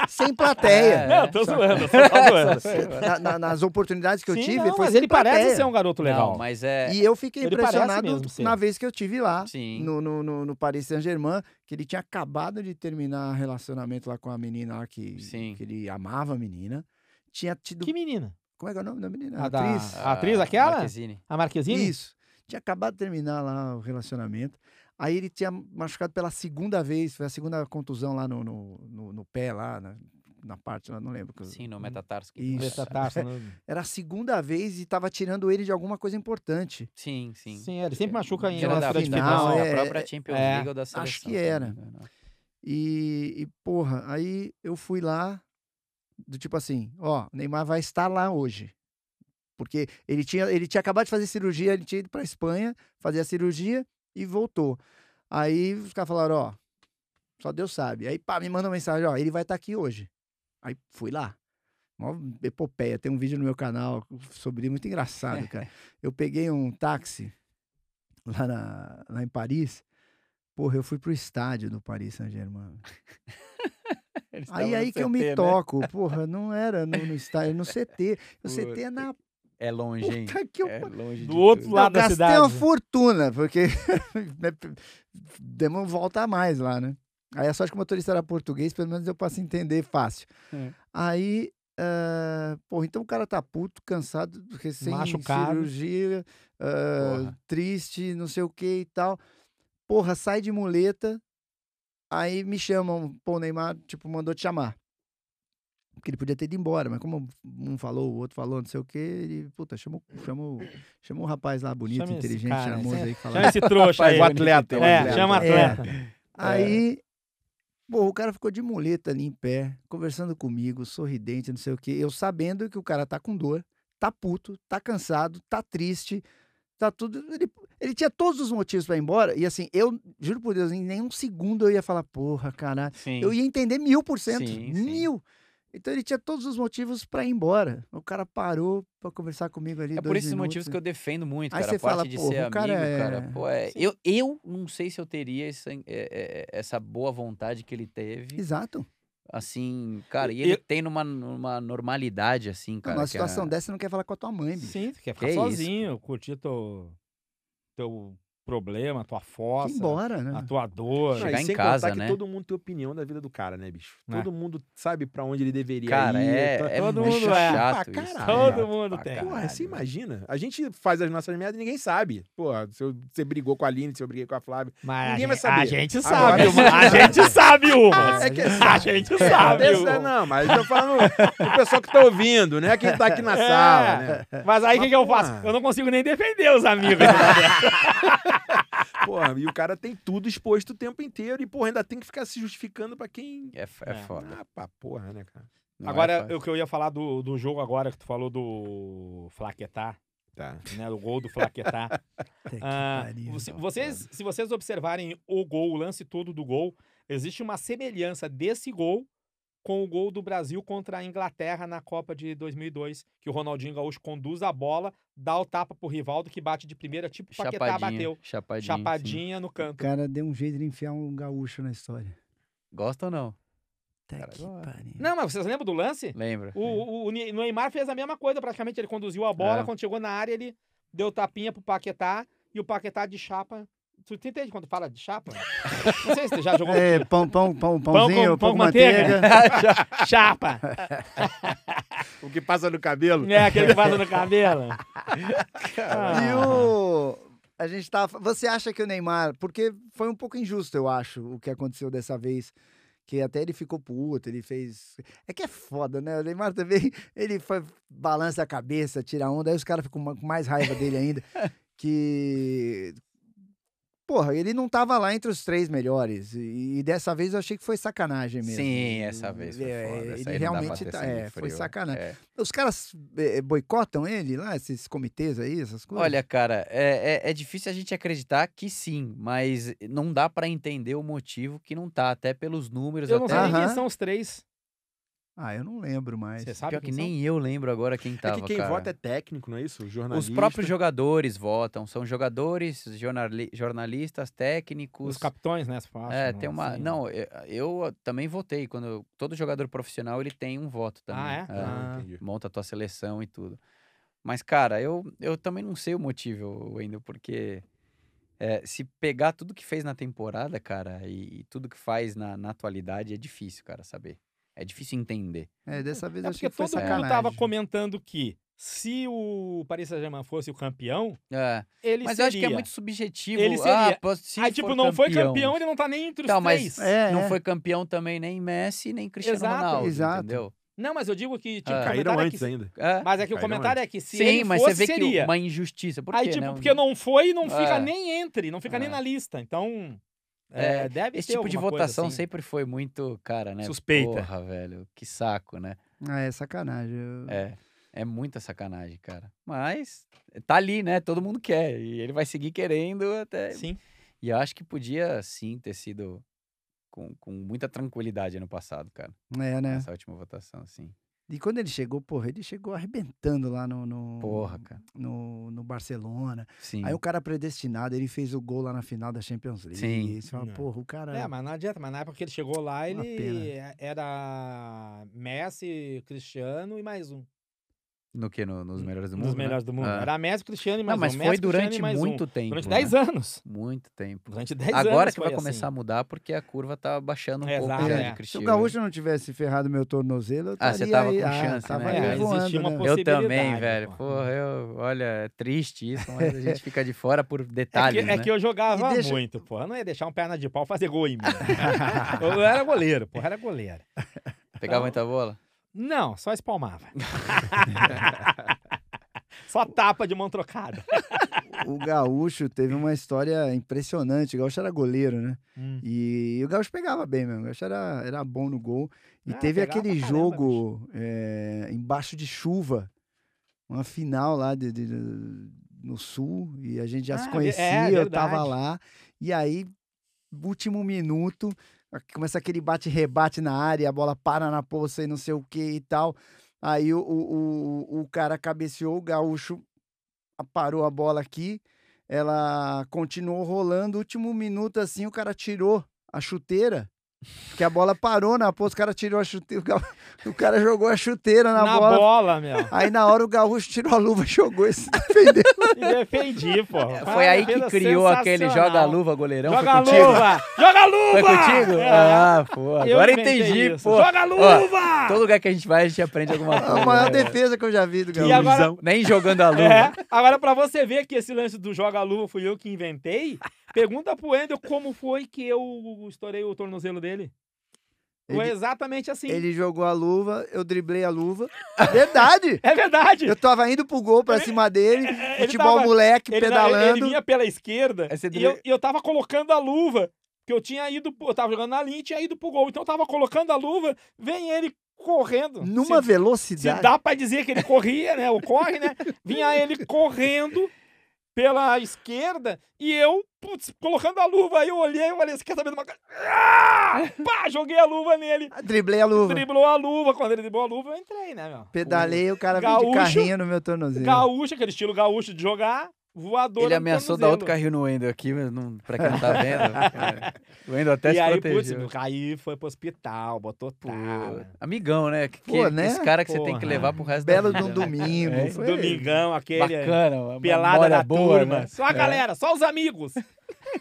S2: Sem plateia.
S5: É,
S6: Não, tô zoando, só tô zoando.
S2: Na- na- nas oportunidades que eu
S6: Sim,
S2: tive,
S6: não,
S2: foi
S6: mas
S2: sem
S6: ele parece
S2: plateia.
S6: ser um garoto legal.
S5: Não, mas é.
S2: E eu fiquei
S6: Ele parece
S2: impressionado
S6: mesmo ser.
S2: na vez que eu tive lá,
S5: Sim.
S2: no, no, no, no Paris Saint-Germain, que ele tinha acabado de terminar relacionamento lá com a menina lá que,
S5: Sim.
S2: que ele amava a menina. Tinha tido.
S6: Que menina?
S2: Como é que é o nome da menina?
S6: A da-
S2: atriz?
S6: a atriz aquela?
S5: Ah, Marquezine.
S6: A Marquezine?
S2: Isso. Tinha acabado de terminar lá o relacionamento. Aí ele tinha machucado pela segunda vez, foi a segunda contusão lá no, no, no, no pé, lá, na, na parte lá, não lembro. que eu-
S5: Sim, no Metatarsk.
S2: Hum, Isso.
S6: Essa taça, né?
S2: Era a segunda vez e tava tirando ele de alguma coisa importante.
S5: Sim, sim.
S6: Sim, ele sempre machuca em
S5: Era É, da
S6: relação
S5: final,
S6: de
S2: final,
S6: final.
S2: é.
S5: a própria Champions
S6: é,
S5: League ou da seleção.
S2: acho que
S5: se eu não
S2: era.
S5: me engano.
S2: E, e, porra, aí eu fui lá, do tipo assim, ó, o Neymar vai estar lá hoje. Porque ele tinha, ele tinha acabado de fazer cirurgia, ele tinha ido pra Espanha fazer a cirurgia e voltou. Aí os caras falaram, ó, só Deus sabe. Aí, pá, me manda uma mensagem, ó, ele vai estar aqui hoje. Aí fui lá. Mó epopeia, tem um vídeo no meu canal sobre isso, muito engraçado, cara. Eu peguei um táxi lá, na, lá em Paris. Porra, eu fui pro estádio do Paris Saint-Germain.
S5: Eles
S2: Aí
S5: estavam
S2: aí
S5: no
S2: que eu
S5: CT,
S2: me
S5: né?
S2: toco, porra, não era no, no estádio, no CT. O CT é
S5: Puta
S2: na
S5: É longe, hein?
S2: puta que eu
S5: É longe
S6: Do
S5: de
S6: outro
S5: tudo.
S2: eu
S6: lado da
S2: gastei
S6: cidade.
S2: uma fortuna, porque né, demos uma volta a mais lá, né? Aí a sorte que o motorista era português, pelo menos eu passo a entender fácil.
S5: É.
S2: Aí, ah, porra, então o cara tá puto, cansado, recém
S6: Machucado.
S2: cirurgia, ah,
S5: Porra.
S2: triste, não sei o que e tal. Porra, sai de muleta, aí me chamam, pô, o Neymar, tipo, mandou te chamar. Porque ele podia ter ido embora, mas como um falou, o outro falou, não sei o que, ele, puta, chamou, chamou, chamou um rapaz lá bonito,
S6: Chama esse
S2: inteligente,
S6: cara,
S2: charmoso aí que
S6: Chama
S2: falava.
S6: esse trouxa aí.
S4: O É, atleta, o
S6: É,
S4: atleta.
S6: chama
S2: É.
S6: atleta.
S2: Aí Pô, o cara ficou de muleta ali em pé, conversando comigo, sorridente, não sei o quê. Eu sabendo que o cara tá com dor, tá puto, tá cansado, tá triste, tá tudo. Ele, ele tinha todos os motivos pra ir embora. E assim, eu juro por Deus, em nenhum segundo eu ia falar, porra, caralho.
S5: Sim.
S2: Eu ia entender mil por cento.
S5: Sim, sim.
S2: Mil. Então ele tinha todos os motivos pra ir embora. O cara parou pra conversar comigo ali.
S5: É por
S2: dois
S5: esses motivos que
S2: minutos.
S5: eu defendo muito,
S2: Aí
S5: cara.
S2: você
S5: A parte
S2: fala,
S5: de
S2: "Porra,
S5: ser
S2: o
S5: amigo,
S2: cara
S5: cara.
S2: é-
S5: pô, é- eu, eu não sei se eu teria essa, é- é- é- essa boa vontade que ele teve.
S2: Exato.
S5: Assim, cara, e
S6: Eu-
S5: ele tem numa, numa normalidade, assim, cara.
S2: Numa
S5: que a-
S2: situação dessa, você não quer falar com a tua mãe, bicho.
S6: Sim, tu quer ficar
S5: Que isso,
S6: sozinho, curtir teu, teu problema, tua
S2: Vai
S6: fossa,
S2: embora, né?
S6: a tua dor.
S5: Chegar
S4: e
S5: em
S4: sem
S5: casa,
S4: contar que
S5: né?
S4: todo mundo tem opinião da vida do cara, né, bicho?
S6: É.
S4: Todo mundo sabe pra onde ele deveria
S5: Cara,
S4: ir.
S5: é,
S4: tá-
S5: é
S6: Todo
S5: muito
S6: mundo é.
S5: chato
S4: Pra
S5: isso. tá
S4: caralho.
S6: Todo mundo
S5: pra
S6: tem.
S5: caralho.
S4: Porra,
S2: assim,
S4: você imagina? A gente faz as nossas merdas e ninguém sabe. Porra, se eu- você brigou com a Aline, se eu briguei com a Flávia.
S6: Mas
S4: Ninguém
S6: a,
S4: vai
S6: gen-
S4: saber.
S6: a gente
S4: Agora-
S6: sabe uma. A gente sabe uma.
S4: É que-
S6: A gente
S4: É,
S6: sabe
S4: dessa-
S6: uma.
S4: não, mas eu tô falando o pessoal que tá ouvindo, né? Quem tá aqui na
S6: É.
S4: sala, né?
S6: Mas aí o que,
S4: Mas,
S6: que eu
S4: porra.
S6: faço? Eu não consigo nem defender os amigos.
S4: Porra, e o cara tem tudo exposto o tempo inteiro e, porra, ainda tem que ficar se justificando pra quem.
S5: É, f- é
S6: É.
S5: foda.
S4: Ah, pra porra, né, cara?
S5: Não é
S6: agora,
S5: fácil.
S6: o que eu ia falar do, do jogo agora que tu falou do Flaquetar,
S4: Tá.
S6: né? O gol do Flaquetar.
S2: Puta que
S6: Ah,
S2: pariu.
S6: se, vocês, se vocês observarem o gol, o lance todo do gol, existe uma semelhança desse gol com o gol do Brasil contra a Inglaterra na Copa de 2002, que o Ronaldinho Gaúcho conduz a bola, dá o tapa pro Rivaldo, que bate de primeira, tipo Paquetá
S2: tá,
S5: chapadinha,
S6: bateu.
S5: Chapadinha. sim.
S6: Chapadinha no
S2: O
S6: canto.
S2: cara deu um jeito de enfiar um gaúcho na história.
S5: Gosta ou não?
S2: Tá
S5: Cara,
S2: que
S5: agora-
S2: pariu.
S6: Não, mas vocês lembram do lance?
S5: Lembra?
S6: O, o- o Ne- Neymar fez a mesma coisa, praticamente. Ele conduziu a bola,
S5: É.
S6: quando chegou na área, ele deu tapinha pro Paquetá, e o Paquetá de chapa... Tu tu entende quando fala de chapa? Não sei se tu já jogou
S2: É, pão, pão, pão, pãozinho, pão,
S6: com- pão
S2: com
S6: com
S2: manteiga.
S6: manteiga. chapa.
S4: O que passa no cabelo?
S6: É, aquele que passa no cabelo.
S2: E
S6: Ah.
S2: o. A gente tá. Você acha que o Neymar. Porque foi um pouco injusto, eu acho, o que aconteceu dessa vez. Que até ele ficou puto, ele fez. É que é foda, né? O Neymar também. Ele foi, balança a cabeça, tira onda, aí os caras ficam ma- com mais raiva dele ainda. que. Porra, ele não tava lá entre os três melhores. E, e dessa vez eu achei que foi sacanagem mesmo.
S5: Sim, essa vez foi
S2: É,
S5: foda.
S2: ele
S5: Essa aí não dá pra
S2: realmente
S5: ter
S2: tá-
S5: sangue
S2: é, foi
S5: frio.
S2: sacanagem.
S5: É.
S2: Os caras eh, boicotam ele lá, esses comitês aí, essas coisas?
S5: Olha, cara, é, é, é difícil a gente acreditar que sim, mas não dá pra entender o motivo que não tá, até pelos números,
S6: Eu não sei
S5: até
S6: nem
S2: Aham.
S6: quem são os três.
S2: Ah, eu não lembro mais.
S6: Você sabe
S5: pior
S6: quem
S5: que
S6: são?
S5: nem eu lembro agora quem
S4: É
S5: tava,
S4: que quem
S5: cara.
S4: vota é técnico, não é isso?
S5: Os
S4: Jornalista.
S5: próprios jogadores votam, são jogadores, jornali- jornalistas, técnicos.
S6: Os capitões, né? se fala,
S5: é,
S6: não,
S5: tem uma.
S6: assim.
S5: Não, eu, eu também votei. Quando todo jogador profissional ele tem um voto também.
S6: Ah, é?
S4: Ah,
S6: Ah.
S4: entendi.
S5: monta a tua seleção e tudo. Mas, cara, eu, eu também não sei o motivo, Wendel, porque é, se pegar tudo que fez na temporada, cara, e, e tudo que faz na, na atualidade, é difícil, cara, saber. É difícil entender.
S2: É, dessa vez
S6: É
S2: eu achei
S6: porque
S2: que foi
S6: todo
S2: sacanagem.
S6: mundo tava comentando que se o Paris Saint-Germain fosse o campeão,
S5: É,
S6: ele
S5: mas
S6: seria.
S5: eu acho que é muito subjetivo.
S6: Ele
S5: Ah,
S6: seria.
S5: pô, se
S6: Aí, tipo,
S5: for
S6: não foi campeão, ele não tá nem entre os
S5: Tá, mas-
S6: três.
S2: É,
S5: Não
S2: é.
S5: foi campeão também nem Messi, nem Cristiano
S6: Exato,
S5: Ronaldo,
S2: exato.
S5: entendeu?
S6: Não, mas eu digo que, tipo,
S5: Ah.
S6: o
S4: Caíram
S6: comentário é
S4: antes
S6: que...
S4: ainda.
S5: É.
S6: Mas é que o
S4: Caíram
S6: comentário é que se
S5: Sim,
S6: ele
S5: mas
S6: fosse,
S5: você vê que
S6: seria.
S5: uma injustiça. Por
S6: Aí,
S5: quê,
S6: tipo,
S5: né?
S6: porque não foi, não fica
S5: É.
S6: nem entre, não fica nem
S5: É.
S6: na lista. Então, é,
S5: É,
S6: deve
S5: Esse
S6: ter
S5: tipo de
S6: alguma coisa
S5: votação
S6: assim.
S5: sempre foi muito, cara, né?
S6: Suspeita.
S5: Porra, velho, que saco, né?
S2: Ah, é sacanagem. Eu-
S6: Hum.
S5: É, é muita sacanagem, cara. Mas tá ali, né? Todo mundo quer. E ele vai seguir querendo até.
S6: Sim.
S5: E eu acho que podia sim ter sido com, com muita tranquilidade ano passado, cara.
S2: É, né?
S5: Essa última votação, assim.
S2: E quando ele chegou, porra, ele chegou arrebentando lá no... no
S5: Porra, cara.
S2: No, no Barcelona.
S5: Sim.
S2: Aí o cara predestinado, ele fez o gol lá na final da Champions League.
S5: Sim.
S2: Você fala,
S6: Não.
S2: porra, o cara...
S6: É, mas não adianta, mas na época que ele chegou lá,
S2: Uma
S6: ele
S2: pena.
S6: era Messi, Cristiano e mais um.
S5: No que? nos melhores do
S6: Um
S5: mundo?
S6: dos
S5: né?
S6: melhores do mundo.
S5: Ah.
S6: Era Messi, Cristiano e mais
S5: Não, mas
S6: um.
S5: foi
S6: Messi, Cristiano
S5: durante
S6: e mais um.
S5: muito tempo.
S6: Durante
S5: né?
S6: 10 anos.
S5: Muito tempo.
S6: Durante 10 anos.
S5: Agora que vai
S6: foi
S5: começar a
S6: assim.
S5: mudar, porque a curva tá baixando um
S6: Exato,
S5: pouco já
S6: é.
S5: de
S2: Se
S5: Cristiano. né?"
S2: o Gaúcho não tivesse ferrado meu tornozelo, eu
S5: Ah,
S2: você
S5: você tava com chance,
S2: tava
S5: né,
S2: ali
S5: cara?
S2: voando,
S6: É, Existia uma
S2: né?
S5: Eu também,
S6: possibilidade,
S5: velho.
S6: pô.
S5: Porra, eu, olha, é triste isso, mas a gente fica de fora por
S6: É
S5: detalhes,
S6: que, é
S5: né?
S6: que eu jogava
S2: E deixa-
S6: muito, porra. Eu não ia deixar um perna de pau fazer gol em mim. eu era goleiro, porra. Era goleiro.
S5: Pegava muita bola?
S6: Não, só espalmava. só tapa de mão trocada.
S2: o Gaúcho teve uma história impressionante. O Gaúcho era goleiro, né?
S6: Hum.
S2: E o Gaúcho pegava bem mesmo. O Gaúcho era, era bom no gol. E
S6: Ah,
S2: teve
S6: pegava
S2: aquele
S6: pra caramba,
S2: jogo é, embaixo de chuva. Uma final lá de- de- de- no sul. E a gente já se
S6: Ah, ve- é,
S2: conhecia, eu tava
S6: verdade.
S2: lá. E aí, último minuto, a- começa aquele bate-rebate na área, a bola para na poça e não sei o que e tal. Aí o, o, o, o cara cabeceou, o gaúcho parou a bola aqui, ela continuou rolando, último minuto assim, o cara tirou a chuteira, que a bola parou na poça, o cara tirou a chuteira, o, gau- o cara jogou a chuteira na,
S6: Na
S2: bola.
S6: bola, meu.
S2: Aí na hora o gaúcho tirou a luva e jogou esse defender.
S6: E defendi, pô.
S5: Foi aí que
S6: Defesa
S5: criou aquele
S6: é sensacional.
S5: joga-luva, goleirão.
S6: Joga a
S5: foi contigo?
S6: luva! Joga a luva!
S5: Foi contigo?
S6: É,
S5: Ah, pô.
S6: eu
S5: Agora
S6: inventei
S5: entendi,
S6: isso.
S5: pô.
S6: Joga a luva!
S5: Todo lugar que a gente vai, a gente aprende alguma
S2: É
S5: coisa.
S2: a maior
S5: né?
S2: defesa que eu já vi do gaúcho.
S6: E agora,
S5: Nem jogando a luva.
S6: É, agora pra você ver que esse lance do joga-luva fui eu que inventei, pergunta pro Endel como foi que eu estourei o tornozelo dele. Foi
S2: Ele-
S6: exatamente assim.
S2: Ele jogou a luva, eu driblei a luva. Verdade!
S6: É verdade.
S2: Eu tava indo pro gol pra cima dele,
S6: Ele
S2: futebol
S6: tava-
S2: moleque,
S6: ele, na-
S2: pedalando.
S6: ele vinha pela esquerda
S5: Aí você
S6: e eu, e eu tava colocando a luva. Que eu tinha ido, pro- eu tava jogando na linha e tinha ido pro gol. Então eu tava colocando a luva, vem ele correndo.
S2: Numa
S6: se, se
S2: velocidade.
S6: dá pra dizer que ele corria, né? Ou corre, né? Vinha ele correndo pela esquerda e eu, putz, colocando a luva. Aí eu olhei e falei, você quer saber de uma coisa? Ah! Pá, joguei a luva nele.
S2: Driblei a luva.
S6: Driblou a luva. Quando ele driblou a luva, eu entrei, né, meu?
S2: Pedalei, o cara veio
S6: Gaúcho.
S2: de carrinho no meu tornozelo.
S6: Gaúcho, aquele estilo gaúcho de jogar, voador.
S5: Ele
S6: no
S5: ameaçou dar
S6: tornozelo.
S5: outro carrinho no Wendel aqui, mas não, pra quem não tá vendo. o Wendel até
S6: E
S5: se
S6: aí, putz,
S5: protegeu.
S6: meu, aí foi pro hospital, botou
S5: Pô,
S6: tal.
S5: amigão, né? Que,
S2: Pô, né?
S5: Esse cara que você tem que
S6: Porra.
S5: levar pro resto
S2: Belo
S5: da
S2: de um
S5: vida. né?
S2: domingo.
S5: É,
S2: foi-
S6: Domingão, aquele.
S5: Bacana, uma
S6: Pelada
S5: memória
S6: é da
S5: boa,
S6: turma.
S5: né?
S6: Só a
S5: É.
S6: galera, só os amigos.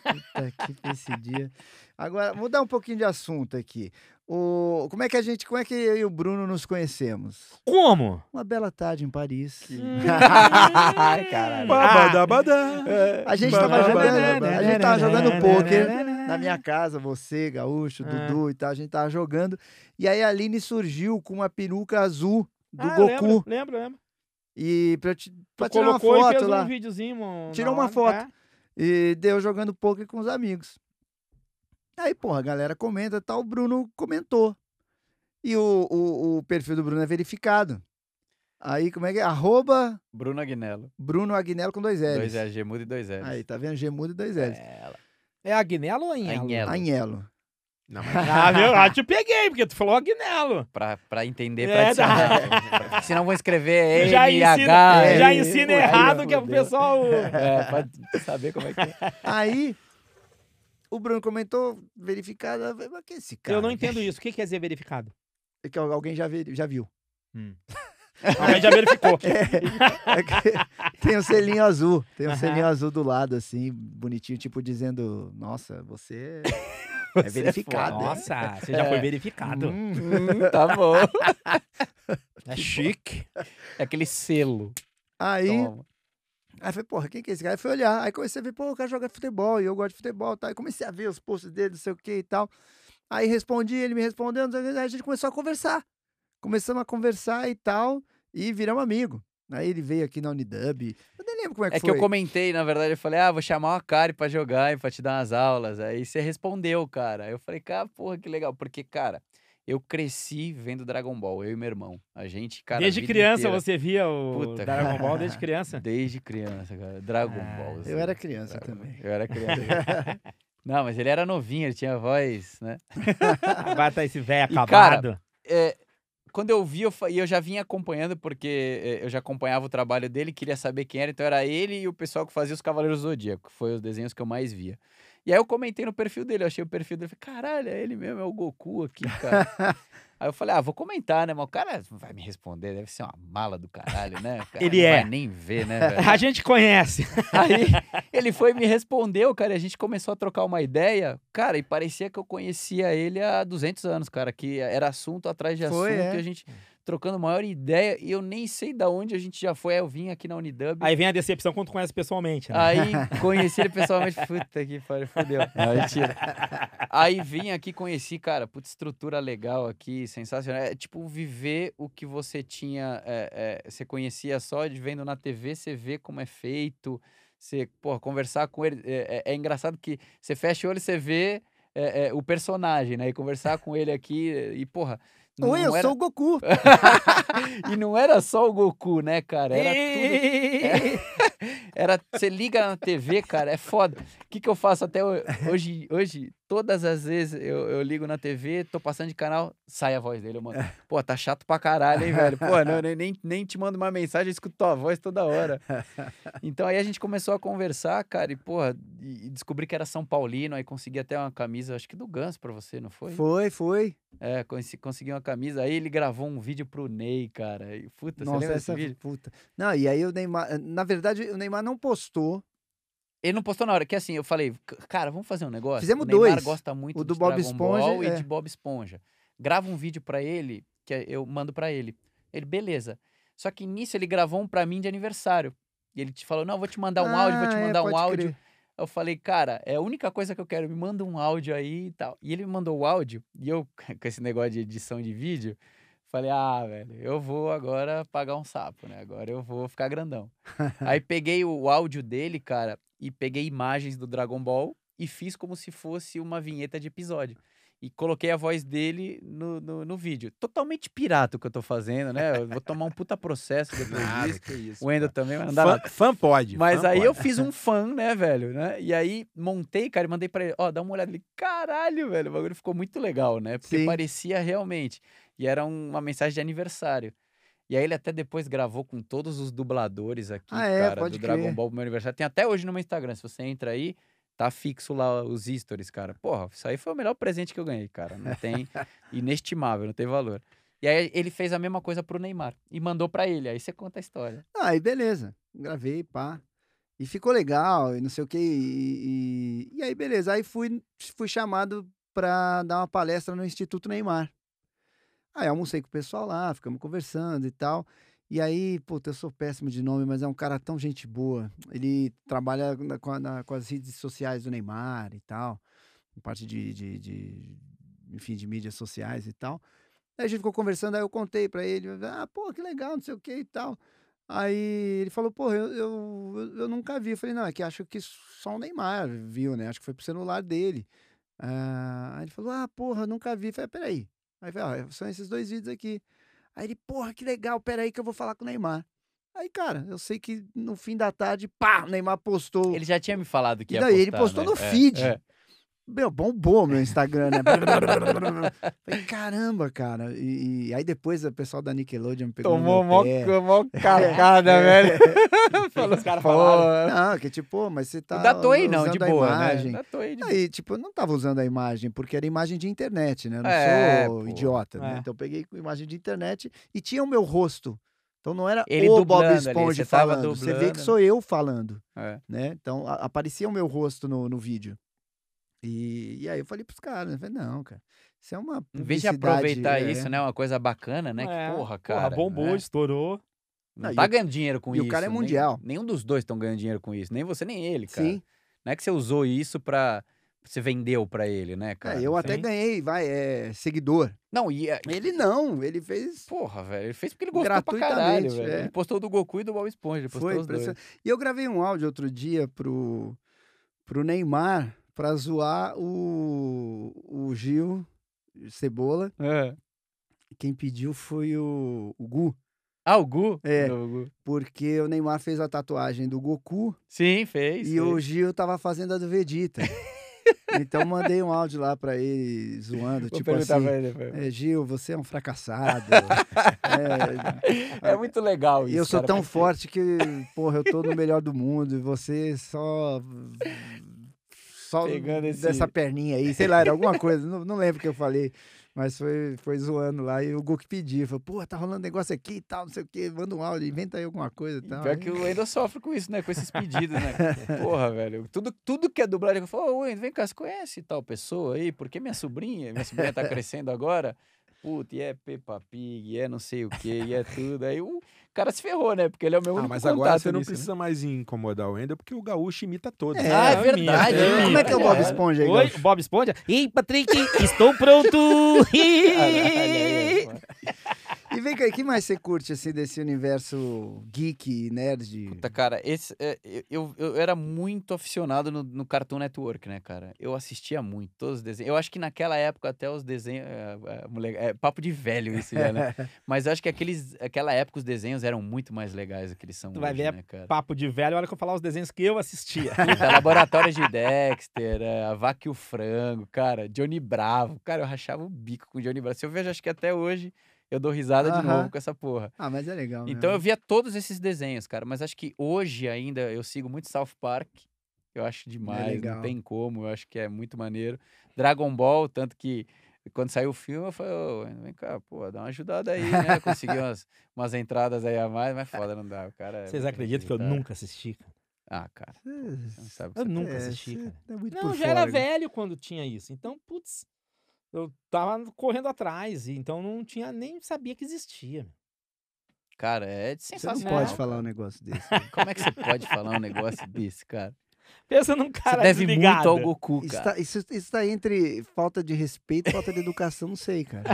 S2: Puta que esse dia. Agora, mudar um pouquinho de assunto aqui. O, como é que a gente, como é que eu e o Bruno nos conhecemos?
S6: Como?
S2: Uma bela tarde em Paris.
S5: Ai, caralho.
S4: Ah!
S2: Ah, A gente tava jogando, né? a gente tava jogando pôquer
S6: né,
S2: na minha casa, você, Gaúcho,
S6: Ah.
S2: Dudu e tal, a gente tava jogando. E aí a Aline surgiu com uma peruca azul do
S6: Ah,
S2: Goku.
S6: Lembro, lembro. lembro.
S2: E pra, eu ti- pra
S6: Tu
S2: tirar uma
S6: colocou e
S2: foto
S6: fez
S2: lá.
S6: um videozinho. mo-
S2: Tirou
S6: na
S2: uma
S6: hora,
S2: foto.
S6: é.
S2: E deu jogando poker com os amigos. Aí, porra, a galera comenta e tal, o Bruno comentou. E o, o, o perfil do Bruno é verificado. Aí, como é que é? Arroba
S5: Bruno Agnello.
S2: Bruno Agnello com dois L's.
S5: Dois L's gemudo e dois L's.
S2: Aí, tá vendo? Gemudo e dois L's.
S6: É Agnello ou Anhelo?
S5: Agnello.
S2: Agnello.
S4: Não, mas
S6: Ah, meu, ah, te peguei, porque tu falou Agnello.
S5: Pra, pra entender, pra
S6: É,
S5: adicionar. Se não vou escrever
S6: Já
S5: N-H.
S6: ensina, já
S5: N,
S6: ensina
S5: aí, ó,
S6: errado que o
S5: fudeu.
S6: pessoal...
S5: É, pra saber como é que é.
S2: Aí, o Bruno comentou, verificado. eu falei, Mas que esse cara?
S6: Eu não entendo isso. O que quer dizer verificado?
S2: É que alguém já, veri- já viu.
S6: Alguém já verificou.
S2: É que tem um selinho azul. Tem um
S6: Aham.
S2: selinho azul do lado, assim, bonitinho, tipo dizendo: Nossa, você é verificado. hein?"
S6: Nossa, você já foi verificado.
S2: Hum.
S5: Hum, tá bom.
S6: É chique.
S5: É aquele selo.
S2: Aí,
S5: Toma.
S2: aí eu falei, porra, quem que é esse cara? Aí fui olhar. Aí comecei a ver, pô, o cara joga futebol e eu gosto de futebol tá? Aí comecei a ver os posts dele, não sei o que e tal. Aí respondi, ele me respondeu, não sei o quê, aí a gente começou a conversar. Começamos a conversar e tal, e viramos amigo. Aí ele veio aqui na Unidub. Eu nem lembro como é que
S5: É que
S2: foi.
S5: eu comentei, na verdade, eu falei, ah, vou chamar o Akari pra jogar e pra te dar umas aulas. Aí você respondeu, cara. Aí Eu falei, cara, porra, que legal. Porque, cara, eu cresci vendo Dragon Ball, eu e meu irmão. A gente, cara. a
S6: desde
S5: vida
S6: criança
S5: inteira-
S6: você via o
S5: Puta,
S6: Dragon
S5: cara.
S6: Ball desde criança.
S5: Desde criança, cara. Dragon
S6: Ah,
S5: Ball.
S2: Eu
S5: assim,
S2: era criança
S5: Dragon-
S2: também.
S5: Eu era criança. Não, mas ele era novinho, ele tinha voz, né?
S6: Agora tá esse velho
S5: E, cara,
S6: acabado.
S5: é, quando eu vi, eu, fa- e eu já vinha acompanhando, porque é, eu já acompanhava o trabalho dele, queria saber quem era, então era ele e o pessoal que fazia os Cavaleiros do Zodíaco, que foi os desenhos que eu mais via. E aí eu comentei no perfil dele, eu achei o perfil dele, falei, caralho, é ele mesmo, é o Goku aqui, cara. aí eu falei, ah, vou comentar, né, mas o cara não vai me responder, deve ser uma mala do caralho, né? O cara
S6: Ele
S5: não
S6: é.
S5: vai nem ver, né, velho?
S6: A gente conhece.
S5: Aí ele foi e me respondeu, cara, e a gente começou a trocar uma ideia, cara, e parecia que eu conhecia ele há 200 anos, cara, que era assunto atrás de
S2: Foi,
S5: assunto,
S2: é.
S5: e a gente trocando maior ideia, e eu nem sei da onde a gente já foi, aí eu vim aqui na Unidub,
S6: Aí vem a decepção quando tu conhece pessoalmente, né?
S5: aí conheci ele pessoalmente, puta que pariu, fodeu. Não, mentira. Aí vim aqui, conheci, cara, puta estrutura legal aqui, sensacional, é tipo viver o que você tinha, é, é, você conhecia só de vendo na TV, você vê como é feito, Você, porra, conversar com ele. É, é- é engraçado que você fecha o olho e você vê é, é, o personagem, né? E conversar com ele aqui. E, porra. não-
S2: Oi, eu
S5: não era-
S2: sou o Goku.
S5: e não era só o Goku, né, cara? Era tudo.
S1: É.
S5: Era, você liga na TV, cara, é foda. O que, que eu faço até ho- hoje? Hoje, todas as vezes eu, eu ligo na TV, tô passando de canal, sai a voz dele, eu mando. Pô, tá chato pra caralho, hein, velho? Pô, não, nem- nem, nem te mando uma mensagem, eu escuto tua voz toda hora. Então aí a gente começou a conversar, cara, e porra, e, e descobri que era São Paulino, aí consegui até uma camisa, acho que do Ganso pra você, não foi?
S2: Foi, foi.
S5: É, consi- consegui uma camisa. Aí ele gravou um vídeo pro Ney, cara. E, puta, você
S2: Nossa,
S5: lembra
S2: essa
S5: desse vídeo?
S2: puta. Não, e aí o Neymar. eh, Na verdade, o Neymar não postou.
S5: Ele não postou na hora, que assim, eu falei, "C- cara, vamos fazer um negócio.
S2: Fizemos
S5: o Neymar
S2: dois.
S5: gosta muito
S2: O do
S5: de
S2: Bob
S5: Dragon
S2: Esponja,
S5: Ball
S2: é.
S5: e de Bob Esponja. Grava um vídeo pra ele, que é, eu mando pra ele. Ele, beleza. Só que nisso ele gravou um pra mim de aniversário. E ele te falou, não, eu vou te mandar um áudio, vou te
S2: Ah, é,
S5: mandar um
S2: pode
S5: áudio.
S2: crer.
S5: Eu falei, cara, é a única coisa que eu quero, me manda um áudio aí e tal. E ele me mandou o áudio, e eu, com esse negócio de edição de vídeo, falei, ah, velho, eu vou agora pagar um sapo, né? Agora eu vou ficar grandão. aí peguei o áudio dele, cara, e peguei imagens do Dragon Ball e fiz como se fosse uma vinheta de episódio. E coloquei a voz dele no, no, no vídeo. Totalmente pirata o que eu tô fazendo, né? Eu vou tomar um puta processo depois
S4: Nada,
S5: disso.
S4: que isso.
S5: O Wendel também vai mandar
S4: Fã, fã pode.
S5: mas
S4: fã
S5: aí
S4: pode.
S5: eu fiz um fã, né, velho? Né? E aí montei, cara, e mandei pra ele, ó, dá uma olhada. Ele, caralho, velho, o bagulho ficou muito legal, né? Porque
S2: Sim.
S5: parecia realmente. E era um- uma mensagem de aniversário. E aí ele até depois gravou com todos os dubladores aqui,
S2: Ah, é?
S5: cara,
S2: Pode
S5: do
S2: crer.
S5: Dragon Ball pro meu aniversário. Tem até hoje no meu Instagram, se você entra aí, tá fixo lá os stories, cara. Porra, isso aí foi o melhor presente que eu ganhei, cara. Não tem... inestimável, não tem valor. E aí ele fez a mesma coisa pro Neymar. E mandou pra ele, aí você conta a história.
S2: Ah, aí beleza. Gravei, pá. E ficou legal, e não sei o quê. E, e- e aí, beleza. Aí fui, fui chamado pra dar uma palestra no Instituto Neymar. Aí almocei com o pessoal lá, ficamos conversando e tal. E aí, puta, eu sou péssimo de nome, mas é um cara tão gente boa. Ele trabalha na- com, a- na- com as redes sociais do Neymar e tal. Parte de, de, de, enfim, de mídias sociais e tal. Aí a gente ficou conversando, aí eu contei pra ele. Ah, pô, que legal, não sei o que e tal. Aí ele falou, porra, eu, eu, eu- eu nunca vi. Eu falei, não, é que acho que só o Neymar viu, né? Acho que foi pro celular dele. Ah, aí ele falou, ah, porra, nunca vi. Eu falei, peraí. Aí eu falei, ó, são esses dois vídeos aqui. Aí ele, porra, que legal, peraí que eu vou falar com o Neymar. Aí, cara, eu sei que no fim da tarde, pá, o Neymar postou.
S5: Ele já tinha me falado que
S2: E
S5: ia
S2: daí, ele postou
S5: postar, né?
S2: no
S5: É,
S2: feed.
S5: é.
S2: Meu, bombou meu Instagram, né? Falei, caramba, cara. E, e aí depois o pessoal da Nickelodeon me pegou. no meu pé.
S1: mó
S5: É
S1: cagada, velho.
S6: Falou, os caras falaram.
S5: Pô,
S2: né, Não, que tipo, pô, mas você tá.
S5: o da Toei não,
S2: usando
S5: de
S2: a
S5: boa,
S2: imagem.
S5: né? Da Toei de boa.
S2: Aí, tipo, eu não tava usando a imagem, porque era imagem de internet, né? Eu não
S5: É,
S2: sou
S5: pô.
S2: idiota, né?
S6: É.
S2: Então eu peguei com imagem de internet e tinha o meu rosto. Então não era
S5: Ele
S2: o Bob
S5: dublando ali,
S2: Esponja
S5: você tava
S2: falando. Você vê que
S5: dublando.
S2: sou eu falando,
S5: É.
S2: né? Então a- aparecia o meu rosto no, no vídeo. E, e aí eu falei pros caras, né? Falei, não, cara, isso é uma
S5: Em vez de
S2: publicidade,
S5: aproveitar
S2: é.
S5: isso, né? Uma coisa bacana, né?
S6: É,
S5: que porra, cara.
S6: bombou,
S5: né?
S6: estourou.
S5: Não
S2: Não,
S5: tá
S2: e o-
S5: ganhando dinheiro com
S2: e o
S5: isso.
S2: cara é
S5: nem-
S2: mundial.
S5: nenhum dos dois estão ganhando dinheiro com isso. Nem você, nem ele, cara.
S2: Sim.
S5: Não é que você usou isso pra. Você vendeu pra ele, né,
S2: É,
S5: cara?
S2: eu até
S6: sim.
S2: ganhei, vai, é, seguidor.
S5: Não, e. é-
S2: Ele não, ele fez
S5: Porra, velho. Ele fez porque ele gostou pra caralho,
S2: Gratuitamente,
S5: velho.
S2: é.
S5: Ele postou do Goku e do Bob Esponja. Ele postou
S2: Foi
S5: os dois.
S2: impressionante. E eu gravei um áudio outro dia pro, pro Neymar pra zoar o, o Gil Cebola.
S5: É.
S2: Quem pediu foi o, o Gu,
S5: Ah, o Gu?
S2: É.
S5: O Gu.
S2: porque o Neymar fez a tatuagem do Goku
S5: Sim, fez.
S2: e
S5: fez.
S2: o Gil tava fazendo a do Vegeta. então mandei um áudio lá pra ele zoando,
S5: Vou
S2: tipo
S5: perguntar
S2: assim.
S5: pra ele, velho.
S2: "É, Gil, você é um fracassado. é,
S5: É muito legal
S2: E
S5: isso.
S2: eu sou
S5: cara,
S2: tão
S5: porque-
S2: forte que, porra, eu tô no melhor do mundo e você só. Só
S5: Pegando esse-
S2: dessa perninha aí, sei lá, era alguma coisa, não, não lembro o que eu falei, mas foi, foi zoando lá e o Guk pediu, falou, pô, tá rolando negócio aqui e tal, não sei o quê, manda um áudio, inventa aí alguma coisa e
S5: E
S2: tal.
S5: pior que o Wendel sofre com isso, né? Com esses pedidos, né? Porra, velho. Tudo, tudo que é dublagem, eu falo, ô Wendel, vem cá, você conhece tal pessoa aí? Porque minha sobrinha, minha sobrinha tá crescendo agora. Puta, e é Peppa Pig, e é não sei o quê, e é tudo. Aí o cara se ferrou, né? Porque ele é o meu
S4: Ah,
S5: único
S4: mas
S5: contato
S4: agora você não
S5: nisso, né?
S4: precisa mais incomodar o Wendel, porque o gaúcho imita todos. né?
S2: É,
S5: Ah, é
S6: É,
S5: verdade.
S6: imita,
S5: né?
S2: Como é que é o Bob Esponja aí,
S6: Oi,
S2: Gaúcho?
S6: Bob Esponja. Ei, Patrick, estou pronto.
S5: Caralho, olha isso, mano.
S2: E vem cá, o que mais você curte assim desse universo geek, e nerd?
S6: Uhum.
S5: Puta, cara, esse, é, eu, eu, eu era muito aficionado no, no Cartoon Network, né, cara? Eu assistia muito todos os desenhos. Eu acho que naquela época até os desenhos. É, é, mole- é papo de velho isso, já, né? Mas eu acho que aqueles, aquela época os desenhos eram muito mais legais do que eles são
S6: Tu vai
S5: hoje,
S6: ver,
S5: né, cara?
S6: Papo de velho, olha que eu falar os desenhos que eu assistia.
S5: Puta, Laboratório de Dexter, é, a Vaca e o Frango, cara, Johnny Bravo. Cara, eu rachava o bico com o Johnny Bravo. Se eu vejo, acho que até hoje eu dou risada de
S2: Aham.
S5: novo com essa porra.
S2: Ah, mas é legal.
S5: Então
S2: mesmo.
S5: eu via todos esses desenhos, cara, mas acho que hoje ainda eu sigo muito South Park. Eu acho
S6: É
S5: demais,
S2: legal.
S5: não tem como, eu acho que é muito maneiro. Dragon Ball, tanto que quando saiu o filme, eu falei, "Ô, vem cá, pô, dá uma ajudada aí, né? Consegui umas, umas entradas aí a mais, mas foda, não dá, o cara. é
S6: Vocês
S5: muito
S6: acreditam que eu
S5: inacreditável.
S6: nunca assisti? cara?
S5: Ah, cara, você não
S2: Vocês-
S5: sabe o que
S6: Eu
S5: você
S6: nunca
S2: é,
S6: assisti,
S2: você
S6: cara.
S2: tá muito
S6: Não,
S2: por
S6: já era
S2: fora, né?
S6: velho quando tinha isso. Então, putz, eu tava correndo atrás, e então não tinha, nem sabia que existia. meu.
S5: tá- Cara, é
S2: Você não
S5: sensacional.
S2: pode falar um negócio desse.
S5: cara. Como é que você pode falar um negócio desse, cara?
S6: Pensa num
S5: Você
S6: cara
S5: deve muito
S6: desligado.
S5: ao Goku,
S2: Isso
S5: cara.
S2: tá, isso, isso tá entre falta de respeito e falta de educação, não sei, cara.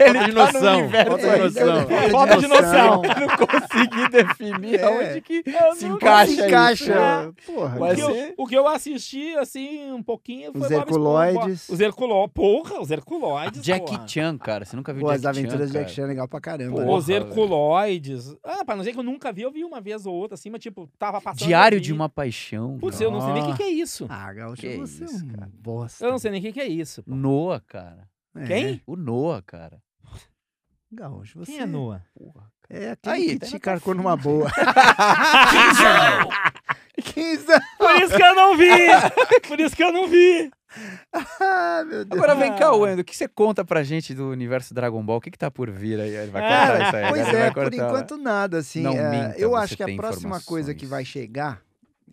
S2: É, então
S4: Falta de
S5: tá no
S4: noção.
S5: universo né?
S4: Falta de
S5: dele.
S4: noção.
S6: Falta de noção.
S5: Eu não consegui definir
S2: É.
S5: aonde que
S6: Eu
S5: se
S6: nunca
S5: encaixa.
S2: Se
S5: isso.
S2: encaixa. Porra.
S5: Vai
S6: né? O que,
S2: cara.
S5: ser-
S6: eu, o que eu assisti, assim, um pouquinho foi
S2: Os
S6: Bob Esponja.
S2: Herculoides.
S6: Os Herculoides. Porra, os Herculoides. porra.
S5: Jack Chan, cara. Você nunca viu
S2: Pô, as
S5: Jack
S2: aventuras de
S5: Chan,
S2: Jack Chan é legal pra caramba.
S5: Pô,
S2: né?
S6: Os
S5: Porra,
S6: Herculoides. Ah, pra não dizer que eu nunca vi, eu vi uma vez ou outra, assim, mas tipo, tava
S5: cara.
S6: passando. eu
S5: Diário
S6: vi.
S5: de uma Paixão.
S6: Putz, eu não sei nem o que, que é isso.
S2: Ah, Gaúcho,
S5: Que
S2: você é
S5: isso,
S2: um
S5: cara.
S2: bosta.
S6: Eu não sei nem o que, que é isso. pô.
S5: Noah, cara.
S2: É,
S6: Quem?
S5: O Noah, cara.
S2: Gaúcho, você...
S6: Quem é Noah?
S5: Porra, cara.
S2: É aquele
S5: Aí,
S2: que
S5: tá
S2: te
S5: na
S2: carcou numa boa. Quinzão!
S6: Por isso que eu não vi! Por isso que eu não vi!
S2: Ah, meu Deus.
S5: Agora vem cá, Wendo. O que você conta pra gente do universo Dragon Ball? O que, que tá por vir aí? Ele vai
S6: Cara,
S5: cortar isso aí.
S2: Pois
S5: agora ele vai
S2: é, por
S5: cortar, né?
S2: enquanto nada, assim.
S5: Não
S2: é,
S5: minta,
S2: eu
S5: você
S2: acho que a
S5: tem
S2: próxima coisa que vai
S5: informações.
S2: chegar,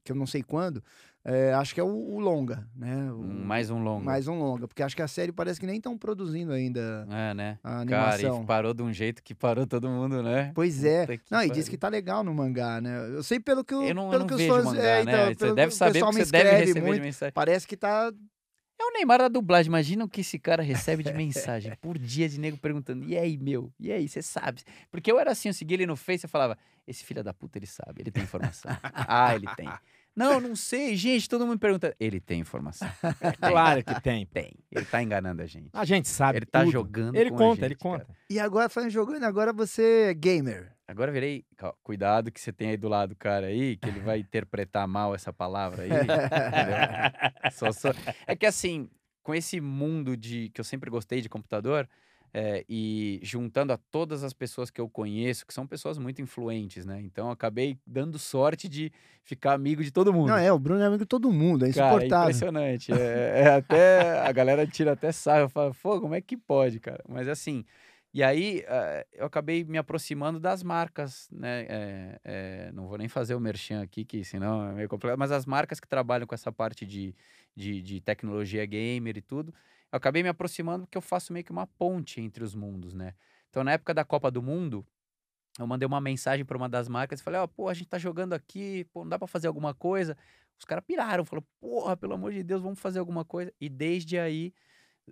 S2: que eu não sei quando, é, acho que é o, o longa, né? O-
S5: Hum, Mais um longo.
S2: mais um longa, porque acho que a série parece que nem estão produzindo ainda
S5: É, né?
S2: a
S5: Cara,
S2: animação.
S5: e parou de um jeito que parou todo mundo, né?
S2: Pois é.
S5: Puta que
S2: Não, e diz
S5: pariu.
S2: que tá legal no mangá, né? Eu sei pelo que, o-
S5: Eu não, eu
S2: pelo
S5: não
S2: que os
S5: vejo
S2: fãs.
S5: mangá,
S2: é, então,
S5: né? Você
S2: pelo
S5: deve
S2: que o
S5: saber
S2: pessoal
S5: porque
S2: me
S5: você deve
S2: escreve
S5: receber de
S2: muito.
S5: mensagem.
S2: Parece que tá.
S5: É o Neymar da dublagem. Imagina o que esse cara recebe de mensagem por dia de nego perguntando: e aí, meu? E aí, você sabe? Porque eu era assim, eu seguia ele no Face e falava: esse filho da puta, ele sabe, ele tem informação. ah, ele tem. Não, não sei, gente, todo mundo pergunta. Ele tem informação. É, Ele tem,
S6: Claro que tem.
S5: Tem. Ele tá enganando a gente.
S6: A gente sabe.
S5: Ele tá
S6: tudo.
S5: jogando.
S6: Ele
S5: com a
S6: conta,
S5: gente,
S6: ele conta.
S5: cara.
S2: E agora, falando em jogando, agora você é gamer.
S5: Agora eu virei. Cal- Cuidado que você tem aí do lado o cara aí, que ele vai interpretar mal essa palavra aí. entendeu? Só- só- É que assim, com esse mundo de que eu sempre gostei de computador, é, e juntando a todas as pessoas que eu conheço, que são pessoas muito influentes, né? Então eu acabei dando sorte de ficar amigo de todo mundo.
S2: Não, é, o Bruno é amigo de todo mundo, é
S5: Cara, é
S2: insuportável.
S5: impressionante. É, é até a galera tira até sarro, fala, pô, como é que pode, cara? Mas assim, e aí ah, eu acabei me aproximando das marcas, né? É, é, não vou nem fazer o merchan aqui, que senão é meio complicado, mas as marcas que trabalham com essa parte de, de, de tecnologia gamer e tudo, eu acabei me aproximando porque eu faço meio que uma ponte entre os mundos, né? Então, na época da Copa do Mundo, eu mandei uma mensagem para uma das marcas e falei: Ó, pô, a gente tá jogando aqui, pô, não dá para fazer alguma coisa. Os caras piraram, falou: porra, pelo amor de Deus, vamos fazer alguma coisa. E desde aí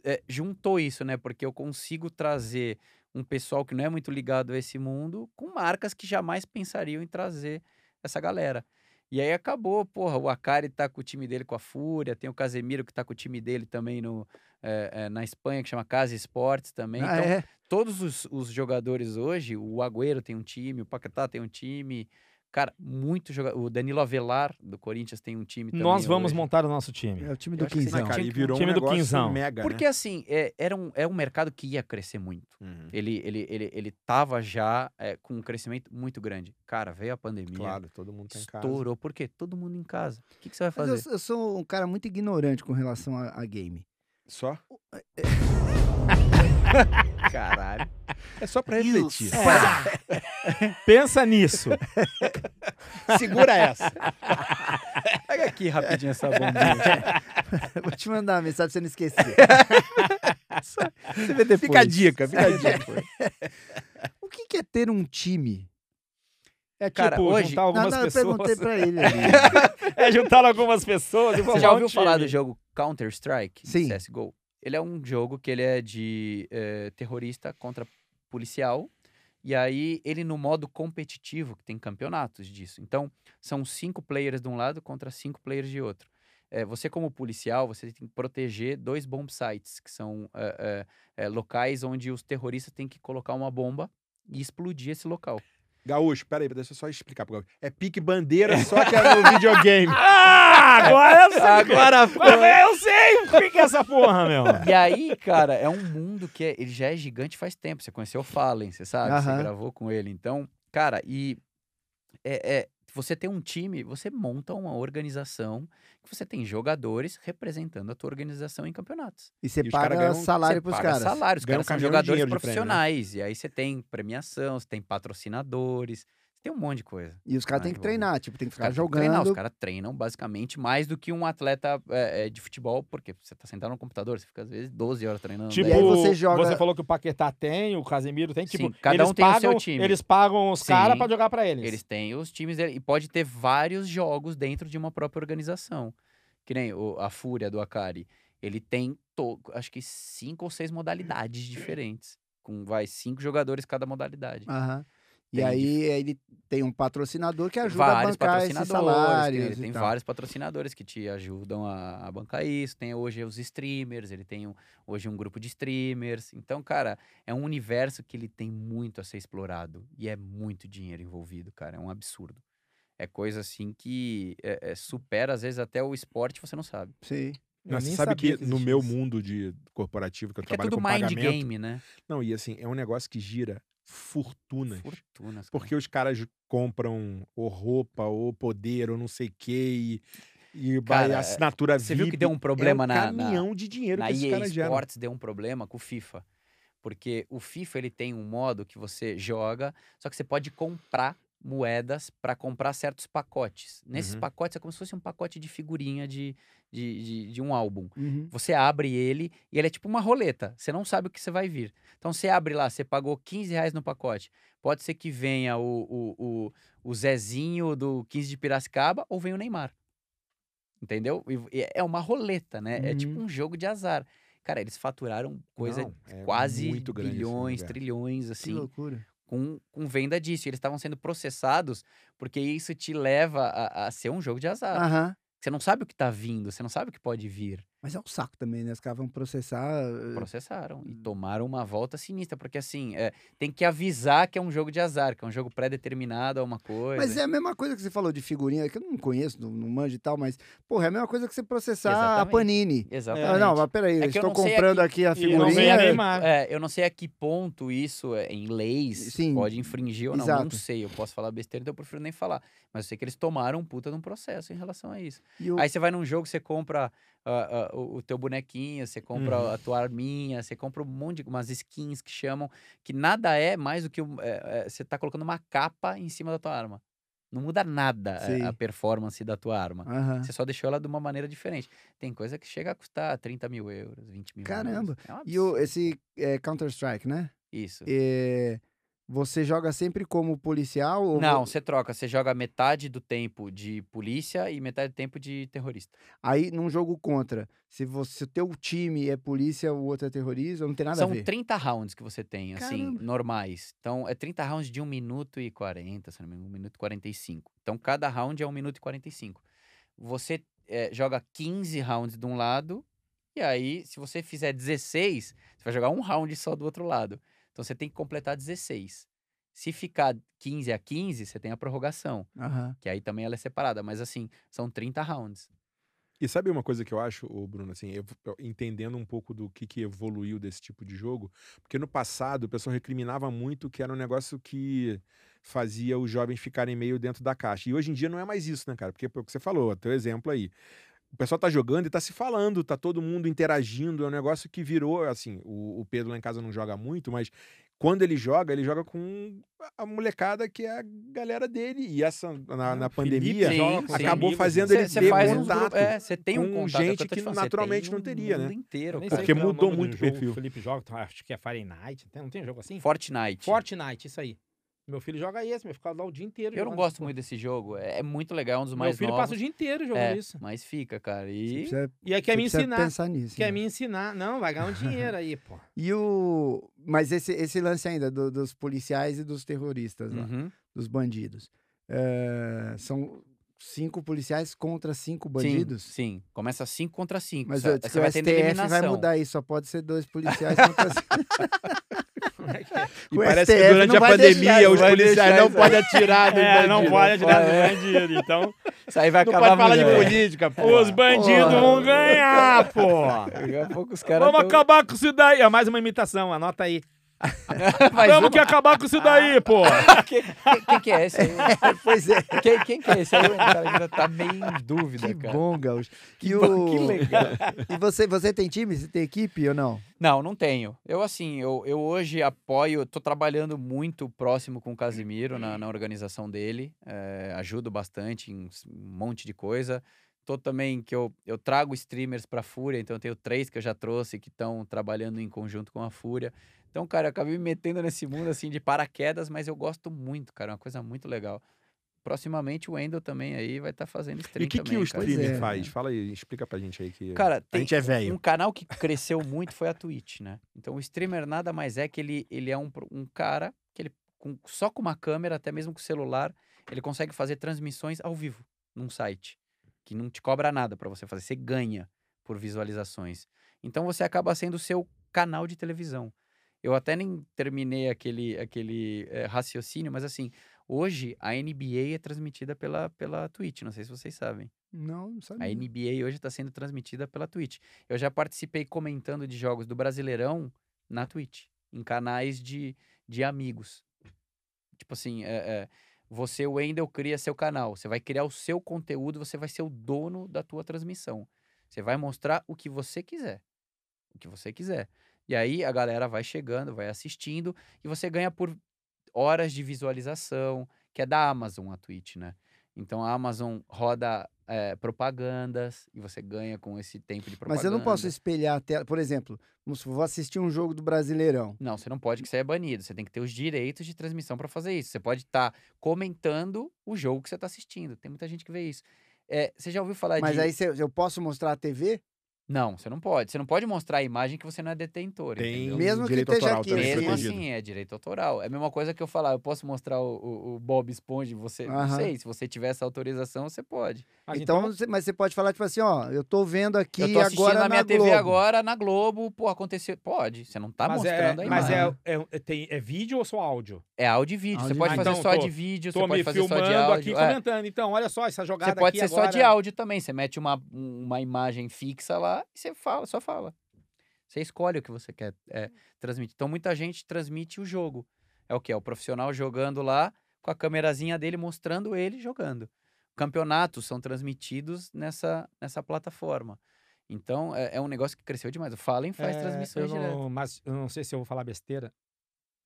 S5: é, juntou isso, né? Porque eu consigo trazer um pessoal que não é muito ligado a esse mundo com marcas que jamais pensariam em trazer essa galera. E aí acabou, porra, o Akari tá com o time dele com a Fúria, tem o Casemiro que tá com o time dele também no, é, é, na Espanha, que chama Casa Esportes também.
S2: Ah,
S5: Então,
S2: é?
S5: todos os, os jogadores hoje, o Agüero tem um time, o Paquetá tem um time. Cara, muito jogador. O Danilo Avelar, do Corinthians, tem um time também.
S6: Nós vamos
S5: hoje.
S6: montar o nosso time.
S2: É o time
S5: Então, Eu
S2: do
S5: acho que você
S2: Quinzão.
S5: não,
S4: cara,
S5: tinha
S4: e
S5: que-
S4: virou um
S6: time do
S4: negócio
S6: Quinzão.
S4: mega,
S5: Porque assim, é, era um, é um mercado que ia crescer muito.
S4: né? Uhum.
S5: Ele, ele, ele, ele tava já é, com um crescimento muito grande. Cara, veio a pandemia.
S4: Claro, todo mundo tá em casa.
S5: estourou. Por quê? Todo mundo em casa. O que, que você vai
S2: Mas
S5: fazer?
S2: eu, eu sou um cara muito ignorante com relação a, a game.
S4: Só?
S5: Caralho.
S4: É só pra refletir.
S6: Pensa nisso.
S5: Segura essa. Pega aqui rapidinho essa bombinha.
S2: Vou te mandar uma mensagem pra você não esquecer.
S5: Você vê depois.
S4: Fica a dica, fica a dica.
S2: O que, que é ter um time?
S6: É
S5: Cara,
S6: tipo,
S5: hoje-
S6: juntar
S2: Não,
S6: algumas
S2: não, eu perguntei
S6: pessoas.
S2: pra ele. ali.
S6: É juntar algumas pessoas. e
S5: Você
S6: formar
S5: já
S6: um
S5: ouviu falar do
S6: time.
S5: jogo Counter-Strike?
S2: Sim.
S5: CSGO? Ele é um jogo que ele é de eh, terrorista contra policial. E aí, ele no modo competitivo, que tem campeonatos disso. Então, são cinco players de um lado contra cinco players de outro. É, você, como policial, você tem que proteger dois bomb sites, que são é, é, é, locais onde os terroristas têm que colocar uma bomba e explodir esse local.
S4: Gaúcho, peraí, deixa eu só explicar pro Gaúcho. É pique bandeira, só que é no videogame.
S6: Ah, agora eu sei.
S5: Agora
S6: Agora eu sei o que que é essa porra, meu.
S5: E aí, cara, é um mundo que é- ele já é gigante faz tempo. Você conheceu o Fallen, você sabe? Você
S2: Aham.
S5: gravou com ele. Então, cara, e é, é, você tem um time, você monta uma organização que você tem jogadores representando a tua organização em campeonatos.
S2: E você
S4: E os
S2: paga
S4: caras ganham-
S2: salário
S5: um- você
S2: pros
S5: paga
S2: caras.
S5: salário, os
S4: Ganha um
S5: caras
S4: caminhão
S5: são
S4: de
S5: jogadores
S4: dinheiro de prêmio, né?
S5: profissionais. E aí você tem premiação, você tem patrocinadores, você tem um monte de coisa.
S2: E os caras têm
S5: Ai,
S2: que
S5: vou-
S2: treinar, tipo, tem que
S5: Os
S2: ficar
S5: caras têm que treinar,
S2: jogando.
S5: Os caras treinam basicamente mais do que um atleta é, é, de futebol, porque você tá sentado no computador, você fica às vezes 12 horas treinando.
S6: Tipo,
S2: E aí
S5: 10
S2: você joga-
S6: você falou que o Paquetá tem, o Casemiro tem. Tipo,
S5: Sim, cada
S6: eles
S5: um tem o
S6: pagam,
S5: seu time.
S6: Eles pagam os
S5: Sim.
S6: caras pra jogar pra eles.
S5: Eles têm os times dele. E pode ter vários jogos dentro de uma própria organização. Que nem o- a Fúria do Akari. Ele tem, to- acho que, cinco ou seis modalidades diferentes. Com, vai, cinco jogadores cada modalidade.
S2: Aham. E
S5: Tem
S2: aí ele tem um patrocinador que ajuda a
S5: vários
S2: bancar esses
S5: patrocinadores.
S2: salários.
S5: ele
S2: e
S5: tem
S2: tal.
S5: vários patrocinadores que te ajudam a, a bancar isso. Tem hoje os streamers, ele tem um- hoje um grupo de streamers. Então, cara, é um universo que ele tem muito a ser explorado. E é muito dinheiro envolvido, cara. É um absurdo. É coisa assim que é, é, supera, às vezes, até o esporte você não sabe.
S2: Sim.
S6: Eu
S4: Não, você
S6: nem
S4: sabe
S6: sabia
S4: que, no
S6: existia
S4: meu
S6: isso.
S4: mundo de corporativo que eu
S5: Porque é
S4: trabalho
S5: tudo
S4: com
S5: mind
S4: pagamento.
S5: game, né?
S4: Não, e assim, é um negócio que gira fortunas.
S5: Fortunas. cara.
S4: Porque os caras compram ou roupa, ou poder, ou não sei o quê, e, e vai
S5: Cara,
S4: assinatura
S5: Você viu que
S4: VIP.
S5: deu um problema
S4: é um
S5: na- na,
S4: caminhão de dinheiro
S5: na
S4: que esses
S5: EA
S4: caras geram.
S5: Sports deu um problema com o FIFA. Porque o FIFA ele tem um modo que você joga, só que você pode comprar moedas para comprar certos pacotes. Nesses
S4: Uhum.
S5: pacotes é como se fosse um pacote de figurinha de, de, de, de um álbum.
S2: Uhum.
S5: Você abre ele e ele é tipo uma roleta. Você não sabe o que você vai vir. Então você abre lá, você pagou 15 reais no pacote. Pode ser que venha o, o, o, o Zezinho do 15 de Piracicaba ou venha o Neymar. Entendeu? E- e é uma roleta, né? É tipo um jogo de azar. Cara, eles faturaram coisa
S4: Uhum. Não, é
S5: quase
S4: muito grande esse
S5: bilhões,
S4: universo.
S5: trilhões,
S2: Que
S5: assim
S2: loucura.
S5: com, com venda disso. E eles estavam sendo processados porque isso te leva a, a ser um jogo de azar.
S4: Ah.
S2: Aham.
S5: Você não sabe o que tá vindo, você não sabe o que pode vir.
S2: Mas é um saco também, né? Os caras vão processar. eh,
S5: Processaram e tomaram uma volta sinistra, porque assim, é, tem que avisar que é um jogo de azar, que é um jogo pré-determinado a uma coisa.
S2: Mas é a mesma coisa que você falou de figurinha, que eu não conheço, não, não manjo e tal, mas, porra, é a mesma coisa que você processar a
S5: Exatamente.
S2: Panini.
S5: Exatamente.
S2: Ah, não, mas peraí,
S5: que
S2: eu
S5: eu
S2: estou
S5: não sei
S2: comprando aqui, a
S6: E não ganha
S2: figurinha.
S6: Neymar.
S5: É, eu não sei a que ponto isso, é, em leis,
S2: Sim,
S5: pode infringir ou não. Não
S2: exato.
S5: sei, eu posso falar besteira, então eu prefiro nem falar. Mas eu sei que eles tomaram um puta de um processo em relação a isso.
S2: e o-
S5: Aí você vai num jogo, você compra ah, ah, o, o teu bonequinho, você compra
S4: Uhum.
S5: a tua arminha, você compra um monte de umas skins que chamam, que nada é mais do que um- é, é, você tá colocando uma capa em cima da tua arma. Não muda nada é, a
S2: Sim.
S5: performance da tua arma.
S2: Aham.
S5: Você só deixou ela de uma maneira diferente. Tem coisa que chega a custar 30 mil euros, 20 mil
S2: Caramba.
S5: euros. É um
S2: E o,
S5: absurdo.
S2: esse eh, Counter-Strike, né?
S5: Isso.
S2: Eh, você joga sempre como policial? Ou
S5: Não,
S2: vo-
S5: você troca. Você joga metade do tempo de polícia e metade do tempo de terrorista.
S2: Aí, num jogo contra, se você, se o teu time é polícia, o outro é terrorista, não tem nada a
S5: São
S2: ver.
S5: 30 rounds que você tem, assim,
S2: Caramba.
S5: normais. Então, é 30 rounds de 1 minuto e 40, se não me engano, 1 minuto e 45. Então, cada round é 1 minuto e 45. Você eh, joga 15 rounds de um lado, e aí, se você fizer 16, você vai jogar um round só do outro lado. Então, você tem que completar 16. Se ficar 15 a 15, você tem a prorrogação,
S2: Aham.
S5: que aí também ela é separada. Mas, assim, são 30 rounds.
S4: E sabe uma coisa que eu acho, ô Bruno, assim, eu- eu entendendo um pouco do que, que evoluiu desse tipo de jogo, porque no passado o pessoal recriminava muito que era um negócio que fazia os jovens ficarem meio dentro da caixa. E hoje em dia não é mais isso, né, cara? Porque pô, o que você falou, teu exemplo aí. O pessoal tá jogando e tá se falando, tá todo mundo interagindo, é um negócio que virou, assim, o, o Pedro lá em casa não joga muito, mas quando ele joga, ele joga com a molecada que é a galera dele. E essa, na,
S6: Ah,
S4: na pandemia,
S5: Sim,
S6: joga com os
S5: sim.
S4: acabou
S6: amigos,
S4: fazendo
S6: né?
S4: ele
S5: Você
S4: ter
S5: faz um
S4: contato
S5: grupo, é, você tem um
S4: com
S5: contato, é o
S4: gente
S5: eu tô te
S4: que
S5: falando, você tem
S4: naturalmente não
S5: no
S4: teria, né?
S5: mundo inteiro,
S6: Eu nem
S5: cara.
S6: sei
S4: Porque
S6: qual é o
S4: mudou
S6: nome
S4: muito
S6: do
S4: o
S6: jogo.
S4: perfil.
S6: O Felipe joga, então, acho que é Fahrenheit, tem- não tem jogo assim?
S5: Fortnite.
S6: Fortnite, isso aí. Meu filho joga esse, meu fica lá o dia inteiro.
S5: Eu não
S6: jogando
S5: gosto
S6: essa
S5: muito desse jogo. É é muito legal, é um dos
S6: porra.
S5: mais
S6: Meu filho
S5: novos.
S6: passa o dia inteiro jogando
S5: É,
S6: isso.
S5: Mas fica, cara.
S2: Você
S5: E
S2: precisa,
S6: E aí
S2: você
S6: quer me
S2: precisa
S1: assim,
S6: ensinar.
S2: pensar nisso.
S6: Quer
S2: né?
S6: me ensinar. Não, vai ganhar um dinheiro aí, pô.
S2: E o. Mas esse, esse lance ainda do- dos policiais e dos terroristas
S4: Hum.
S2: lá,
S5: Uhum.
S2: dos bandidos. É, são cinco policiais contra cinco bandidos?
S5: Sim, sim. Começa 5 contra 5.
S2: Mas eh, eu é disse que o STF vai mudar isso, só pode ser dois policiais contra cinco.
S4: E
S2: O
S4: parece é que
S2: STF
S4: durante
S2: não
S4: a
S2: vai deixar,
S4: pandemia
S2: não
S4: os
S2: vai
S4: policiais
S2: deixar
S4: não
S2: isso
S4: podem
S5: Ah,
S4: atirar no
S1: É, não
S4: bandido.
S1: pode atirar no bandido. Então,
S5: Isso aí vai
S4: Não
S5: acabar
S4: pode falar de
S5: mudando.
S4: política, pô.
S1: os bandidos
S5: É. Porra. um-
S1: vão ganhar, pô.
S5: Daqui a pouco os caras
S6: Vamos
S5: tão...
S6: acabar com isso daí. É mais uma imitação, anota aí.
S5: Mais
S1: Temos
S5: uma. Ah.
S1: que acabar com isso daí, pô.
S5: Quem, quem- quem que é esse aí?
S2: pois
S4: Né,
S2: é.
S5: Quem, quem que é esse aí? O cara ainda tá meio em dúvida,
S2: Que
S5: cara.
S2: bom, Gaúcho. E,
S5: Pô,
S2: o...
S5: Que legal.
S2: e você, você tem time? Você tem equipe ou não?
S5: Não, não tenho. Eu, assim, eu, eu hoje apoio, estou trabalhando muito próximo com o Casimiro
S4: Uhum.
S5: na, na organização dele, eh, ajudo bastante em s- um monte de coisa. Tô também que eu, eu trago streamers para Fúria, então eu tenho três que eu já trouxe que estão trabalhando em conjunto com a Fúria. Então, cara, eu acabei me metendo nesse mundo assim de paraquedas, mas eu gosto muito, cara, é uma coisa muito legal. Proximamente o Endo também aí vai estar fazendo
S4: E
S5: stream
S4: o que, que
S5: também,
S4: o
S5: cara.
S4: streaming
S2: é.
S4: faz? Fala aí, explica pra gente aí que.
S5: Cara,
S4: a
S5: tem,
S4: gente é
S5: um
S4: velho.
S5: canal que cresceu muito foi a Twitch, né? Então o streamer nada mais é que ele, ele é um, pro- um cara que ele com- só com uma câmera, até mesmo com celular, ele consegue fazer transmissões ao vivo num site que não te cobra nada pra você fazer, você ganha por visualizações. Então você acaba sendo o seu canal de televisão. Eu até nem terminei aquele, aquele eh, raciocínio, mas assim, hoje a NBA é transmitida pela, pela Twitch, não sei se vocês sabem.
S2: Não, não
S5: A NBA hoje está sendo transmitida pela Twitch. Eu já participei comentando de jogos do Brasileirão na Twitch, em canais de, de amigos. Tipo assim, é, é, você, Wendel, cria seu canal. Você vai criar o seu conteúdo, você vai ser o dono da tua transmissão. Você vai mostrar o que você quiser. O que você quiser. E aí a galera vai chegando, vai assistindo, e você ganha por horas de visualização, que é da Amazon a Twitch, né? Então a Amazon roda eh, propagandas e você ganha com esse tempo de propaganda.
S2: Mas eu não posso espelhar a tela. Por exemplo, vamos supor, vou assistir um jogo do Brasileirão.
S5: Não, você não pode, que você é banido. Você tem que ter os direitos de transmissão para fazer isso. Você pode estar comentando o jogo que você está assistindo. Tem muita gente que vê isso. É, você já ouviu falar
S2: Mas
S5: de.
S2: aí cê- eu posso mostrar a TV?
S5: Não, você não pode. Você não pode mostrar a imagem que você não é detentor.
S4: Tem
S5: entendeu?
S4: um
S2: Mesmo que
S4: direito
S2: esteja
S4: autoral
S2: aqui,
S4: também
S5: Mesmo
S4: protegido.
S5: assim, é direito autoral. É a mesma coisa que eu falar, eu posso mostrar o, o- o Bob Esponja, você.
S2: Aham.
S5: Não sei, se você tiver essa autorização, você pode.
S6: Mas
S2: então, cê- mas você pode falar, tipo assim, ó, eu tô vendo aqui
S5: eu tô assistindo
S2: agora
S5: na minha TV
S2: Globo.
S5: agora, na Globo, pô, aconteceu. Pode, você não tá
S6: mas
S5: mostrando
S6: é,
S5: a
S6: mas
S5: imagem.
S6: é, é- é- tem- é vídeo ou só áudio?
S5: É áudio e vídeo.
S2: Áudio
S5: Você
S2: e
S5: pode
S6: vídeo.
S5: fazer
S6: Ah, então,
S5: só
S6: tô-
S5: de vídeo,
S6: Tô
S5: você
S6: me
S5: pode fazer só de
S6: filmando aqui e
S5: áudio. é.
S6: comentando. Então, olha só, essa jogada
S5: Você
S6: aqui
S5: pode ser só de
S6: agora-
S5: áudio também. Você mete uma, um- uma imagem fixa lá e você fala, só fala. Você escolhe o que você quer é, transmitir. Então, muita gente transmite o jogo. É o que? É o profissional jogando lá com a câmerazinha dele mostrando ele jogando. Campeonatos são transmitidos nessa, nessa plataforma. Então, é, é um negócio que cresceu demais. O Fallen faz
S6: É,
S5: transmissões
S6: eu não-
S5: direto.
S6: Mas eu não sei se eu vou falar besteira.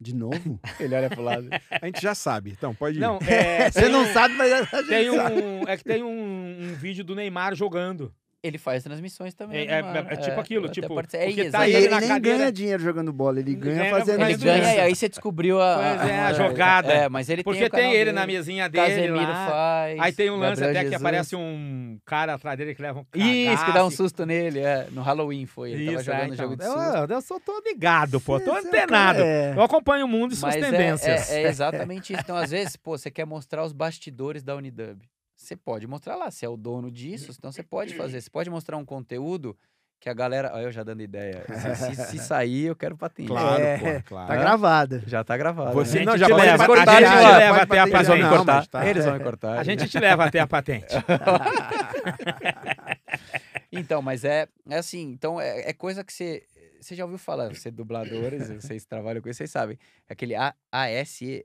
S2: De novo?
S5: Ele olha pro lado.
S4: A gente já sabe. Então, pode ir.
S6: Não, é,
S2: Você
S6: tem
S2: não
S6: um-
S2: sabe, mas a gente
S6: tem
S2: sabe.
S6: um, é que tem um, um vídeo do Neymar jogando.
S5: ele faz transmissões também. né,
S6: É- é-
S5: Neymar.
S6: é tipo aquilo,
S5: eu até
S6: tipo,
S5: participei- É,
S6: porque
S5: isso,
S6: tá
S2: E
S6: ele
S2: assim, ele
S6: na
S2: nem
S6: cadeira.
S2: ganha dinheiro jogando bola, ele
S6: Ele
S2: ganha
S6: ganha-
S2: fazendo
S6: ele
S5: Ele
S2: isso.
S5: ganha é. e aí você descobriu a,
S6: Pois é, a
S5: a-
S6: jogada.
S5: É, mas ele tem
S6: Porque
S5: o canal
S6: tem ele
S5: dele,
S6: na mesinha dele
S5: Casemiro
S6: lá.
S5: faz.
S6: Aí tem um lance
S5: Gabriel
S6: até que
S5: Jesus.
S6: aparece um cara atrás dele que leva um
S5: Isso, que dá um
S6: cagaço.
S5: susto nele, é. No Halloween foi. Ele
S6: Isso,
S5: tava jogando
S6: é,
S5: um jogo de
S6: então.
S5: susto.
S6: eu, eu só tô ligado, pô. Tô
S2: Você- você é um
S6: antenado.
S2: cara- é.
S6: Eu acompanho o mundo e suas
S5: Mas é-
S6: tendências.
S5: É, é exatamente isso. Então, às vezes, pô, você quer mostrar os bastidores da Unidub. Você pode mostrar lá, você é o dono disso, então você pode fazer. Você pode mostrar um conteúdo que a galera. Olha, eu já dando ideia. Se, se- se sair, eu quero patente.
S4: Claro,
S2: É.
S4: pô,
S2: Tá
S4: claro.
S2: gravada.
S5: Já tá gravado.
S4: Você
S5: né?
S4: não,
S6: gente
S4: já
S6: te
S4: pode
S6: leva,
S4: cortar,
S5: a gente
S4: já
S5: te
S4: pode
S6: leva
S4: cortar,
S6: até a
S4: já
S5: Eles
S6: Mas
S4: não,
S5: vão me
S6: patente.
S4: mas
S5: cortar.
S4: tá.
S5: Eles vão me cortar.
S6: A gente te leva até a patente.
S5: Então, mas é, é assim, então é, é coisa que você. Você já ouviu falar, você é dubladores, vocês trabalham com isso, vocês sabem. é Aquele A- ASRM,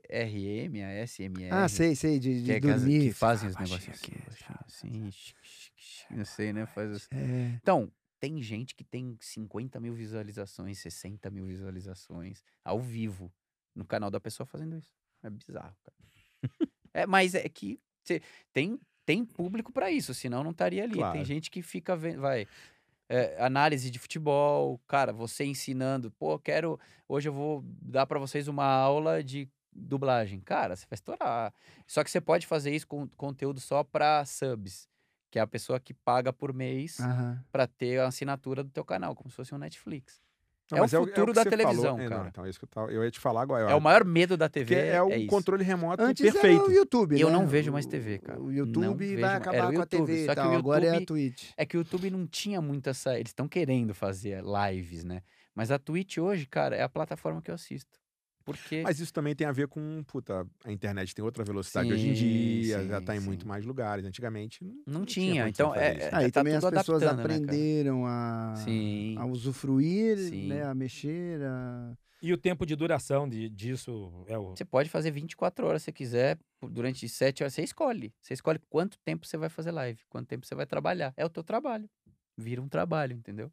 S5: ASMR.
S2: Ah, sei, sei, de,
S5: Que,
S2: de
S5: é que as- que
S2: dormir.
S5: fazem os
S2: ficar baixinho
S5: negócios
S2: aqui, tá,
S5: assim, baixinho, assim, xic, xic, xic, não sei, né? Faz os-
S2: É.
S5: Então, tem gente que tem 50 mil visualizações, 60 mil visualizações ao vivo no canal da pessoa fazendo isso. É bizarro, cara. é, mas é que cê- tem, tem público pra isso, senão não estaria ali.
S4: Claro.
S5: Tem gente que fica vendo, vai. é, análise de futebol, cara, você ensinando, pô, quero. Hoje eu vou dar pra vocês uma aula de dublagem. Cara, você vai estourar. Só que você pode fazer isso com conteúdo só pra subs, que é a pessoa que paga por mês
S2: Aham.
S5: para ter a assinatura do teu canal, como se fosse um Netflix. É o
S4: mas que-
S5: futuro
S4: que
S5: da
S4: você falou.
S5: televisão,
S4: É, não,
S5: cara.
S4: então, é isso que eu, tava- eu ia te falar agora.
S5: É o maior medo da
S4: que
S5: TV.
S4: é, o
S5: isso.
S4: controle remoto
S2: Antes
S4: perfeito.
S2: era o YouTube,
S5: Eu
S2: né?
S5: não vejo
S2: O-
S5: mais TV, cara.
S2: O
S5: Não
S2: YouTube vai
S5: vejo mais. Era
S2: acabar
S5: o
S2: com a
S5: YouTube,
S2: TV e
S5: só que o
S2: tal. Agora é a
S5: YouTube-
S2: Twitch.
S5: É que o YouTube não tinha muito essa. Eles estão querendo fazer lives, né? Mas a Twitch hoje, cara, é a plataforma que eu assisto. Porque.
S4: Mas isso também tem a ver com, puta, a internet tem outra velocidade hoje em
S5: Sim,
S4: dia,
S5: sim,
S4: já tá em
S5: sim.
S4: muito mais lugares. Antigamente não,
S5: Não
S4: tinha.
S5: tinha,
S4: condição de
S5: então é-
S4: fazer isso.
S5: é-
S2: Aí
S5: tá
S2: também as
S5: tudo
S2: pessoas
S5: adaptando, né, cara?
S2: aprenderam a,
S5: Sim.
S2: ah, a usufruir,
S5: Sim.
S2: né, a mexer, a...
S6: E o tempo de duração de, disso é o.
S5: Você pode fazer 24 horas se você quiser, por- durante 7 horas. Você escolhe. Você escolhe quanto tempo você vai fazer live, quanto tempo você vai trabalhar. É o teu trabalho. Vira um trabalho, entendeu?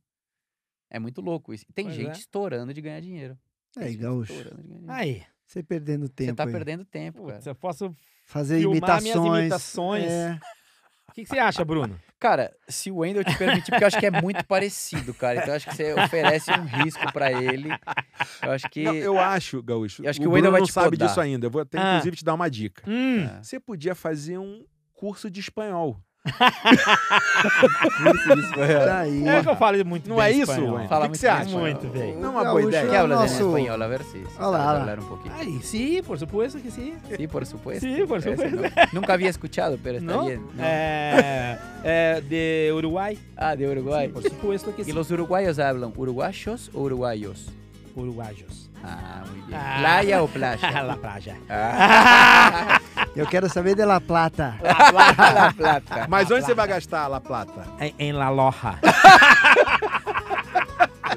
S5: É muito louco isso. E Tem
S6: Pois
S5: gente
S6: é.
S5: estourando de ganhar dinheiro. Tem
S2: É,
S5: gente
S2: gaúcho,
S5: estourando de ganhar dinheiro.
S6: Aí,
S2: você perdendo tempo.
S5: você tá
S2: aí.
S5: perdendo tempo,
S6: putz,
S5: cara.
S6: eu posso.
S2: Fazer
S6: Filmar minhas
S2: imitações.
S6: imitações.
S2: é.
S6: O que, que você acha, Bruno?
S5: Cara, se o Wendel te permitir, porque eu acho que é muito parecido, cara. Então eu acho que você oferece um risco pra ele. Eu acho que.
S4: Não, eu acho, Gaúcho.
S5: Eu acho que
S4: o
S5: o Wendel
S4: Bruno
S5: vai
S4: não
S5: te
S4: sabe
S5: podar.
S4: disso ainda. Eu vou até,
S6: Ah.
S4: inclusive, te dar uma dica.
S6: Hum,
S5: É.
S4: Você podia fazer um curso de espanhol.
S2: Tá aí.
S6: é que eu falo muito.
S4: Não
S6: bem
S4: é isso,
S6: espanhol.
S4: Wendel?
S5: Fala
S4: O que que
S5: muito
S4: você
S5: bem
S4: acha?
S5: espanhol.
S6: Muito bem.
S4: Não é uma boa
S2: Gaúcho
S4: ideia.
S5: Que hablas en
S2: Nosso-
S5: español, a ver si. si
S2: Hola,
S5: sabes
S2: hola.
S5: hablar un poquito.
S6: Ay, sí, por supuesto que sí.
S5: Sí, por supuesto.
S6: Sí, por
S5: Ese
S6: supuesto.
S5: no- Nunca había escuchado, pero está
S6: ¿No?
S5: bien. ¿no?
S6: Eh, eh, de Uruguay.
S5: Ah, de Uruguay.
S6: Por supuesto que
S5: ¿Y
S6: sí.
S5: los uruguayos hablan uruguayos o uruguayos?
S6: uruguayos.
S5: Ah, muy bien.
S6: Ah.
S5: ¿Playa o playa?
S6: La playa.
S5: Ah.
S2: Eu quero saber de La Plata.
S5: La plata.
S4: Mas onde você vai gastar a La Plata?
S6: En, en La Loja.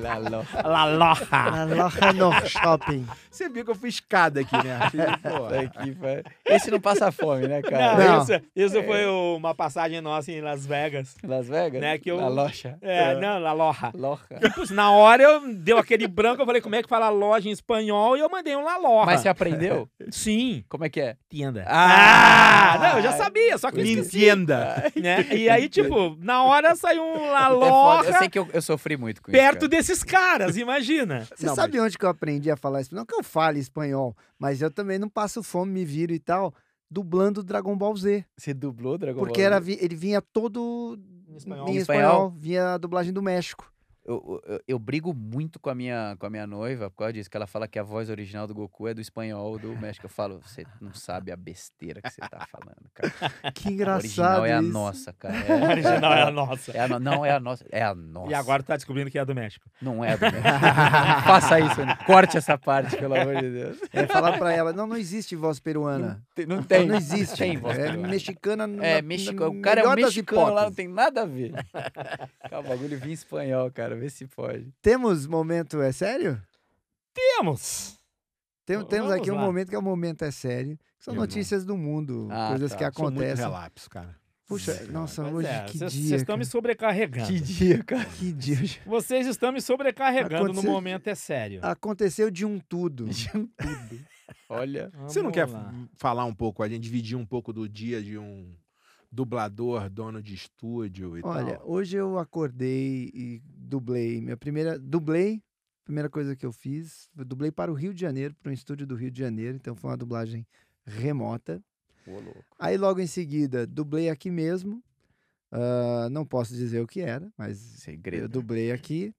S5: La loja.
S6: La Loja.
S2: La Loja no Shopping.
S4: Você viu que eu fui escada aqui, né? Fiz- pô.
S5: Aqui, pá. Esse não passa fome, né,
S6: Não,
S5: cara?
S2: Não.
S6: Isso, isso
S5: É.
S6: foi o- uma passagem nossa em Las Vegas.
S5: Las Vegas?
S6: Né, que eu-
S5: La loja.
S6: É, não, La Loja.
S5: Loja.
S6: Putz, na hora eu deu aquele branco, eu falei como é que fala loja em espanhol e eu mandei um La Loja.
S5: Mas você aprendeu?
S6: Sim.
S5: Como é que é?
S6: Tienda.
S5: Ah!
S6: Ah, não, eu já sabia, só que eu
S4: Me
S6: esqueci.
S4: entenda.
S6: né? E aí, tipo, na hora saiu um La
S5: É foda. Eu
S6: Loja
S5: sei que eu, eu sofri muito com isso.
S6: perto desses caras, imagina.
S2: Você
S4: Não,
S2: sabe onde que eu aprendi a falar espanhol? Não que eu fale espanhol, mas eu também não passo fome, me viro e tal, dublando Dragon Ball Z.
S5: Você dublou Dragon
S2: Porque
S5: Ball?
S2: era, vi- ele vinha todo
S6: espanhol.
S2: em
S5: Em
S2: espanhol, vinha a dublagem do México.
S5: eu, eu- eu- eu brigo muito com a, minha, com a minha noiva por causa disso, que ela fala que a voz original do Goku é do espanhol do México. Eu falo, você não sabe a besteira que você tá falando, cara.
S2: Que
S5: a
S2: engraçado
S5: original é a
S2: isso.
S5: nossa, cara.
S6: A original é a
S5: nossa.
S6: nossa.
S5: não, é a nossa. É a nossa.
S6: E agora tu tá descobrindo que é do México.
S5: Não é a do México. Faça isso, né? corte essa parte, pelo amor de Deus.
S2: É falar pra ela, não, não existe voz peruana.
S5: Tem- Não né?
S2: Não,
S5: tem.
S2: existe.
S5: tem voz
S2: é
S5: peruana.
S2: mexicana. na-
S5: É,
S2: na
S5: mexicano. O cara é
S2: melhor das
S5: mexicano lá, não
S2: hipóteses.
S5: tem nada a ver. Cara, o bagulho vinha em espanhol, cara. Vê se pode.
S2: Temos momento, é sério?
S6: Temos!
S2: Tem-
S6: Vamos
S2: temos aqui um
S6: lá.
S2: momento que é o momento é sério. que São
S4: Eu não.
S2: notícias do mundo,
S5: Ah,
S2: coisas
S5: tá.
S2: que
S4: Sou muito
S2: acontecem.
S4: relapso, cara.
S2: Puxa,
S4: Muito
S2: nossa,
S6: Pois
S2: hoje
S6: é,
S2: que
S6: vocês-
S2: dia.
S6: Vocês estão me
S2: cara.
S6: sobrecarregando.
S5: Que dia, cara.
S2: Que dia. gente.
S6: Vocês estão me sobrecarregando no
S2: Aconteceu- Ah,
S6: momento, é sério.
S2: Aconteceu de um tudo.
S5: Olha.
S4: Você não
S6: Vamos
S4: quer
S6: lá.
S4: falar um pouco, a gente dividir um pouco do dia de um dublador, dono de estúdio e
S2: Olha,
S4: tal?
S2: hoje eu acordei e dublei. Minha primeira. Dublei. Primeira coisa que eu fiz, eu dublei para o Rio de Janeiro, para um estúdio do Rio de Janeiro, então foi uma dublagem remota.
S5: Ô, louco.
S2: Aí logo em seguida, dublei aqui mesmo. Ah, não posso dizer o que era, mas eu
S5: Segredo.
S2: dublei aqui.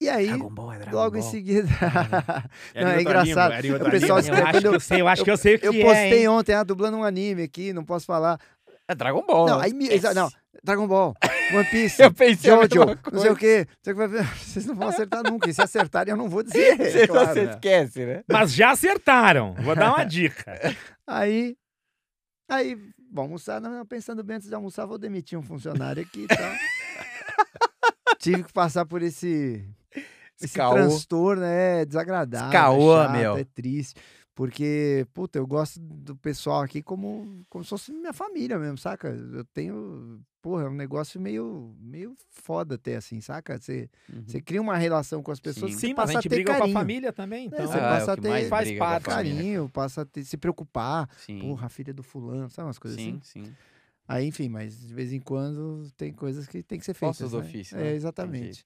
S2: E aí,
S5: Dragon Ball é Dragon
S2: logo em
S5: Ball.
S2: seguida. não,
S4: Era em
S2: é
S4: outra
S2: engraçado.
S4: língua, era em
S2: O
S4: outra
S6: Eu
S2: pessoal
S4: língua.
S6: acho que
S2: escrevendo.
S6: eu sei, eu acho que eu sei o que
S2: Eu
S6: é,
S2: postei
S6: hein?
S2: ontem, ah, dublando um anime aqui, não posso falar.
S5: É Dragon Ball.
S2: Não,
S5: né?
S2: aí me- exa- não, Dragon Ball, One Piece,
S5: Eu pensei a
S2: Jojo,
S5: mesma
S2: não sei o
S5: coisa.
S2: quê. não sei o que. Vocês não vão acertar nunca. E se acertarem, eu não vou dizer.
S5: Você,
S2: é, claro.
S5: você esquece, né?
S2: um-
S6: Mas já acertaram. Vou dar uma dica.
S2: Aí. Aí, vou almoçar, não, não, pensando bem antes de almoçar, vou demitir um funcionário aqui e tal. Tive que passar por esse, esse
S5: Caô.
S2: transtorno, é desagradável. é
S5: Caô,
S2: chato,
S5: meu.
S2: É triste. Porque, puta, eu gosto do pessoal aqui como, como se fosse minha família mesmo, saca? Eu tenho. Porra, é um negócio meio, meio foda até, assim, saca? Você,
S5: Uhum.
S2: você cria uma relação com as pessoas
S5: Sim.
S2: que
S6: Sim,
S2: passa
S6: mas a gente
S2: a ter
S6: briga
S2: carinho.
S6: com a família também, então.
S2: você
S5: Ah,
S2: passa
S5: é
S2: a
S5: o que
S2: ter-
S5: mais
S6: faz
S5: briga com a
S6: parte,
S5: família.
S2: Carinho, passa a ter, se preocupar.
S5: Sim,
S2: Porra, a filha do fulano, sabe umas coisas assim?
S5: sim, sim.
S2: Aí, enfim, mas de vez em quando tem coisas que tem que ser feitas.
S5: Ossos do ofício, né?
S2: É,
S5: Tem
S2: exatamente.
S5: jeito.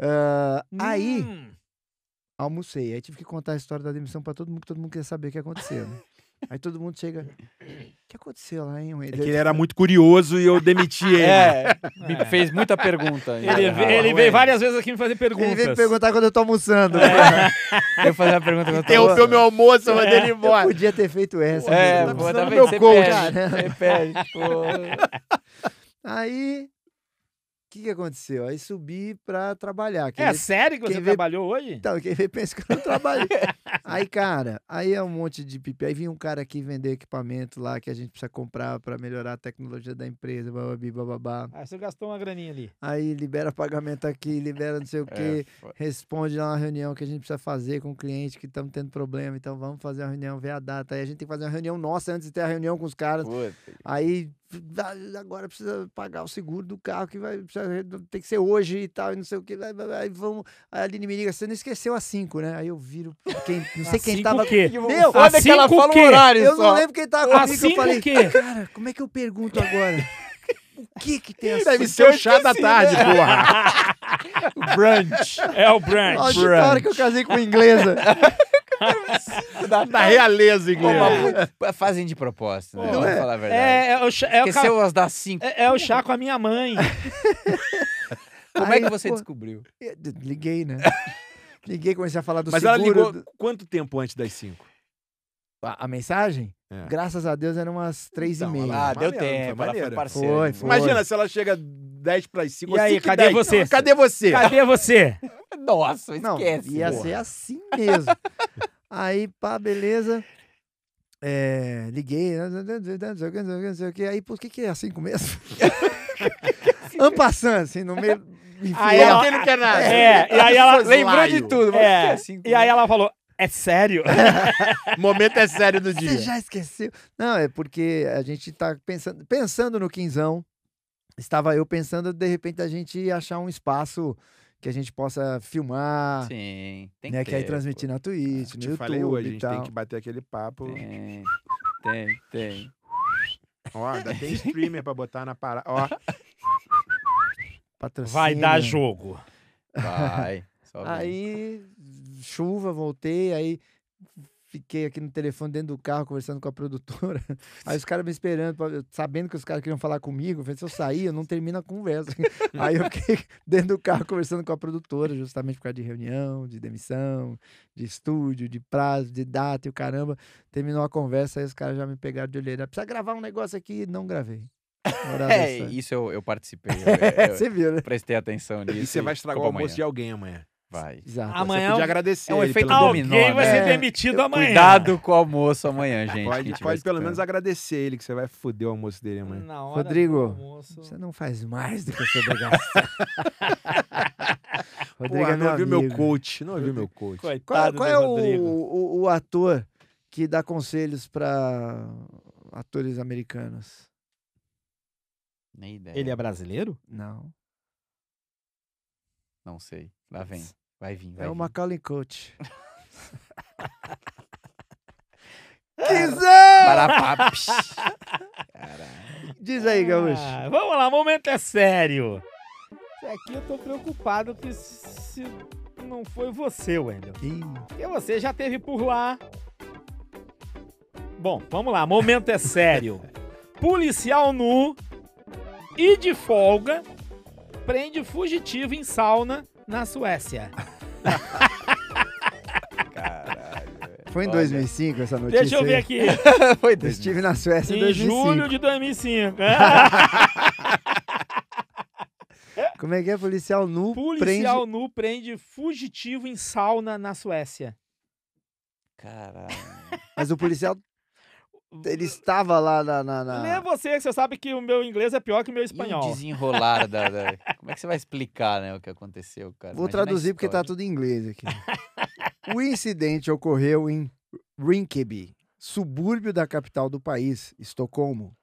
S2: Ah, aí,
S6: Hum,
S2: almocei. Aí tive que contar a história da demissão pra todo mundo, que todo mundo queria saber o que aconteceu. né? Aí todo mundo chega. O que aconteceu lá, hein?
S4: É que ele era muito curioso e eu demiti ele.
S5: É, me fez muita pergunta.
S6: Ele, ve- ele veio várias vezes aqui me fazer perguntas.
S2: Ele veio me perguntar quando eu tô almoçando.
S5: É. Eu fazia uma pergunta que eu tava-
S4: Interrompeu meu um almoço, eu mandei ele
S2: Eu
S4: embora.
S2: podia ter feito essa.
S5: É,
S2: né?
S5: pô,
S4: precisando
S5: tá
S4: do
S5: vendo?
S4: meu
S5: Você
S4: coach.
S5: perde, você perde, pô.
S2: Aí, o que, que aconteceu? Aí subi pra trabalhar. Quem
S6: É
S2: vê-
S4: assim.
S6: sério que
S2: quem
S6: você
S2: vê-
S6: trabalhou hoje?
S2: Então, quem vê pensa que eu não trabalhei. aí, cara, aí é um monte de pipi. Aí vinha um cara aqui vender equipamento lá que a gente precisa comprar pra melhorar a tecnologia da empresa, bababi, bababá.
S6: Ah, você gastou uma graninha ali.
S2: Aí libera pagamento aqui, libera não
S4: É,
S2: sei o quê,
S5: fo-
S2: responde lá uma reunião que a gente precisa fazer com o cliente que estamos tendo problema, então vamos fazer uma reunião, ver a data. Aí a gente tem que fazer uma reunião nossa antes de ter a reunião com os caras.
S5: Puta.
S2: Aí dá- agora precisa pagar o seguro do carro que vai precisa- tem que ser hoje e tal, e não sei o que. Aí vamos. Aí a Aline me liga, você não esqueceu às 5, né? Aí eu viro quem, não sei quem
S6: Cinco
S2: tava.
S6: o quê?
S2: Meu,
S5: Foda que ela
S6: cinco
S5: fala
S6: o quê?
S5: um horário
S2: eu não
S5: só.
S2: lembro quem tava
S6: Às
S2: comigo. Eu
S6: cinco
S2: falei,
S6: o quê?
S2: cara, como é que eu pergunto agora? O que que tem às
S4: Deve
S2: cinco? né?
S4: ser o chá da tarde, porra.
S5: Brunch.
S6: É o
S2: Ó,
S6: brunch.
S2: de hora que eu casei com uma inglesa.
S5: Da
S4: Da realeza
S5: Pô,
S4: inglesa.
S5: mas muito- Fazem É de propósito, né?
S6: Não
S5: Vamos
S2: é.
S5: falar a verdade.
S6: É, é o chá, é, o ca-
S5: Esqueceu as das cinco.
S6: é- é o chá com a minha mãe.
S5: Como é que
S2: Aí,
S5: você
S2: pô,
S5: descobriu?
S2: eu Liguei, né? Liguei, comecei a falar do
S4: Mas ela
S2: seguro.
S4: ligou
S2: do-
S4: quanto tempo antes das 5?
S2: A, a mensagem?
S4: É.
S2: Graças a Deus eram umas três
S4: Então,
S2: e meia.
S4: ela-
S5: Ah, deu
S4: maneiro,
S5: tempo.
S4: foi
S5: Ela foi
S4: maneiro.
S5: parceira.
S2: Foi,
S5: né?
S2: foi.
S4: Imagina se ela chega 10 para as 5
S6: E aí, cadê você?
S4: Cadê você?
S6: Cadê você?
S5: Nossa,
S2: Não,
S5: esquece.
S2: ia
S5: pô.
S2: ser assim mesmo. Aí, pá, beleza. É, liguei, não sei o que, não sei o que, não sei o que. Aí, por que que é assim mesmo? Ampassando, assim, no meio...
S6: Aí
S2: enfiei
S6: ela-
S2: a-
S4: quer nada.
S6: É, e aí ela
S5: Lembrou de tudo. mas
S6: É,
S2: assim.
S5: esquece, cinco
S6: E aí ela falou, é sério?
S4: Momento é sério do
S2: Você
S4: dia.
S2: já esqueceu? Não, é porque a gente tá pensando, pensando no quinzão. Estava eu pensando, de repente, a gente achar um espaço que a gente possa filmar,
S5: Sim, tem
S2: né?
S5: que
S2: Que aí
S5: ter,
S2: transmitir na Twitch,
S4: Eu
S2: no
S4: É, te
S2: YouTube
S4: falei hoje, a
S2: e
S4: gente
S2: tal.
S4: tem que bater aquele papo.
S5: pô. Tem, tem, tem.
S4: Ó, ainda tem streamer pra botar na parada. Ó,
S2: Patrocínio.
S6: Vai dar jogo.
S5: Vai. Só vem.
S2: Aí, chuva, voltei, aí fiquei aqui no telefone dentro do carro conversando com a produtora. Aí os caras me esperando, pra- eu- sabendo que os caras queriam falar comigo. Eu falei, se eu sair, eu não termino a conversa. aí eu fiquei dentro do carro conversando com a produtora, justamente por causa de reunião, de demissão, de estúdio, de prazo, de data e o caramba. Terminou a conversa, aí os caras já me pegaram de olheira. Precisa gravar um negócio aqui, não gravei. Moral da
S5: É,
S2: história.
S5: isso eu, eu participei. Eu, eu
S2: Você viu, né?
S5: prestei atenção nisso.
S4: e você vai estragar o
S5: desculpa
S4: almoço de
S5: tá
S4: alguém
S5: amanhã.
S4: amanhã.
S5: Vai.
S2: Exato.
S4: Você
S6: Amanhã
S4: podia agradecer.
S5: é um
S4: ele
S5: efeito
S4: pelo
S5: dominó.
S4: menos.
S6: alguém vai ser
S2: né?
S6: demitido amanhã.
S5: Cuidado com o almoço amanhã, gente. que a
S4: Pode, pode
S5: gente vai
S4: pelo
S5: escutando.
S4: menos agradecer ele, que você vai foder o almoço dele amanhã.
S6: Na hora do
S2: Rodrigo,
S6: almoço.
S2: Você não faz mais do que a sua obrigação. Rodrigo
S4: Porra,
S2: é
S4: não
S2: meu
S4: ouviu
S2: amigo.
S4: meu coach. Não ouviu meu coach.
S2: Qual,
S6: Coitado
S2: qual
S6: do
S2: é o,
S6: Rodrigo.
S2: o, o ator que dá conselhos pra atores americanos?
S5: Nem ideia.
S6: Ele é brasileiro?
S2: Não.
S5: Não sei. Lá vem. Vai vir, vai
S2: é o
S5: vir.
S2: Macaulay Coach. Quinzão!
S5: Parapá, psh. Caralho.
S2: Diz aí, Gaúcho.
S6: Ah, vamos lá, o momento é sério. Isso aqui eu tô preocupado que se não foi você, Wendel.
S2: Ih,
S6: Porque você já teve por lá. Bom, vamos lá, momento é sério. Policial nu e de folga prende fugitivo em sauna na Suécia.
S2: foi em
S5: Olha.
S2: 2005 essa notícia.
S6: Deixa eu ver
S2: aí?
S6: aqui.
S5: Foi
S2: Eu
S5: doido.
S2: estive na Suécia em,
S6: Em
S2: 2005.
S6: julho de 2005.
S2: Como é que é? Policial nu
S6: Policial nu prende fugitivo em sauna na Suécia.
S5: Caralho.
S2: prende... Mas o policial, ele estava lá na... na, na-
S6: Lê é você, que você sabe que o meu inglês é pior que o meu
S5: E o
S6: espanhol.
S5: desenrolar da, da- Como é que você vai explicar, né, o que aconteceu, cara?
S2: Vou
S5: Imagina a
S2: traduzir porque tá
S5: história.
S2: tudo em inglês aqui. o incidente ocorreu em Rinkeby, subúrbio da capital do país, Estocolmo.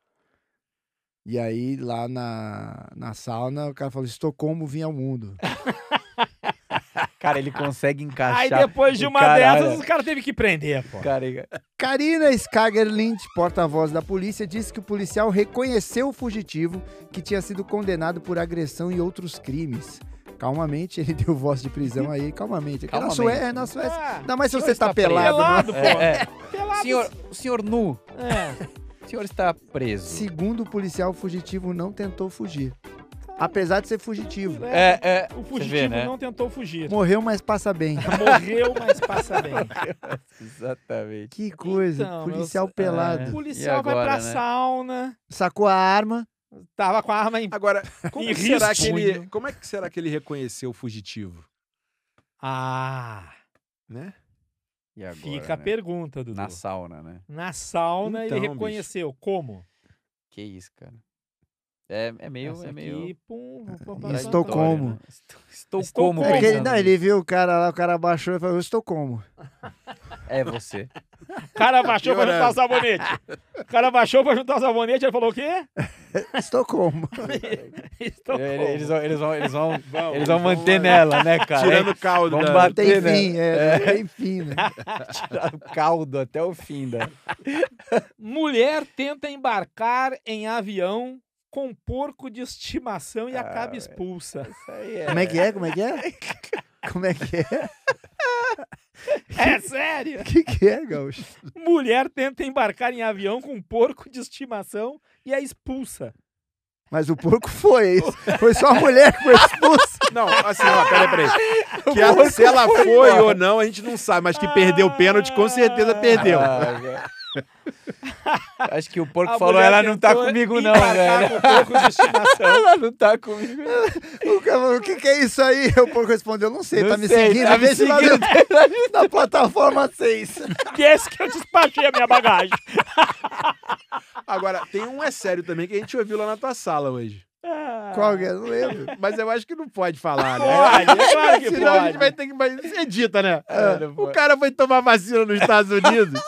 S2: E aí, lá na, na sauna, o cara falou: Estocolmo vinha ao mundo.
S5: Cara, ele consegue encaixar.
S6: Aí depois de
S5: o
S6: uma
S5: caralho.
S6: dessas, o cara teve que prender, pô.
S5: Cara,
S2: Karina Skagerlind, porta-voz da polícia, disse que o policial reconheceu o fugitivo que tinha sido condenado por agressão e outros crimes. Calmamente, ele deu voz de prisão aí, calmamente. Aqui é na
S5: Calmamente.
S2: Suécia, na Suécia.
S6: Ah,
S2: Ainda mais se
S6: senhor
S2: você tá
S6: está preso.
S2: pelado, né?
S6: Pelado, pô.
S5: É, é.
S6: Pelado.
S5: Senhor, o senhor nu,
S6: É.
S5: o senhor está preso.
S2: Segundo o policial, o fugitivo não tentou fugir. Apesar de ser fugitivo.
S5: É, é.
S6: O
S5: Você
S6: fugitivo
S5: vê, né?
S6: não tentou fugir.
S2: Morreu, mas passa bem.
S6: Morreu, mas passa bem.
S5: Exatamente.
S2: Que coisa.
S6: Então,
S2: policial
S6: eu-
S2: pelado.
S5: é.
S6: O policial
S5: E agora,
S6: vai pra
S5: né?
S6: sauna,
S2: Sacou a arma.
S6: tava com a arma em...
S4: Agora, como,
S6: E
S4: que será que
S6: risponho.
S4: ele, como é que será que ele reconheceu o fugitivo?
S6: Ah,
S4: Né?
S5: E agora,
S6: fica a
S5: né?
S6: pergunta, Dudu.
S5: Na
S6: Na,
S5: sauna, né?
S6: sauna ele
S4: Então,
S6: reconheceu. Como?
S5: Que isso, cara. É, é meio.
S6: Essa
S5: é meio...
S6: aqui, pum, pum, pum, pum,
S5: contraditório,
S2: Estocolmo.
S5: né? Estou, estou
S6: Estou
S5: como?
S6: como?
S2: É que ele,
S5: pensando
S2: não, ele viu o cara lá, o cara abaixou e falou: Eu estou como?
S5: É você.
S6: O cara baixou pra juntar
S4: Piorando.
S6: o sabonete. O cara baixou pra juntar o sabonete, ele falou o quê?
S2: Estou como?
S6: Estou como?
S5: Eles, vão, eles, vão, eles, vão, eles
S4: eles vão
S5: vão manter
S4: lá-
S5: nela, né, cara?
S4: Tirando o caldo
S5: vamos
S4: da-
S2: Tem
S5: bater. né?
S2: fim, é, tem fim, né?
S5: Tirar o caldo até o fim da.
S6: Mulher tenta embarcar em avião com porco de estimação e acaba
S5: Ah,
S6: expulsa.
S5: Isso aí
S2: Como é que é? Como é que é? Como é que é?
S6: É sério?
S2: O que, que é, Gaúcho?
S6: Mulher tenta embarcar em avião com porco de estimação e é expulsa.
S2: Mas o porco foi, é isso. Foi só a mulher que foi expulsa.
S4: Não, assim, ó, peraí, peraí. Que ela- se ela foi ou não, a gente não sabe, mas que perdeu o pênalti, com certeza perdeu.
S5: Ah, cara. Acho que o porco
S6: A
S5: falou,
S6: mulher
S5: ela não tá
S6: tentou
S5: comigo não,
S6: embarcar
S5: velho.
S6: com porco de estimação.
S5: Ela não tá comigo.
S2: O cara falou, o que, que é isso aí? O porco respondeu, não sei,
S5: Não
S2: tá me
S5: sei,
S2: seguindo,
S5: tá me
S2: vê se lá
S5: seguindo.
S2: dentro da plataforma 6.
S6: Desce que eu despachei a minha bagagem.
S4: Agora, tem um é sério também que a gente ouviu lá na tua sala hoje.
S6: Ah.
S2: Qual que é? Não lembro.
S4: Mas eu acho que não pode falar, né?
S6: Pode, é claro que
S4: Senão a gente vai
S6: pode.
S4: ter que. Mas você edita, né?
S5: É, não
S4: o
S5: pode.
S4: cara foi tomar vacina nos Estados Unidos.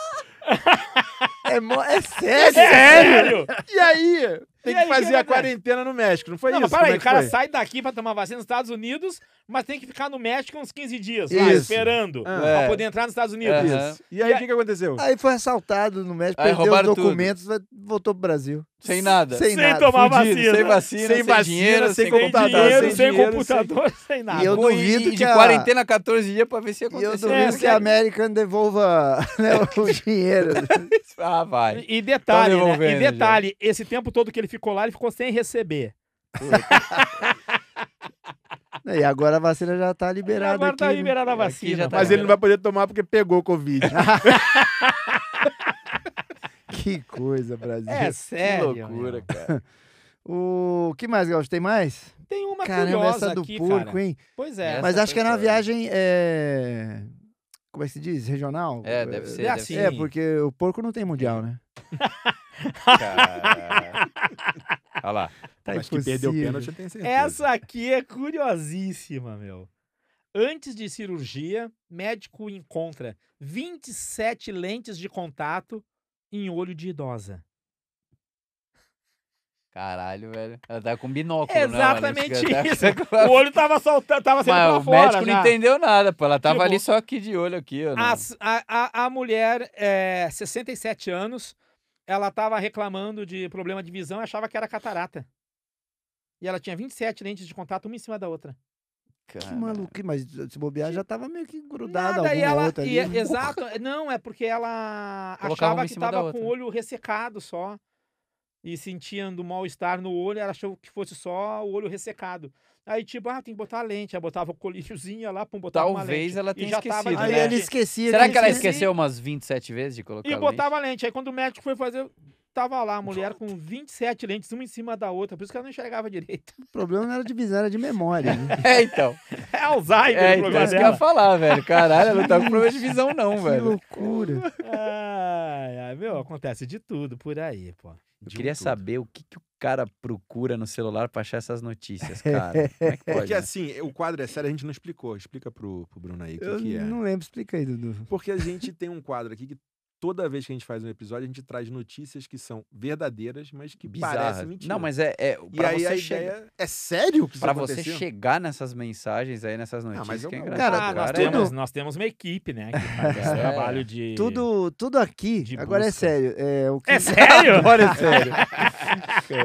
S2: É, mo- é sério?
S6: Sério?
S4: e aí?
S6: E
S4: Tem que
S6: aí, que
S4: fazer a
S6: era, cara?
S4: quarentena no México, não foi
S6: Não,
S4: isso?
S6: mas peraí,
S4: Como é
S6: o
S4: que
S6: cara
S4: foi?
S6: sai daqui pra tomar vacina nos Estados Unidos, mas tem que ficar no México uns 15 dias, lá,
S2: Isso.
S6: esperando,
S4: Ah.
S6: pra
S5: É.
S6: poder entrar nos Estados Unidos.
S5: Aham.
S4: Isso. E aí,
S6: E
S4: o que, que aconteceu?
S2: Aí foi assaltado no México,
S5: Aí
S2: perdeu os
S5: roubaram tudo.
S2: documentos, vai- voltou pro Brasil.
S5: Sem nada.
S2: Sem,
S6: Sem
S2: nada.
S6: tomar
S2: fudido.
S6: vacina.
S5: Sem vacina, sem,
S4: Sem vacina,
S5: dinheiro,
S4: sem
S5: sem,
S6: Sem
S4: computador,
S6: dinheiro, sem,
S4: sem dinheiro,
S6: computador, sem, nada.
S2: E eu
S5: Pô,
S2: duvido
S5: e
S2: que
S5: de
S2: a-
S5: quarentena 14 dias pra ver
S2: E
S5: se
S2: eu
S5: aconteceu.
S2: duvido
S6: É,
S2: que a American devolva né, o dinheiro.
S5: Ah, vai.
S6: E detalhe, né?
S5: Tão
S6: E
S5: devolvendo já.
S6: detalhe, esse tempo todo que ele ficou lá, ele ficou sem receber.
S2: E agora a vacina já tá liberada
S6: Agora
S2: aqui.
S6: tá
S2: né?
S6: liberada a
S5: Aqui
S6: vacina.
S5: já tá
S6: Mas
S4: Mas ele não vai poder tomar porque pegou Covid.
S2: Que coisa, Brasil.
S6: É
S5: Que
S6: sério.
S5: loucura,
S6: meu.
S5: cara.
S2: O que mais, Gaúcho? Tem mais?
S6: Tem uma
S2: Caramba,
S6: curiosa
S2: essa do
S6: aqui,
S2: porco,
S6: cara.
S2: hein?
S6: Pois é.
S5: Essa
S2: Mas acho
S5: foi
S2: que é na
S5: foda.
S2: viagem... é, Como é que se diz? Regional?
S5: É, deve ser.
S6: É
S5: deve
S6: assim.
S5: ser.
S2: É, porque o porco não tem mundial, né?
S5: Cara. Olha lá.
S2: Tá
S4: Mas que perdeu o
S2: impossível.
S4: pênalti, eu tenho certeza.
S6: Essa aqui é curiosíssima, meu. Antes de cirurgia, médico encontra 27 lentes de contato em olho de idosa.
S5: Caralho, velho. Ela tá com binóculo, né?
S6: Exatamente
S5: Ela não-
S6: isso. O olho tava soltando, tava sendo Tá pra
S5: Mas o
S6: fora
S5: médico
S6: já.
S5: não entendeu nada, pô. Ela tava
S6: Tipo, "Ah,
S5: ali só aqui de olho aqui, ó.
S6: A, s- a- a- a mulher, é, 67 anos, ela tava reclamando de problema de visão e achava que era catarata. E ela tinha 27 lentes de contato, uma em cima da outra.
S2: Que
S5: né?
S2: maluco, mas se bobear já tava meio que grudada
S6: Nada,
S2: alguma
S6: e ela,
S2: outra ali.
S6: e- exato, não, é porque ela
S5: Colocava uma
S6: achava
S5: em
S6: que
S5: cima da
S6: tava
S5: outra.
S6: com o olho ressecado só. E sentindo um mal-estar no olho, ela achou que fosse só o olho ressecado. Aí, tipo, ah, tem que botar a lente. Aí botava o colíriozinho lá, pum, botava uma
S5: Talvez
S6: lente.
S5: ela
S6: E
S5: tenha
S6: já tava
S5: esquecido,
S6: na
S2: Aí
S5: né?
S6: lente.
S2: ele esquecia. né?
S5: Será que ela
S6: esqueci.
S5: esqueceu umas 27 vezes de colocar
S6: E
S5: a
S6: botava lente. Aí quando o médico foi fazer, tava lá a mulher com 27 lentes, uma em cima da outra. Por isso que ela não enxergava direito.
S2: O problema não era de visão, era de memória. né?
S5: lente? É, então.
S6: É Alzheimer o
S5: É, então
S6: problema
S5: isso que eu ia
S6: dela.
S5: falar, velho. Caralho, ela não tá com problema de visão, não,
S2: que
S5: velho.
S2: loucura.
S6: Ai, ai, meu, acontece de tudo por aí, pô.
S5: Eu
S4: De um
S5: queria
S4: todo.
S5: saber o que, que o cara procura no celular pra achar essas notícias, cara. Como é que pode,
S4: Porque
S5: né?
S4: assim, o quadro é sério, a gente não explicou. Explica pro, pro Bruno aí o que,
S2: Eu
S4: que é.
S2: não lembro, explica aí, Dudu.
S4: Porque a gente tem um quadro aqui que toda vez que a gente faz um episódio, a gente traz notícias que são verdadeiras, mas que
S5: Bizarra.
S4: parecem mentira.
S5: Não, mas é. é
S4: E
S5: pra
S4: aí
S5: você
S4: a
S5: chegar-
S4: ideia...
S2: É sério? que isso
S4: tá
S5: Pra você
S2: aconteceu?
S5: chegar nessas mensagens aí, nessas
S4: mas
S5: notícias,
S4: eu
S5: que é
S4: não-
S5: engraçado.
S2: Cara,
S5: o
S6: nós,
S5: cara é-
S6: temos, nós temos uma equipe, né? Que faz esse
S5: É.
S6: trabalho de.
S2: Tudo, tudo aqui.
S6: De
S2: Agora é
S6: busca.
S2: sério. É, o que...
S6: É sério?
S2: Agora é sério.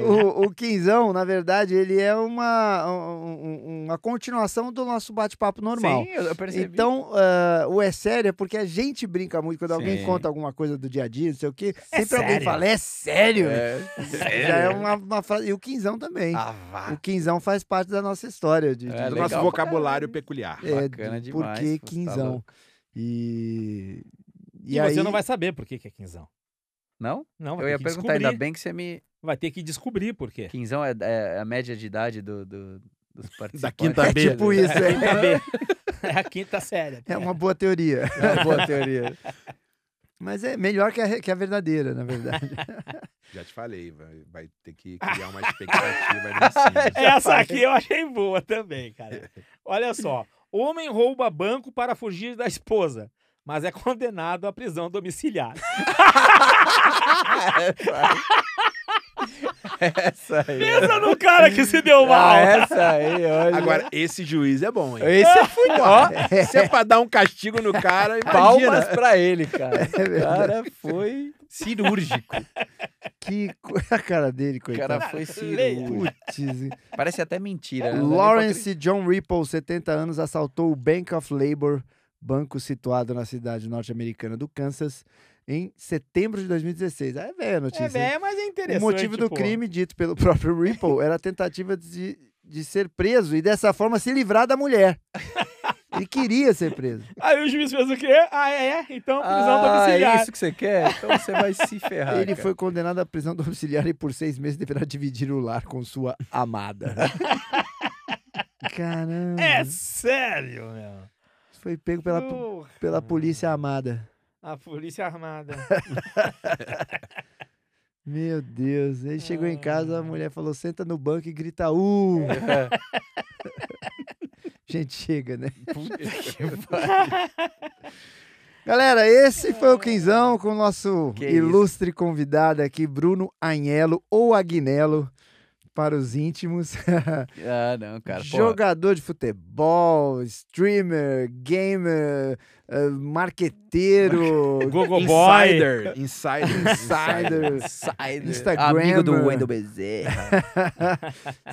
S2: o, o Quinzão, na verdade, ele é uma, um- uma continuação do nosso bate-papo normal.
S5: Sim, eu, eu percebi.
S2: Então, ah, o é sério é porque a gente brinca muito quando alguém
S5: Sim.
S2: conta alguma coisa do dia a dia, não sei o quê. sempre alguém
S6: sério?
S2: fala, é sério?
S5: É,
S2: Já é uma, uma frase. E o Quinzão também.
S5: ah, vá.
S2: O Quinzão faz parte da nossa história. De, de-
S5: É,
S4: Do
S5: legal
S4: nosso
S5: pra
S4: vocabulário
S5: caralho.
S4: peculiar.
S2: É,
S5: Bacana
S2: de-
S5: demais.
S2: Por que
S5: você tá
S2: Quinzão?
S5: louco.
S2: e.
S6: E,
S2: e aí,
S6: você não vai saber por que, que é quinzão.
S5: Não?
S6: Não, vai
S5: Eu
S6: ter
S5: ia
S6: que
S5: perguntar,
S6: descobrir.
S5: ainda bem que você me.
S6: Vai ter que descobrir por quê.
S5: Quinzão é, é a média de idade do, do- dos participantes.
S4: quinta
S2: É tipo
S5: né?
S2: isso, é.
S6: Quinta B. É a quinta série.
S2: É uma boa teoria.
S5: É, boa teoria.
S2: Mas é melhor que a, que a verdadeira, na verdade.
S4: Já te falei, vai, vai ter que criar uma expectativa ali em cima.
S6: Essa aqui eu achei boa também, cara. Olha só. Homem rouba banco para fugir da esposa, mas é condenado à prisão domiciliar.
S5: essa aí.
S6: Pensa no cara que se deu
S5: Ah,
S6: mal.
S5: essa aí, olha.
S4: Agora, esse juiz é bom, hein?
S5: Esse é fui, ó.
S4: Se é pra dar um castigo no cara, imagina.
S5: Palmas pra ele, cara.
S2: É
S5: O
S2: verdade.
S5: cara foi cirúrgico.
S2: Que co- a cara dele,
S5: O
S2: coitado.
S5: cara foi
S6: leia.
S5: cirúrgico.
S2: Putz.
S5: Parece até mentira. né?
S2: Lawrence John Ripple, 70 anos, assaltou o Bank of Labor, banco situado na cidade norte-americana do Kansas, em setembro de 2016. Ah, é velha a notícia.
S6: É, velho, mas é
S2: o
S6: interessante.
S2: motivo do
S6: pô.
S2: crime, dito pelo próprio Ripple, era a tentativa de, de ser preso e dessa forma se livrar da mulher. Ele queria ser preso.
S6: Aí o juiz fez o quê? Ah, é? Então, prisão
S5: ah,
S6: domiciliar.
S5: é isso que você quer? Então você vai se ferrar.
S2: Ele
S5: cara.
S2: foi condenado à prisão domiciliar e por seis meses deverá dividir o lar com sua amada. Caramba.
S6: É sério, meu.
S2: Foi pego pela, po-
S6: Porra.
S2: pela polícia amada.
S6: A polícia armada.
S2: Meu Deus. Ele chegou em casa, a
S6: Ah.
S2: mulher falou: senta no banco e grita: Uh! Gente, chega, né? Galera, esse foi o Quinzão com o nosso
S5: Que isso.
S2: ilustre convidado aqui, Bruno Anhelo ou Agnello, para os íntimos.
S5: Ah, não, cara. pô,
S2: Jogador de futebol, streamer, gamer, eh, marqueteiro,
S6: Google Boy.
S4: Insider. Insider.
S2: insider.
S5: sai do-
S2: Instagram.
S5: Amigo do Wendel Bezerra.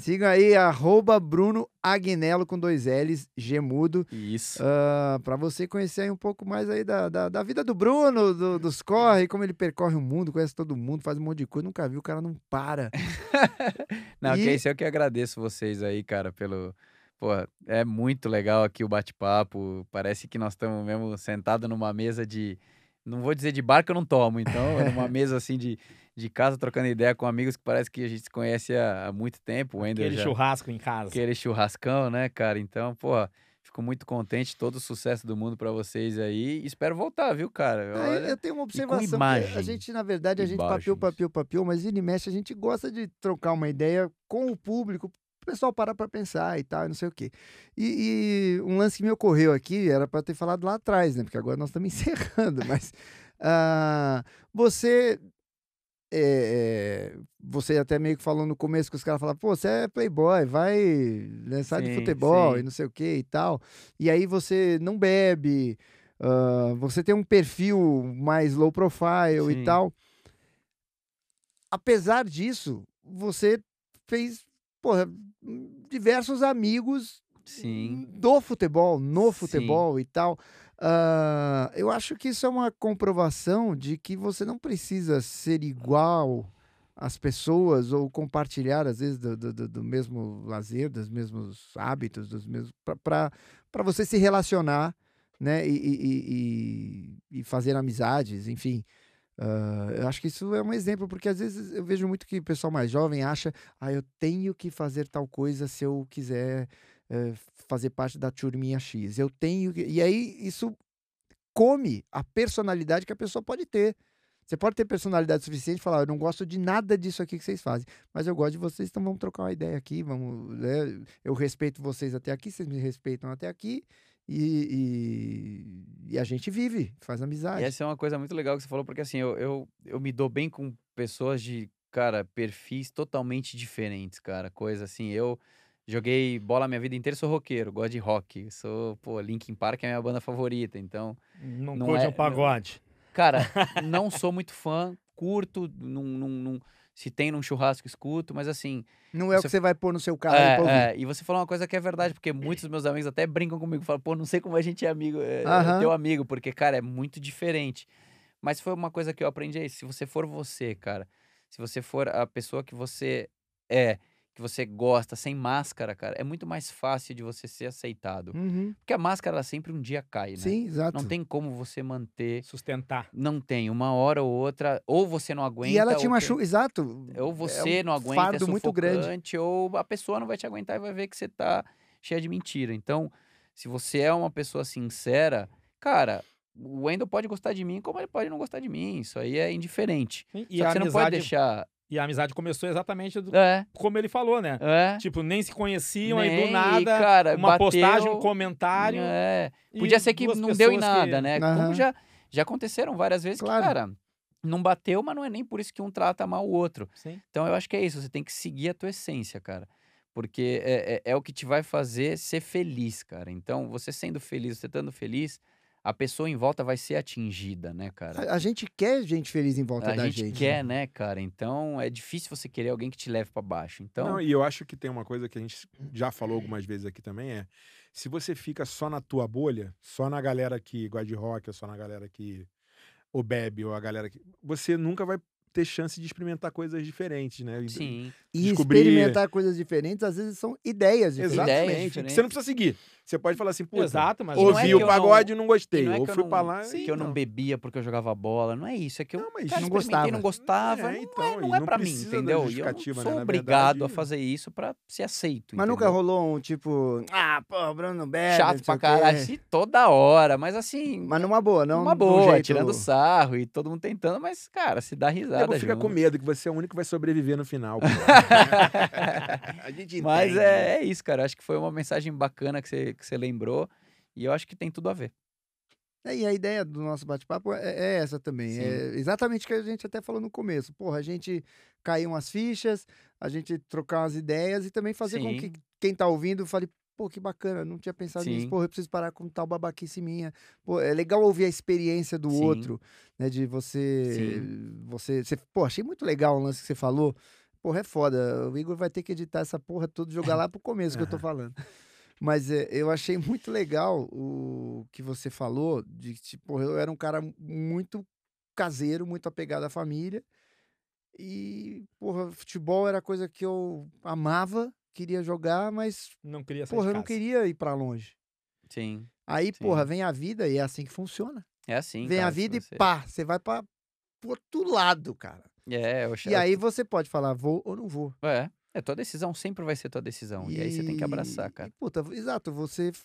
S2: Sigam aí, arroba Bruno Agnello com dois L's, gemudo,
S5: Isso.
S2: ah, pra você conhecer aí um pouco mais aí da, da, da vida do Bruno, do- dos corre, como ele percorre o mundo, conhece todo mundo, faz um monte de coisa, nunca viu, o cara não para.
S5: Não,
S2: E-
S5: que é isso. Eu que agradeço vocês aí, cara, pelo. Porra, é muito legal aqui o bate-papo. Parece que nós estamos mesmo sentados numa mesa de. Não vou dizer de bar que eu não tomo, então. é Numa mesa assim de, de casa, trocando ideia com amigos que parece que a gente se conhece há, há muito tempo. O Wendel
S6: Aquele
S5: já-
S6: churrasco em casa.
S5: aquele churrascão, né, cara? Então, porra, fico muito contente. Todo o sucesso do mundo pra vocês aí. Espero voltar, viu, cara?
S2: Ah, eu-
S5: Olha,
S2: eu tenho uma observação. que A
S5: imagem.
S2: gente, na verdade, a gente papiou,
S5: Imagens.
S2: papiou, papiou, mas ele mexe, a gente gosta de trocar uma ideia com o público, o pessoal parar pra pensar e tal, e não sei o quê. E, e um lance que me ocorreu aqui, era pra ter falado lá atrás, né? Porque agora nós estamos encerrando, mas. ah, você. é, é, você até meio que falou no começo que os caras falavam, pô, você é playboy, vai, né, sai do
S5: Sim,
S2: futebol
S5: sim.
S2: e não sei o que e tal. E aí você não bebe, ah, você tem um perfil mais low profile e
S5: Sim.
S2: tal. Apesar disso, você fez porra, diversos amigos
S5: sim.
S2: do futebol, no
S5: Sim.
S2: futebol e tal. Ah, eu acho que isso é uma comprovação de que você não precisa ser igual às pessoas ou compartilhar, às vezes, do, do- do- do mesmo lazer, dos mesmos hábitos, dos mesmos. para você se relacionar né? e, e- e- e- e fazer amizades, enfim. Ah, eu acho que isso é um exemplo, porque às vezes eu vejo muito que o pessoal mais jovem acha, ah, eu tenho que fazer tal coisa se eu quiser eh, fazer parte da turminha X. Eu tenho que... E aí isso come a personalidade que a pessoa pode ter. Você pode ter personalidade suficiente e falar, eu não gosto de nada disso aqui que vocês fazem, mas eu gosto de vocês, então vamos trocar uma ideia aqui, vamos, né? Eu respeito vocês até aqui, vocês me respeitam até aqui, e, e- e a gente vive, faz
S5: E
S2: amizade.
S5: essa é uma coisa muito legal que você falou, porque assim, eu, eu, eu me dou bem com pessoas de, cara, perfis totalmente diferentes, cara. Coisa assim, eu joguei bola a minha vida inteira, sou roqueiro, gosto de rock. Sou, pô, Linkin Park é a minha banda favorita, então...
S6: Não,
S5: Não
S6: curte
S5: é-
S6: um pagode.
S5: Cara, não sou muito fã, curto, não, não, não- se tem num churrasco escuto, mas assim...
S2: Não é o
S5: Você-
S2: que você vai pôr no seu carro
S5: é,
S2: pra ouvir.
S5: é, e você falou uma coisa que é verdade, porque muitos dos meus amigos até brincam comigo, falam, pô, não sei como a gente é amigo, é, é
S2: Aham.
S5: teu amigo, porque, cara, é muito diferente. Mas foi uma coisa que eu aprendi aí, se você for você, cara, se você for a pessoa que você é, que você gosta, sem máscara, cara, é muito mais fácil de você ser aceitado.
S2: Uhum,
S5: Porque a máscara, ela sempre um dia cai, né?
S2: Sim, exato.
S5: Não tem como você manter,
S6: Sustentar.
S5: não tem, uma hora ou outra, ou você não aguenta...
S2: e ela te
S5: ou quem-
S2: machuca, exato.
S5: ou você
S6: um
S5: não aguenta, é
S2: fardo muito grande.
S5: sufocante, ou a pessoa não vai te aguentar e vai ver que você tá cheia de mentira. Então, se você é uma pessoa sincera, cara, o Wendel pode gostar de mim como ele pode não gostar de mim. Isso aí é indiferente.
S6: E,
S5: Só
S6: a
S5: que você não
S6: amizade-
S5: pode deixar...
S6: e a amizade começou exatamente do-
S5: É,
S6: como ele falou, né?
S5: é.
S6: Tipo, nem se conheciam, aí
S5: Nem,
S6: do
S5: e,
S6: nada,
S5: cara,
S6: uma
S5: bateu,
S6: postagem, um comentário.
S5: É.
S6: e
S5: Podia ser que
S6: duas
S5: não deu em
S6: pessoas que-
S5: nada, né?
S2: Aham.
S5: Como já, já aconteceram várias vezes
S2: Claro.
S5: que, cara, não bateu, mas não é nem por isso que um trata mal o outro.
S6: Sim.
S5: Então eu acho que é isso, você tem que seguir a tua essência, cara. Porque é, é, é o que te vai fazer ser feliz, cara. Então, você sendo feliz, você estando feliz, a pessoa em volta vai ser atingida, né, cara?
S2: A, a gente quer gente feliz em volta
S5: A
S2: da
S5: gente,
S2: gente.
S5: quer, né, cara? Então, é difícil você querer alguém que te leve pra baixo. Então,
S4: Não, e eu acho que tem uma coisa que a gente já falou algumas vezes aqui também, é se você fica só na tua bolha, só na galera que gosta de rock, ou só na galera que ou bebe, ou a galera que... Você nunca vai ter chance de experimentar coisas diferentes, né? E-
S5: sim.
S2: E
S4: Descobrir-
S2: experimentar coisas diferentes, às vezes são ideias diferentes.
S5: Ideias
S4: Exatamente.
S5: diferentes.
S4: Você não precisa seguir. Você pode falar assim, puta,
S6: Exato, mas
S5: não é que
S4: ouvi
S5: eu
S4: o
S5: não-
S4: pagode e não,
S5: E
S4: gostei.
S5: não é
S4: ou
S5: que eu
S4: fui
S5: não-
S4: pra lá
S5: que
S4: e...
S5: eu não, bebia porque eu jogava bola. Não é isso, é que eu
S4: Não, mas
S5: cara,
S2: não
S5: experimentei, não gostava.
S4: É,
S5: não,
S4: então,
S5: é,
S4: e
S5: não é
S4: não
S5: pra mim,
S4: precisa da
S5: entendeu? E eu não sou
S4: justificativa, né? Na
S5: obrigado
S4: verdade-
S5: a fazer isso pra ser aceito.
S2: Mas nunca
S5: entendeu?
S2: rolou um tipo, ah, pô, o Bruno não
S4: é,
S2: bebe.
S4: né,
S2: não
S5: Chato
S2: sei
S5: pra
S2: o quê.
S5: caralho, assim, toda hora. Mas assim,
S2: Mas numa boa, não.
S5: uma
S2: de um
S5: boa,
S2: jeito-
S5: tirando sarro e todo mundo tentando, mas, cara, se dá risada.
S4: Nego fica
S5: junto.
S4: com medo que você é o único que vai sobreviver no final. pô. a gente
S5: mas
S4: entende.
S2: né?
S5: é, é isso, cara. Acho que foi uma mensagem bacana que você, que você lembrou. E eu acho que tem tudo a ver.
S2: É, E a ideia do nosso bate-papo é, é essa também.
S5: Sim.
S2: É exatamente o que a gente até falou no começo. Porra, a gente cair umas fichas, a gente trocar umas ideias e também fazer com que
S5: Sim.
S2: quem tá ouvindo fale, pô, que bacana, não tinha pensado nisso.
S5: Sim.
S2: Porra, eu preciso parar com tal babaquice minha. Pô, é legal ouvir a experiência do
S5: Sim.
S2: outro, né? De você, você. Você. Pô, achei muito legal o lance que você falou. Porra, é foda. O Igor vai ter que editar essa porra toda e jogar lá pro começo que eu tô falando. Mas é, eu achei muito legal o que você falou de tipo, porra, eu era um cara muito caseiro, muito apegado à família. E, porra, futebol era coisa que eu amava, queria jogar, mas,
S6: Não queria sair
S2: porra, eu
S6: é de
S2: não
S6: casa.
S2: queria ir pra longe.
S5: Sim.
S2: Aí,
S5: Sim.
S2: porra, vem a vida e é assim que funciona.
S5: É assim.
S2: vem
S5: cara,
S2: a
S5: se
S2: vida
S5: você-
S2: e pá, você vai pra pro outro lado, cara.
S5: É, eu
S2: E aí você pode falar, vou ou não vou.
S5: É, é, tua decisão sempre vai ser tua decisão. Então, E, aí você tem que abraçar,
S2: E,
S5: cara.
S2: puta, exato, você f-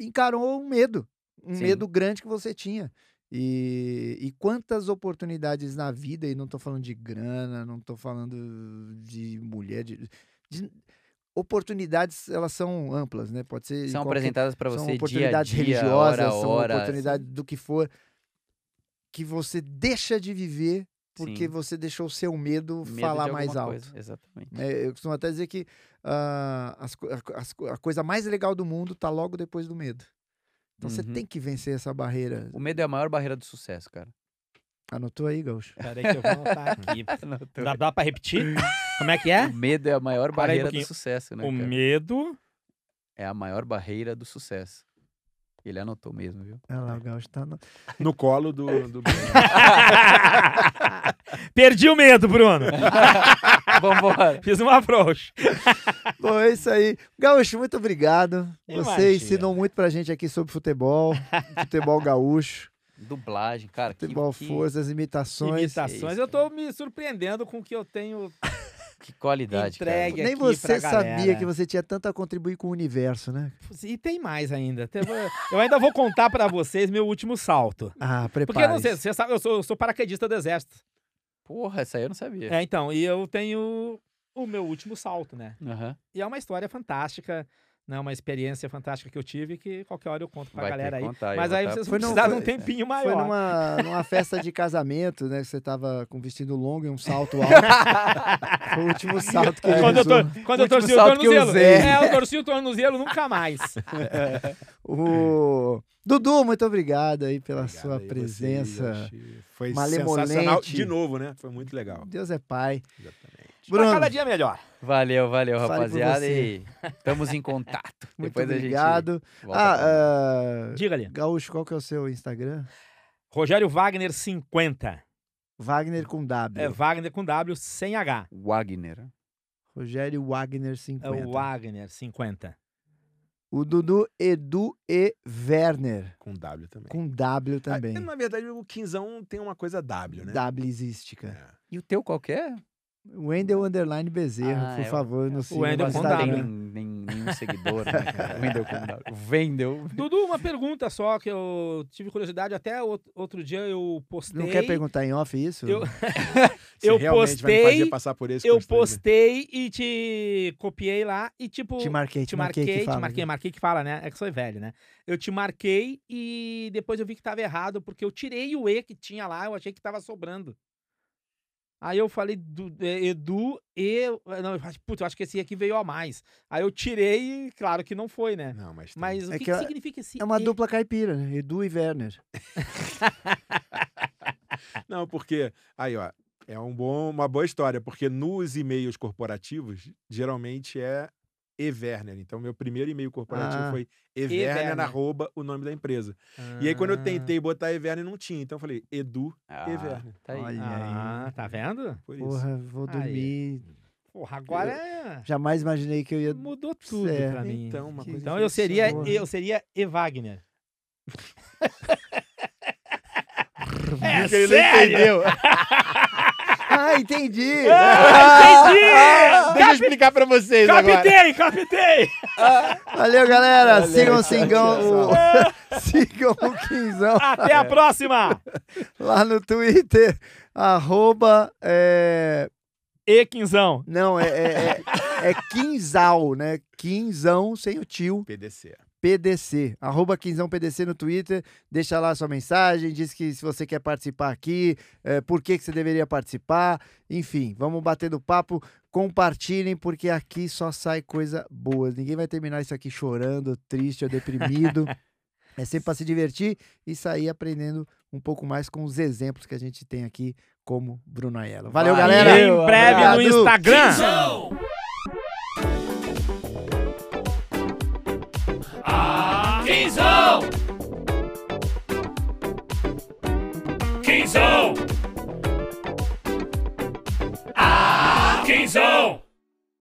S2: encarou um medo, um
S5: Sim.
S2: medo grande que você tinha. E, e quantas oportunidades na vida, e não tô falando de grana, não tô falando de mulher, de, de- oportunidades, elas são amplas, né? Pode ser em
S5: São
S2: qualquer-
S5: apresentadas pra
S2: são
S5: você dia a
S2: oportunidades
S5: dia,
S2: religiosas,
S5: hora a
S2: são
S5: hora. assim.
S2: oportunidades do que for que você deixa de viver porque
S5: Sim.
S2: você deixou o seu medo,
S5: medo de
S2: falar
S5: alguma
S2: mais alto.
S5: coisa, Exatamente.
S2: É, eu costumo até dizer que ah, as co- a, co- as co- a coisa mais legal do mundo tá logo depois do medo. Então você
S5: Uhum.
S2: tem que vencer essa barreira.
S5: O medo é a maior barreira do sucesso, cara.
S2: Anotou aí, Gaúcho?
S6: Peraí que eu vou anotar aqui.
S5: Não, tô-
S6: Dá, dá pra repetir? Como é que é?
S5: O medo é a
S6: Para
S5: maior
S6: aí um
S5: barreira do
S6: pouquinho.
S5: sucesso, né?
S6: O
S5: cara?
S6: medo.
S5: é a maior barreira do sucesso. Ele anotou mesmo, viu?
S2: Olha lá, o Gaúcho tá no...
S4: No colo do...
S5: É.
S4: do...
S6: Perdi o medo, Bruno.
S5: Vambora.
S6: Fiz uma frouxa.
S2: Bom, é isso aí. Gaúcho, muito obrigado.
S6: Imagina.
S2: Você ensinou muito pra gente aqui sobre futebol, futebol gaúcho,
S5: Dublagem, cara. que-
S2: futebol
S5: que,
S2: força, as imitações.
S5: é
S6: Imitações.
S5: isso,
S6: Eu tô me surpreendendo com o que eu tenho
S5: Que qualidade,
S6: entregue
S2: Nem
S6: aqui
S2: você
S6: pra
S2: sabia
S6: galera.
S2: que você tinha tanto a contribuir com o universo, né?
S6: E tem mais ainda. Tem- Eu ainda vou contar pra vocês meu último salto.
S2: Ah,
S6: Porque eu
S2: prepara.
S6: não sei, você sabe, eu sou, eu sou paraquedista do exército.
S5: cara. Porra, essa aí eu não sabia.
S6: É, então, e eu tenho o meu último salto, né?
S5: Aham.
S6: E é uma história fantástica Não, uma experiência fantástica que eu tive que qualquer hora eu conto pra
S5: Vai ter
S6: galera
S5: que
S6: aí.
S5: contar, eu
S6: Mas
S5: vou
S6: aí
S5: tá-
S6: vocês
S2: Foi
S6: vão
S2: num-
S6: precisar de um
S2: foi-
S6: tempinho maior.
S2: Foi numa, numa festa de casamento, né? Que você tava com um vestido longo e um salto alto. Foi o último salto que ele
S6: Quando, eu,
S2: usou.
S6: tor- quando eu
S5: Último
S6: torci o
S5: salto que eu
S6: tornozelo.
S5: usei.
S6: É, eu torci o tornozelo nunca mais.
S2: O... Dudu, muito obrigado aí pela
S4: Obrigado
S2: sua
S4: aí, vocês,
S2: presença.
S4: achei- Foi
S2: malemolente.
S4: sensacional. De novo, né? Foi muito legal.
S2: Deus é pai.
S4: Exatamente.
S2: Bruno,
S6: Mas cada dia melhor.
S5: Valeu, valeu,
S2: Fale por
S5: rapaziada.
S2: você.
S5: E estamos em contato.
S2: muito
S5: Depois a
S2: obrigado.
S5: gente volta a
S6: é.
S5: falar.
S2: Ah, ah,
S6: Diga ali.
S2: Gaúcho, qual que é o seu Instagram?
S6: Rogério Wagner 50.
S2: Wagner com W.
S6: É Wagner com W sem H.
S5: Wagner.
S2: Rogério Wagner
S6: É
S2: 50.
S6: o Wagner 50.
S2: O Dudu Edu E Werner.
S4: Com W também.
S2: Com W
S4: Ah,
S2: também.
S4: Na verdade, o Quinzão tem uma coisa W, né?
S2: W existe, cara.
S4: É.
S5: E o teu qualquer?
S2: Wendel Underline Bezerra,
S5: Ah,
S2: por
S5: é o-
S2: favor, no sigam
S6: Wendel
S2: no
S6: com
S5: Você não tem
S2: Instagram.
S6: W.
S5: nem- nem- nenhum seguidor, né, cara? Vendeu com W. Vendeu.
S6: Dudu, uma pergunta só que eu tive curiosidade. Até o- outro dia eu postei.
S2: Não quer perguntar em off isso?
S6: Eu-
S4: Você
S6: Eu
S4: realmente vai me fazer
S6: postei-
S4: passar por esse
S6: Eu
S4: constrangimento?
S6: postei e te copiei lá e tipo.
S2: Te marquei,
S6: te
S2: te marquei, que fala,
S6: te marquei,
S2: né?
S6: marquei que fala, né? É que sou velho, né? Eu te marquei e depois eu vi que tava errado, porque eu tirei o E que tinha lá, eu achei que tava sobrando. Aí eu falei do, é, Edu e. eh, Não, eu acho- putz, eu acho que esse aqui veio a mais. Aí eu tirei e claro que não foi, né?
S4: Não, mas. tem-
S6: Mas o
S2: É
S6: que,
S2: que
S6: que
S2: é-
S6: significa esse
S2: É uma
S6: E?
S2: dupla caipira, né? Edu e Werner.
S4: Não, porque. Aí, ó. É um bom, uma boa história, porque nos e-mails corporativos, geralmente é Everner. Então, meu primeiro e-mail corporativo
S2: Ah.
S4: foi Everner,
S6: Everner. Ah.
S4: arroba, o nome da empresa. E aí, quando eu tentei botar Everner, não tinha. Então, eu falei, Edu
S5: Ah,
S4: Everner.
S5: tá aí.
S2: Olha.
S6: Ah, tá vendo?
S4: Por isso.
S2: Porra, vou
S6: Aí.
S2: dormir.
S6: Porra, agora é-
S2: Jamais imaginei que eu ia.
S6: mudou tudo
S2: É.
S6: pra mim.
S4: Então, uma
S2: Que-
S4: coisa
S6: Então eu seria,
S2: Boa.
S6: eu seria E Wagner.
S4: É sério?
S2: Ah, entendi!
S4: É. Deixa eu explicar pra vocês
S6: Ah, Captei, captei!
S2: Valeu, galera!
S4: Valeu,
S2: sigam o
S4: tchau,
S2: Singão.
S4: tchau.
S2: o- sigam o Quinzão
S6: Até a próxima!
S2: lá no Twitter. Arroba. é,
S6: E Quinzão.
S2: Não, é, é, é- é Quinzal, né? Quinzão sem o tio.
S4: PDC.
S2: PDC, arroba Quinzão PDC no Twitter, deixa lá sua mensagem, diz que se você quer participar aqui, eh, por que, que você deveria participar, enfim, vamos batendo papo, compartilhem, porque aqui só sai coisa boa, ninguém vai terminar isso aqui chorando, triste ou deprimido, é sempre para se divertir e sair aprendendo um pouco mais com os exemplos que a gente tem aqui, como Bruno Aiello. Valeu,
S5: Valeu,
S2: galera!
S6: em breve
S2: Obrigado.
S6: no Instagram.
S5: Quinzão!